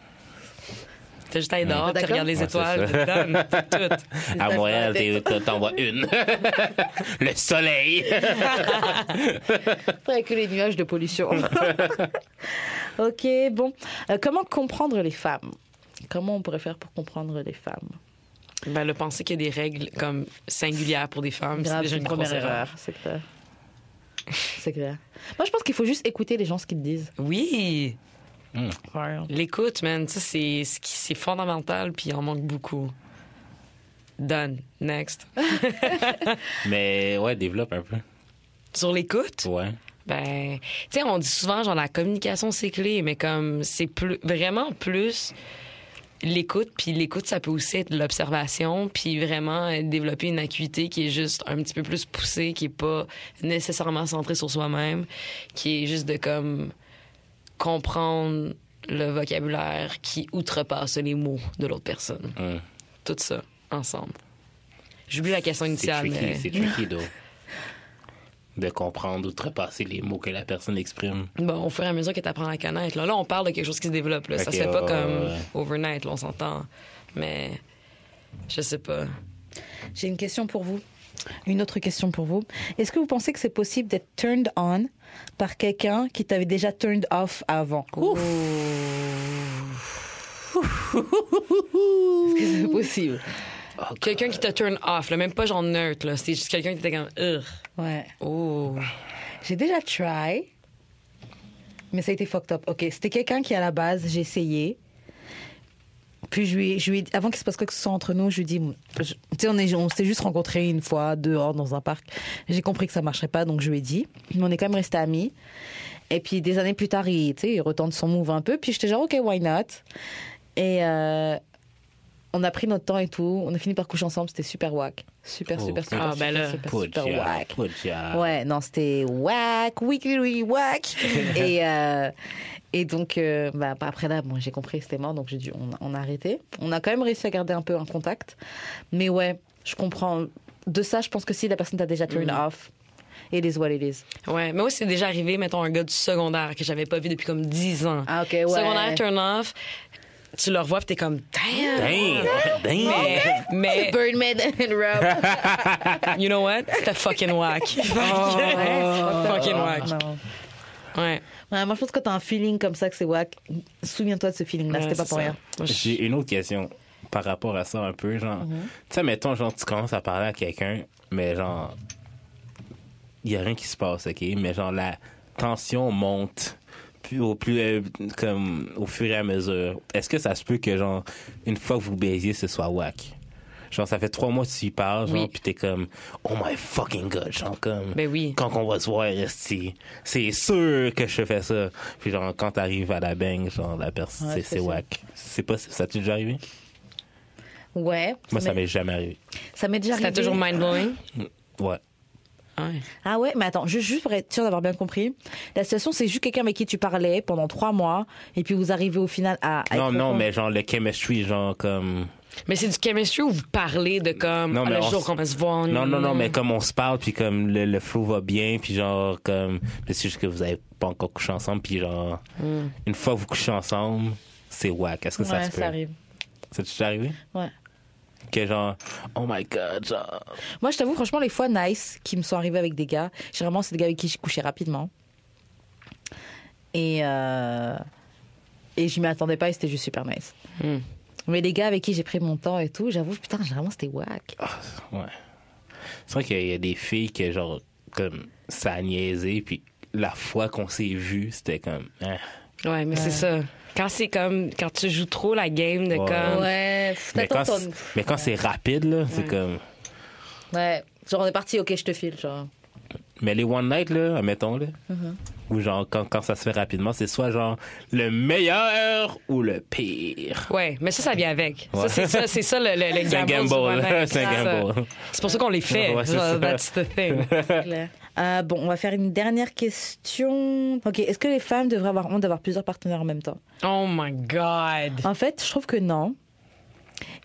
D: T'as juste à aller dehors,
H: Ah,
D: tu
H: D'accord.
D: regardes les
C: Ouais, c'est
D: étoiles, t'es dedans, t'es tout.
C: À
H: ta
C: Montréal,
H: fenêtre.
C: t'es- t'en vois une. le soleil.
H: Après, que les nuages de pollution.
B: Ok, bon. Euh, comment comprendre les femmes Comment on pourrait faire pour comprendre les femmes
D: Ben, le penser qu'il y a des règles comme singulières pour des femmes, c'est
H: Grave,
D: déjà
H: c'est
D: une
H: une première
D: grosse erreur.
H: erreur, c'est clair. C'est clair. Moi, je pense qu'il faut juste écouter les gens ce qu'ils disent.
D: Oui, l'écoute, man, ça c'est ce qui- c'est fondamental, puis il en manque beaucoup. Done. Next.
C: Mais ouais, développe un peu.
D: Sur l'écoute,
C: Ouais.
D: ben, tu sais, on dit souvent genre la communication c'est clé, mais comme c'est plus vraiment plus l'écoute, puis l'écoute ça peut aussi être l'observation, puis vraiment euh, développer une acuité qui est juste un petit peu plus poussée, qui est pas nécessairement centrée sur soi-même, qui est juste de comme comprendre le vocabulaire qui outrepasse les mots de l'autre personne.
C: Hum.
D: Tout ça ensemble. J'oublie la question
C: C'est
D: initiale,
C: tricky,
D: mais
C: c'est tricky, though. De comprendre, outrepasser les mots que la personne exprime.
D: Bon, au fur et à mesure que tu apprends à connaître, là, là, on parle de quelque chose qui se développe. Là. ça
C: Ok,
D: se fait pas
C: ouais,
D: comme
C: ouais, ouais.
D: overnight, là, on s'entend. Mais je sais pas.
C: Oh,
B: J'ai une question pour vous. Une autre question pour vous. Est-ce que vous pensez que c'est possible d'être turned on par quelqu'un qui t'avait déjà turned off avant
H: Est-ce que c'est possible
D: Quelqu'un qui te turn off, là, même pas genre neutre, là, c'est juste quelqu'un qui était comme Ugh.
B: Ouais.
D: Oh.
B: J'ai déjà try, mais ça a été fucked up. Ok, c'était quelqu'un qui à la base j'ai essayé. Puis je lui, je lui, avant qu'il se passe quoi que ce soit entre nous, je lui dis, je- tu sais, on est, on s'est juste rencontrés une fois dehors dans un parc. J'ai compris que ça marcherait pas, donc je lui ai dit. Mais on est quand même restés amis. Et puis des années plus tard, il, tu sais, il retente son move un peu. Puis j'étais genre, ok, why not Et euh, on a pris notre temps et tout. On a fini par coucher ensemble. C'était super whack, super,
C: Oh.
B: super, super,
D: Ah,
B: super,
D: ben là.
B: super,
C: Good
B: super
C: job,
B: whack.
C: good
D: Ah.
C: job.
B: Ouais, non, c'était whack, weekly whack. et, euh, et donc, euh, bah, après là, bon, j'ai compris que c'était mort, donc j'ai dû, on, on a arrêté. On a quand même réussi à garder un peu un contact. Mais ouais, je comprends. De ça, je pense que si la personne t'a déjà turn
D: Mm.
B: off, et les what it is.
D: Ouais, mais moi, c'est déjà arrivé, mettons, un gars du secondaire que j'avais pas vu depuis comme 10 ans.
B: Ah, ok, ouais.
D: Secondaire turn off, tu le revois, pis t'es comme Damn!
C: Damn,
D: Mais,
C: damn.
D: mais
H: Birdman and Rob.
D: you know what? C'était fucking whack. Oh, fucking whack.
B: Non.
D: Ouais.
B: Ouais, moi, je pense que quand t'as un feeling comme ça que c'est whack, souviens-toi de ce feeling-là,
D: Ouais,
B: Ben, c'était pas
D: c'est
B: pour
D: ça.
B: rien.
D: Moi, je-
C: J'ai une autre question par rapport à ça un peu, genre. Tu sais, mettons, genre, tu commences à parler à quelqu'un, mais genre, il y a rien qui se passe, ok? Mais genre, la tension monte plus au plus euh, comme au fur et à mesure. Est-ce que ça se peut que genre une fois que vous baisiez, ce soit whack? Genre, ça fait trois mois que tu y parles, genre,
D: Oui.
C: pis t'es comme, oh my fucking god, genre, comme,
D: Ben oui.
C: quand on va se voir, esti, c'est sûr que je fais ça. Puis genre, quand t'arrives à la bang, genre, la personne,
B: Ouais,
C: c'est-
B: c'est
C: c'est
B: ça.
C: whack. C'est pas, ça t'est déjà arrivé?
B: Ouais.
C: Moi, ça
B: m'est-
C: m'est jamais arrivé.
B: ça m'est déjà
D: C'était
B: arrivé.
D: toujours mind-blowing.
C: Ouais.
D: Ouais.
B: Ah ouais, mais attends, juste, juste pour être sûr d'avoir bien compris, la situation c'est juste quelqu'un avec qui tu parlais pendant trois mois et puis vous arrivez au final à. à
C: non,
B: être-
C: non, mais genre le chemistry, genre comme.
D: Mais c'est du chemistry où vous parlez de comme
C: Non,
D: ah,
C: mais
D: le
C: on
D: jour
C: s-
D: qu'on va se voir.
C: Non, non, non, mais comme on se parle, puis comme le, le flow va bien, puis genre comme. mais C'est juste que vous avez pas encore couché ensemble, puis genre. Une fois que vous couchez ensemble, c'est whack. Est-ce que ça
H: Ouais,
C: se peut?
H: ça arrive.
C: C'est déjà arrivé?
B: Ouais.
C: Que genre, oh my god, genre.
B: Moi, je t'avoue, franchement, les fois nice qui me sont arrivées avec des gars, généralement, c'est des gars avec qui j'ai couché rapidement. Et, euh, et je m'y attendais pas et c'était juste super nice.
D: Hmm.
B: Mais les gars avec qui j'ai pris mon temps et tout, j'avoue, putain, généralement, c'était whack.
C: Ah, ouais. C'est vrai qu'il y a des filles que genre, comme, ça a niaisé, puis la fois qu'on s'est vu, c'était comme. hein.
D: Ouais, mais c'est ça. Quand c'est comme quand tu joues trop la game de
C: Ouais.
D: comme
B: Ouais,
C: Mais quand,
B: t'attends
C: c'est-
B: ton-
C: mais quand c'est rapide, là, c'est comme.
B: Ouais, genre, on est parti, ok, je te file, genre.
C: Mais les one night, là, admettons, là,
B: Mm-hmm.
C: ou genre, quand, quand ça se fait rapidement, c'est soit genre le meilleur ou le pire.
D: Ouais, mais ça, ça vient avec.
C: Ouais.
D: Ça, c'est ça, c'est ça le, le, le
C: C'est un
D: gamble du
C: gamble,
D: bonheur.
C: c'est un
D: ça.
C: gamble.
D: C'est pour ça qu'on les fait.
C: Ouais, c'est
D: Genre,
C: ça.
D: That's the thing.
B: Euh, bon, on va faire une dernière question. Ok, est-ce que les femmes devraient avoir honte d'avoir plusieurs partenaires en même temps
D: Oh my God.
B: En fait, je trouve que non.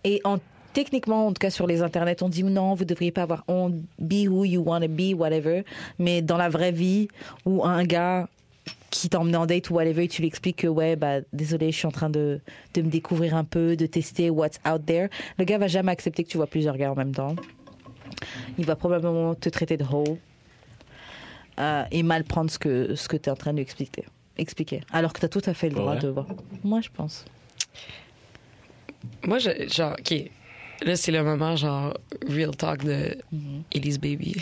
B: Et en techniquement, en tout cas sur les internets, on dit non, vous devriez pas avoir honte, be who you want to be, whatever. Mais dans la vraie vie, où un gars qui t'a emmené en date ou whatever et tu lui expliques que ouais bah désolé je suis en train de, de me découvrir un peu de tester what's out there le gars va jamais accepter que tu vois plusieurs gars en même temps il va probablement te traiter de hoe euh, et mal prendre ce que ce que t'es en train de lui expliquer expliquer alors que t'as tout à fait le droit
C: Ouais.
B: de voir moi je pense
D: Moi, je, genre, OK. Là, c'est le moment, genre, real talk de Elise Baby.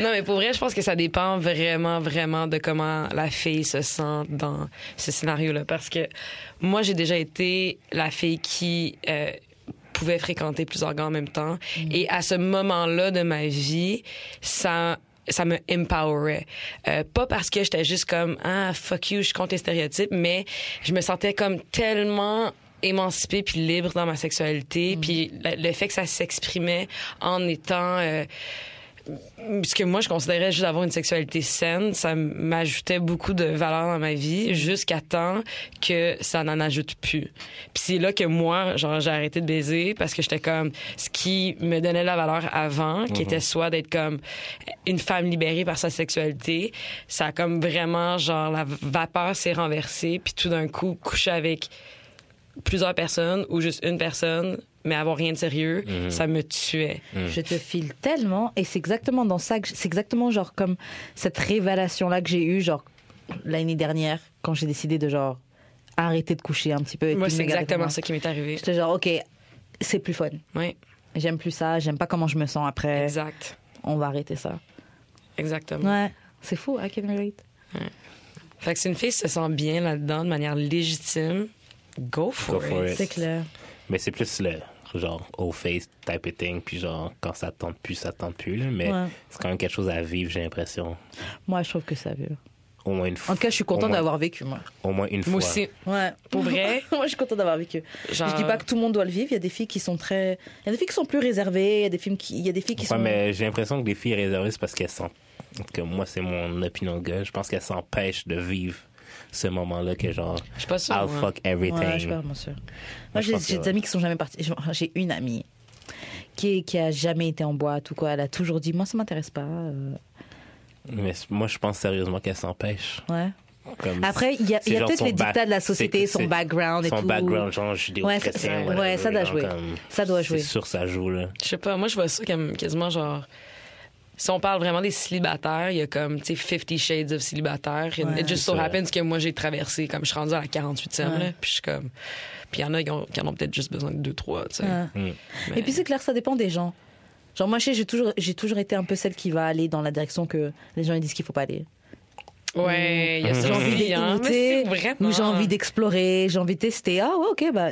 D: non, mais pour vrai, je pense que ça dépend vraiment, vraiment de comment la fille se sent dans ce scénario-là. Parce que moi, j'ai déjà été la fille qui euh, pouvait fréquenter plusieurs gars en même temps. Et à ce moment-là de ma vie, ça ça me empowerait. Euh, pas parce que j'étais juste comme ah fuck you, je compte les stéréotypes, mais je me sentais comme tellement émancipée puis libre dans ma sexualité, puis le, le fait que ça s'exprimait en étant euh, ce que moi je considérais juste avoir une sexualité saine, ça m'ajoutait beaucoup de valeur dans ma vie jusqu'à temps que ça n'en ajoute plus. Puis c'est là que moi, genre j'ai arrêté de baiser parce que j'étais comme ce qui me donnait la valeur avant, qui était soit d'être comme une femme libérée par sa sexualité, ça a comme vraiment genre la vapeur s'est renversée puis tout d'un coup coucher avec plusieurs personnes ou juste une personne mais avoir rien de sérieux, ça me tuait.
B: Je te file tellement, et c'est exactement dans ça que je- c'est exactement genre comme cette révélation là que j'ai eue genre l'année dernière quand j'ai décidé de genre arrêter de coucher un petit peu. et
D: Moi,
B: puis de
D: c'est
B: me garder pour
D: exactement
B: moi.
D: ça qui m'est arrivé.
B: J'étais genre ok, c'est plus fun.
D: Oui,
B: J'aime plus ça. J'aime pas comment je me sens après.
D: exact. Mm.
B: On va arrêter ça.
D: Exactement.
B: Ouais, c'est fou. hein, I can relate.
D: Fait que si une fille se sent bien là-dedans de manière légitime, go for,
C: Go for
D: it.
C: it.
B: C'est clair.
C: Mais c'est plus le genre au face type of thing, puis genre quand ça tente plus, ça tente plus. là. Mais
B: Ouais.
C: c'est quand même quelque chose à vivre, j'ai l'impression.
B: Moi, je trouve que ça veut.
C: Au moins une fois.
B: En tout cas, je suis
C: au
B: contente
C: moins-
B: d'avoir vécu moi.
C: Au moins une fois.
D: Moi aussi,
B: Ouais.
D: pour vrai,
B: Moi, je suis contente d'avoir vécu.
D: Genre- euh,
B: Je dis pas que tout le monde doit le vivre. Il y a des filles qui sont très. Il y a des filles qui sont plus réservées. Il y a des filles qui. Il y a des filles qui
C: Ouais,
B: sont.
C: mais j'ai l'impression que les filles réservées, c'est parce qu'elles sont. En tout cas, moi, c'est mon opinion de gars. Je pense qu'elles s'empêchent de vivre ce moment-là que genre.
D: je suis pas sûre. hein.
C: I'll
D: moi.
C: fuck
B: Ouais, je suis
C: everything.
B: pas vraiment sûre.
C: Moi,
B: Moi,
C: je
B: j'ai
C: pense que
B: j'ai
C: ouais.
B: des amis qui sont jamais partis. J'ai une amie qui, est- qui a jamais été en boîte ou quoi. Elle a toujours dit, moi, ça m'intéresse pas. euh,
C: mais c- moi, je pense sérieusement qu'elles s'empêchent.
B: ouais.
C: Comme
B: Après, il y a,
C: c'est
B: il y a
C: genre
B: peut-être
C: son
B: les
C: back-
B: dictats de la
C: c'est-
B: société,
C: c'est-
B: son background et
C: son
B: tout.
C: background, genre judéo-chrétien.
B: Ouais,
C: whatever,
B: ouais, ça doit
C: genre,
B: jouer.
C: comme,
B: Ça doit jouer.
C: C'est sûr, ça joue, là.
D: Je sais pas, moi, je vois ça comme quasiment genre. Si on parle vraiment des célibataires, il y a comme, tu sais, 50 Shades of célibataires. Il y a- It just so
C: C'est ça.
D: happens que moi, j'ai traversé, comme je suis rendue à la 48e, là, puis je suis comme. Puis il y en a qui, ont- qui en ont peut-être juste besoin de 2-3, tu sais.
C: Mm.
D: Mais-
B: Et puis c'est clair, ça dépend des gens. Genre moi, je sais, j'ai toujours, j'ai toujours été un peu celle qui va aller dans la direction que les gens ils disent qu'il faut pas aller.
D: Ouais, il
C: Mm.
D: y a ça
B: J'ai envie
D: aussi, hein. Mais
B: d'écouter,
D: c'est vraiment.
B: ou j'ai envie d'explorer, j'ai envie de tester. Ah ouais, ok, bah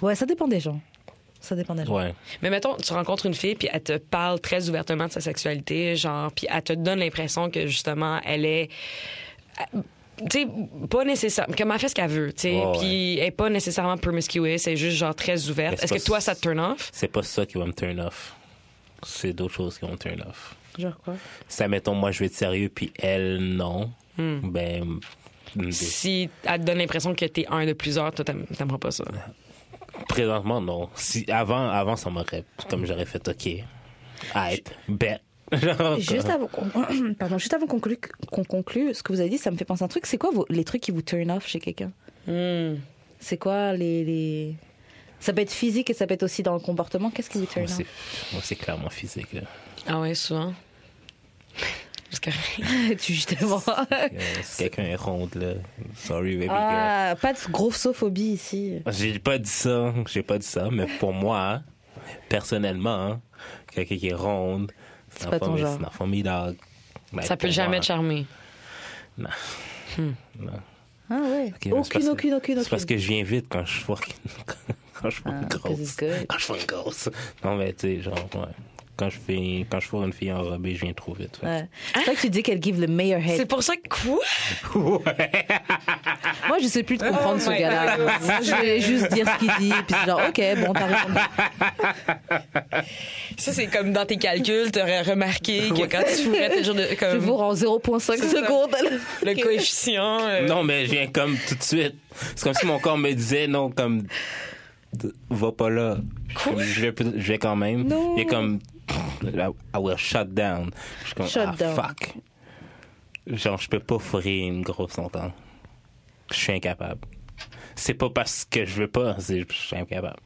B: ouais, ça dépend des gens. Ça dépend des gens.
C: Ouais.
D: Mais mettons, tu rencontres une fille, puis elle te parle très ouvertement de sa sexualité, genre, puis elle te donne l'impression que, justement, elle est... Tu sais, pas nécessairement... Comme elle fait ce qu'elle veut, tu sais,
C: Ouais, ouais.
D: puis elle est pas nécessairement promiscuous, elle est juste, genre, très
C: Mais
D: ouverte.
C: c'est
D: Est-ce
C: pas
D: que toi,
C: s-
D: ça te turn off?
C: C'est pas ça qui va me turn off. C'est d'autres choses qui vont me turn off.
B: Genre quoi
C: Ça, mettons, moi, je vais être sérieux, puis elle, non.
B: Hmm.
C: Ben. mm,
D: Si elle te donne l'impression que t'es un de plusieurs, toi, t'aimes- t'aimeras pas ça.
C: Présentement, non. Si, avant, avant, ça m'aurait. Comme j'aurais fait, OK. Aïe. Bet. Genre,
B: Juste avant, qu'on- pardon, juste avant qu'on conclue, qu'on conclue, ce que vous avez dit, ça me fait penser à un truc. C'est quoi vos- les trucs qui vous turn off chez quelqu'un
D: Hmm.
B: C'est quoi les, les- Ça peut être physique et ça peut être aussi dans le comportement. Qu'est-ce qui vous turn
C: Moi,
B: off
C: c'est- moi, c'est clairement physique, là.
D: Ah ouais, souvent. Parce que-
B: Tu justement.
C: Euh, si quelqu'un est ronde, là. Sorry, baby girl.
B: ah, pas de grossophobie ici.
C: J'ai pas dit ça. J'ai pas dit ça, mais pour moi, personnellement, hein, quelqu'un qui est ronde, c'est
B: pas ton genre.
C: la famille dog. Ben,
D: Ça peut
C: pour
D: jamais
C: moi,
D: te charmer.
B: Ah ouais.
C: Ok, mais c'est parce
B: aucune,
C: que-
B: aucune, aucune,
C: C'est parce que je viens vite quand je vois quand je vois une
B: because
C: grosse.
B: it's Ah, good.
C: Quand je vois une grosse. Non mais tu sais genre ouais. Quand je fais quand je vois une fille enrobée, je viens trop vite. fait que-
B: Ouais. C'est vrai que tu dis qu'elle give le meilleur
D: C'est
B: head.
D: pour ça que quoi?
B: Moi, je sais plus de
D: Ah,
B: comprendre ce
D: my
B: gars-là. Moi, Je vais juste dire ce qu'il dit. Puis c'est genre, ok, bon, t'as raison.
D: Ça, c'est comme dans tes calculs, t'aurais remarqué que quand tu fourrais tes jours de...
B: Je vous
D: Comme
B: rends 0,5
D: C'est ça.
B: secondes.
D: le coefficient... euh,
C: Non mais je viens comme tout de suite. C'est comme si mon corps me disait non comme va pas là. Comme, Je vais peut- je vais quand même.
B: Non.
C: Mais comme I will shut down. Je suis comme
B: Shut
C: ah,
B: down.
C: fuck. Genre, je peux pas fourrer une grosse longtemps. Je suis incapable. C'est pas parce que je veux pas, c'est je suis incapable.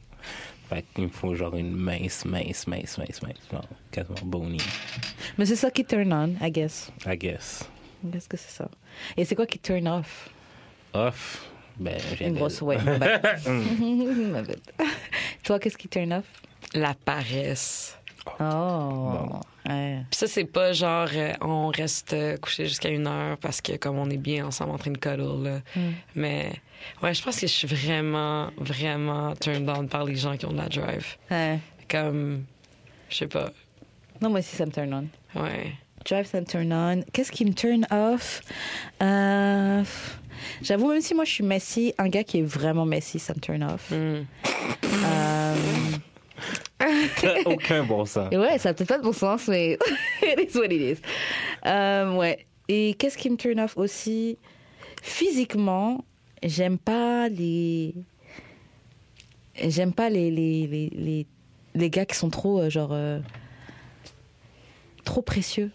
C: Fait qu'il me faut genre une mince, mince, mince, mince, mince. Genre, quasiment bony,
B: Mais c'est ça qui turn on, I guess.
C: I guess.
B: I guess que c'est ça. Et c'est quoi qui turn off
C: Off, ben, j'ai
B: Une grosse ouais. my bad. My bad. Toi, qu'est-ce qui turn off
D: La paresse.
B: Oh. Ouais.
D: Puis ça, c'est pas genre euh, on reste euh, couché jusqu'à une heure parce que comme on est bien ensemble en train de cuddle. là. Mais ouais, je pense que je suis vraiment, vraiment turned on par les gens qui ont de la drive.
B: Ouais.
D: Comme, je sais pas,
B: Non, moi aussi, ça me turn on.
D: ouais.
B: Drive, ça me turn on. Qu'est-ce qui me turn off Euh, pff, J'avoue, même si moi je suis messy, un gars qui est vraiment messy, ça me turn off.
D: Hmm.
C: aucun bon sens.
B: Et ouais, ça a peut-être pas de bon sens, mais it is what it is. Euh, ouais. Et qu'est-ce qui me turn off aussi Physiquement, j'aime pas les. J'aime pas les, les, les, les, les gars qui sont trop, euh, genre. euh, trop précieux.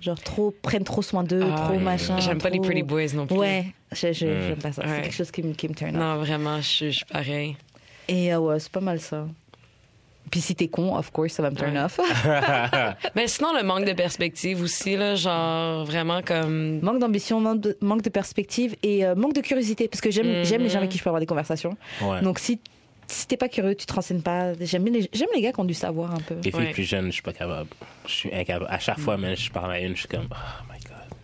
B: Genre, trop, prennent trop soin d'eux,
D: Ah,
B: trop machin.
D: J'aime pas les
B: trop-
D: pretty boys non plus.
B: Ouais, je- je- j'aime pas ça.
D: Ouais.
B: C'est quelque chose qui me, qui me turn off.
D: Non, vraiment, je suis- je suis pareil.
B: Et euh, ouais, c'est pas mal ça. Puis si t'es con, of course, ça va me turn
D: Ouais.
B: off.
D: Mais sinon, le manque de perspective aussi, là, genre vraiment comme.
B: Manque d'ambition, manque de, manque de perspective et euh, manque de curiosité. Parce que j'aime j'aime les gens avec qui je peux avoir des conversations.
C: Mmh. Ouais.
B: Donc si, si t'es pas curieux, tu te renseignes pas. J'aime bien les, j'aime les gars qui ont du savoir un peu.
C: Les filles
D: Ouais.
C: plus jeunes, je suis pas capable. Je suis incapable. À chaque
B: Mm.
C: fois, même, je parle à une, je suis comme, oh my god.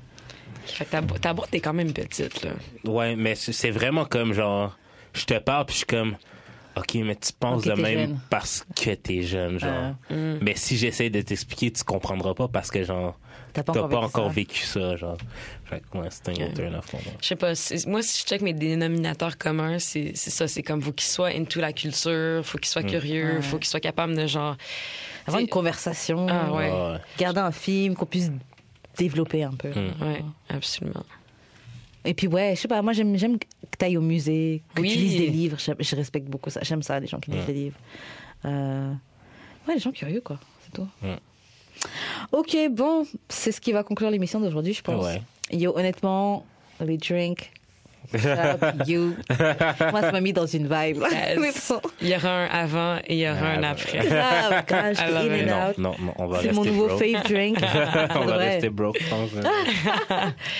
D: Fait que ta, bo- ta boîte est quand même petite, là.
C: Ouais, mais c'est c'est vraiment comme genre, je te parle puis je suis comme, ok, mais tu penses
B: Ok,
C: de
B: t'es
C: même
B: jeune. Ah. Mm.
C: parce que t'es jeune, genre. Mais si j'essaie de t'expliquer, tu comprendras pas parce que genre,
B: T'as pas
C: t'as
B: encore
C: pas
B: vécu
C: encore
B: ça.
C: vécu ça, genre. Fait que ouais, c'est un gros turn off pour moi.
D: Je sais pas, c'est- moi, si je check mes dénominateurs communs, c'est c'est ça, c'est comme faut qu'ils soient into la culture, faut qu'ils soient
C: Mm.
D: curieux, faut qu'ils soient capables de genre.
B: Avoir
D: t'sais-
B: une conversation,
D: Ah
C: Ouais.
D: ouais,
C: Mmh.
B: regarder un film qu'on puisse développer un peu.
C: Mm.
D: ouais, absolument.
B: Et puis ouais, je sais pas, moi j'aime j'aime que t'ailles au musée, que
D: Oui.
B: tu lises des livres. J'aime- Je respecte beaucoup ça. J'aime ça, les gens qui lisent des livres. Euh, Ouais, les gens curieux, quoi. C'est tout.
C: Ouais.
B: Ok, bon, c'est ce qui va conclure l'émission d'aujourd'hui, je pense.
C: Ouais.
B: Yo, honnêtement, les drinks. Up you. Moi, ça m'a mis dans une vibe.
D: Yes.
B: Grave,
D: Il y aura un avant et il y aura
C: Ah,
D: un
C: ouais.
D: après.
B: grave, j'étais
D: Alors,
B: in and
C: Non,
B: out.
C: non, non, on va
B: C'est
C: rester
B: mon nouveau Ah.
C: broke.
B: fave drink.
C: on
B: Pour de
C: va
B: vrai.
C: rester broke, je pense. hein.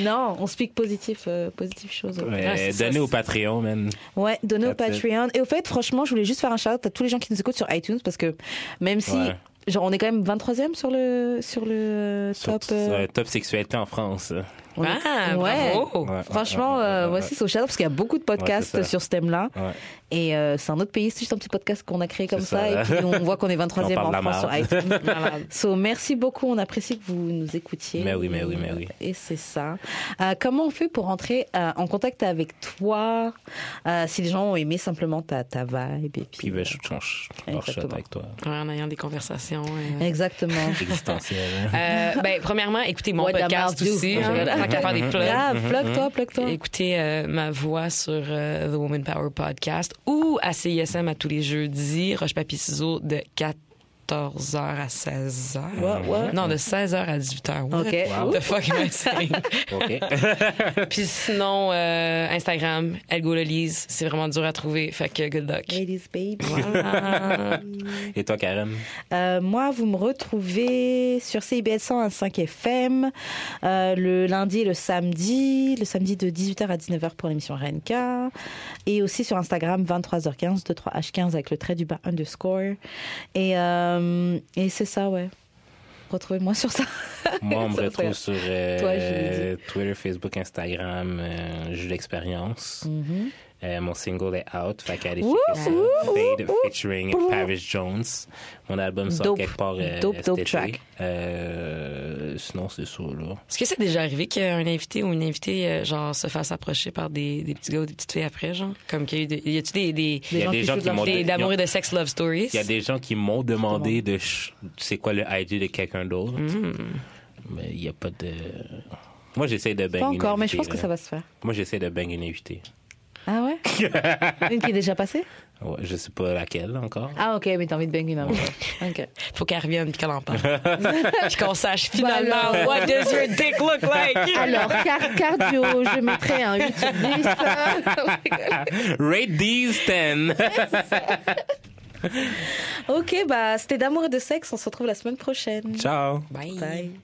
B: Non, on speak positif, euh, positif chose.
C: Mais
D: Ouais, c'est ça,
C: donnez au
D: c'est-
C: Patreon, man.
B: Ouais, donnez au
C: That's it.
B: Patreon. Et au fait, franchement, je voulais juste faire un shout à tous les gens qui nous écoutent sur iTunes parce que même si
C: Ouais.
B: genre on est quand même 23e sur le sur le euh,
C: Sur-
B: top euh,
C: sur- top sexualité en France. hein.
B: on est-
D: Ah,
B: Ouais.
D: bravo!
C: Ouais, ouais,
B: Franchement,
C: ouais, ouais,
B: euh,
C: ouais,
B: voici son shout parce qu'il y a beaucoup de podcasts
C: Ouais, c'est ça.
B: sur ce thème-là.
C: ouais.
B: Et euh, c'est un autre pays, c'est juste un petit podcast qu'on a créé comme
C: C'est
B: ça.
C: ça.
B: Et puis on voit qu'on est 23e
C: On parle
B: en
C: de la
B: France sur
C: marde.
B: iTunes.
D: Malade.
B: So, merci beaucoup, on apprécie que vous nous écoutiez.
C: Mais oui, mais oui, mais oui.
B: Et c'est ça. Euh, comment on fait pour rentrer euh, en contact avec toi euh, si les gens ont aimé simplement ta, ta vibe et puis,
C: Puis ben, je change leur shot
B: Exactement.
C: avec toi.
D: Ouais, en ayant des conversations. ouais.
B: euh, Exactement.
C: Existentiel. hein.
D: Euh, ben, premièrement, écoutez mon
B: What the
D: podcast
B: mouth do.
D: aussi. hein,
B: Mhm.
D: tant qu'à faire des
C: Mm-hmm.
D: plugs.
B: Grave, plug-toi, plug-toi.
D: Écoutez euh, ma voix sur euh, The Woman Power Podcast ou à CISM à tous les jeudis, Roche Papier Ciseaux de 14h à 16h.
B: Ouais, ouais.
D: Non, de 16h à 18h. What
B: Ok. Wow.
D: the fuck am I saying?
C: OK.
D: Puis sinon, euh, Instagram, Elgo Lolise, c'est vraiment dur à trouver. Fait que good luck.
B: Ladies baby.
D: Ah.
C: Et toi, Karen?
B: Euh, moi, vous me retrouvez sur CIBL 101.5 FM euh, le lundi et le samedi, le samedi de 18h à 19h pour l'émission RNK, et aussi sur Instagram 23h15, 23h15 avec le trait du bas underscore. Et, euh, et c'est ça, ouais. Retrouvez-moi sur ça.
C: Moi, on me
B: Ça,
C: retrouve
B: c'est-
C: sur euh,
B: Toi, je
C: Twitter, Facebook, Instagram, euh, Jus d'expérience.
B: Mm-hmm.
C: Euh, mon single est out, fait qu'allez checker ça. Fade featuring Paris Jones. Mon album sort
B: Dope.
C: quelque part euh,
B: Dope,
C: cet
B: dope
C: été.
B: track.
C: Euh, sinon, c'est ça, là.
D: Est-ce que c'est déjà arrivé qu'un invité ou une invitée euh, genre se fasse approcher par des, des petits gars ou des petites filles après, genre? Comme qu'il y a eu des- y a-tu des, des,
C: Il y a
B: gens
C: des
B: qui
C: gens
B: jouent de
C: qui
B: leur
C: m'ont
D: des-
C: ils ont-
D: d'amour et de sex love stories?
C: Il y a des gens qui m'ont demandé de ch- c'est quoi le ID de quelqu'un d'autre.
B: Mm.
C: Mais il n'y a pas de. Moi, j'essaie de bang
B: Pas
C: une
B: encore, mais je
C: invitée,
B: pense que
C: là.
B: ça va se faire.
C: Moi, j'essaie de bang une invitée.
B: Ah ouais Une qui est déjà passée
C: Ouais, je sais pas laquelle encore.
B: Ah ok, mais t'as envie de bang une autre. Ok.
D: Faut qu'elle revienne puis qu'elle en parle. puis qu'on sache
B: Ben Bah,
D: finalement what does your dick look like.
B: Alors, car- cardio, je mettrais un 8 sur 10.
C: Rate these 10.
F: Ok, bah c'était d'amour et de sexe. On se retrouve la semaine prochaine.
C: Ciao.
D: Bye.
F: Bye.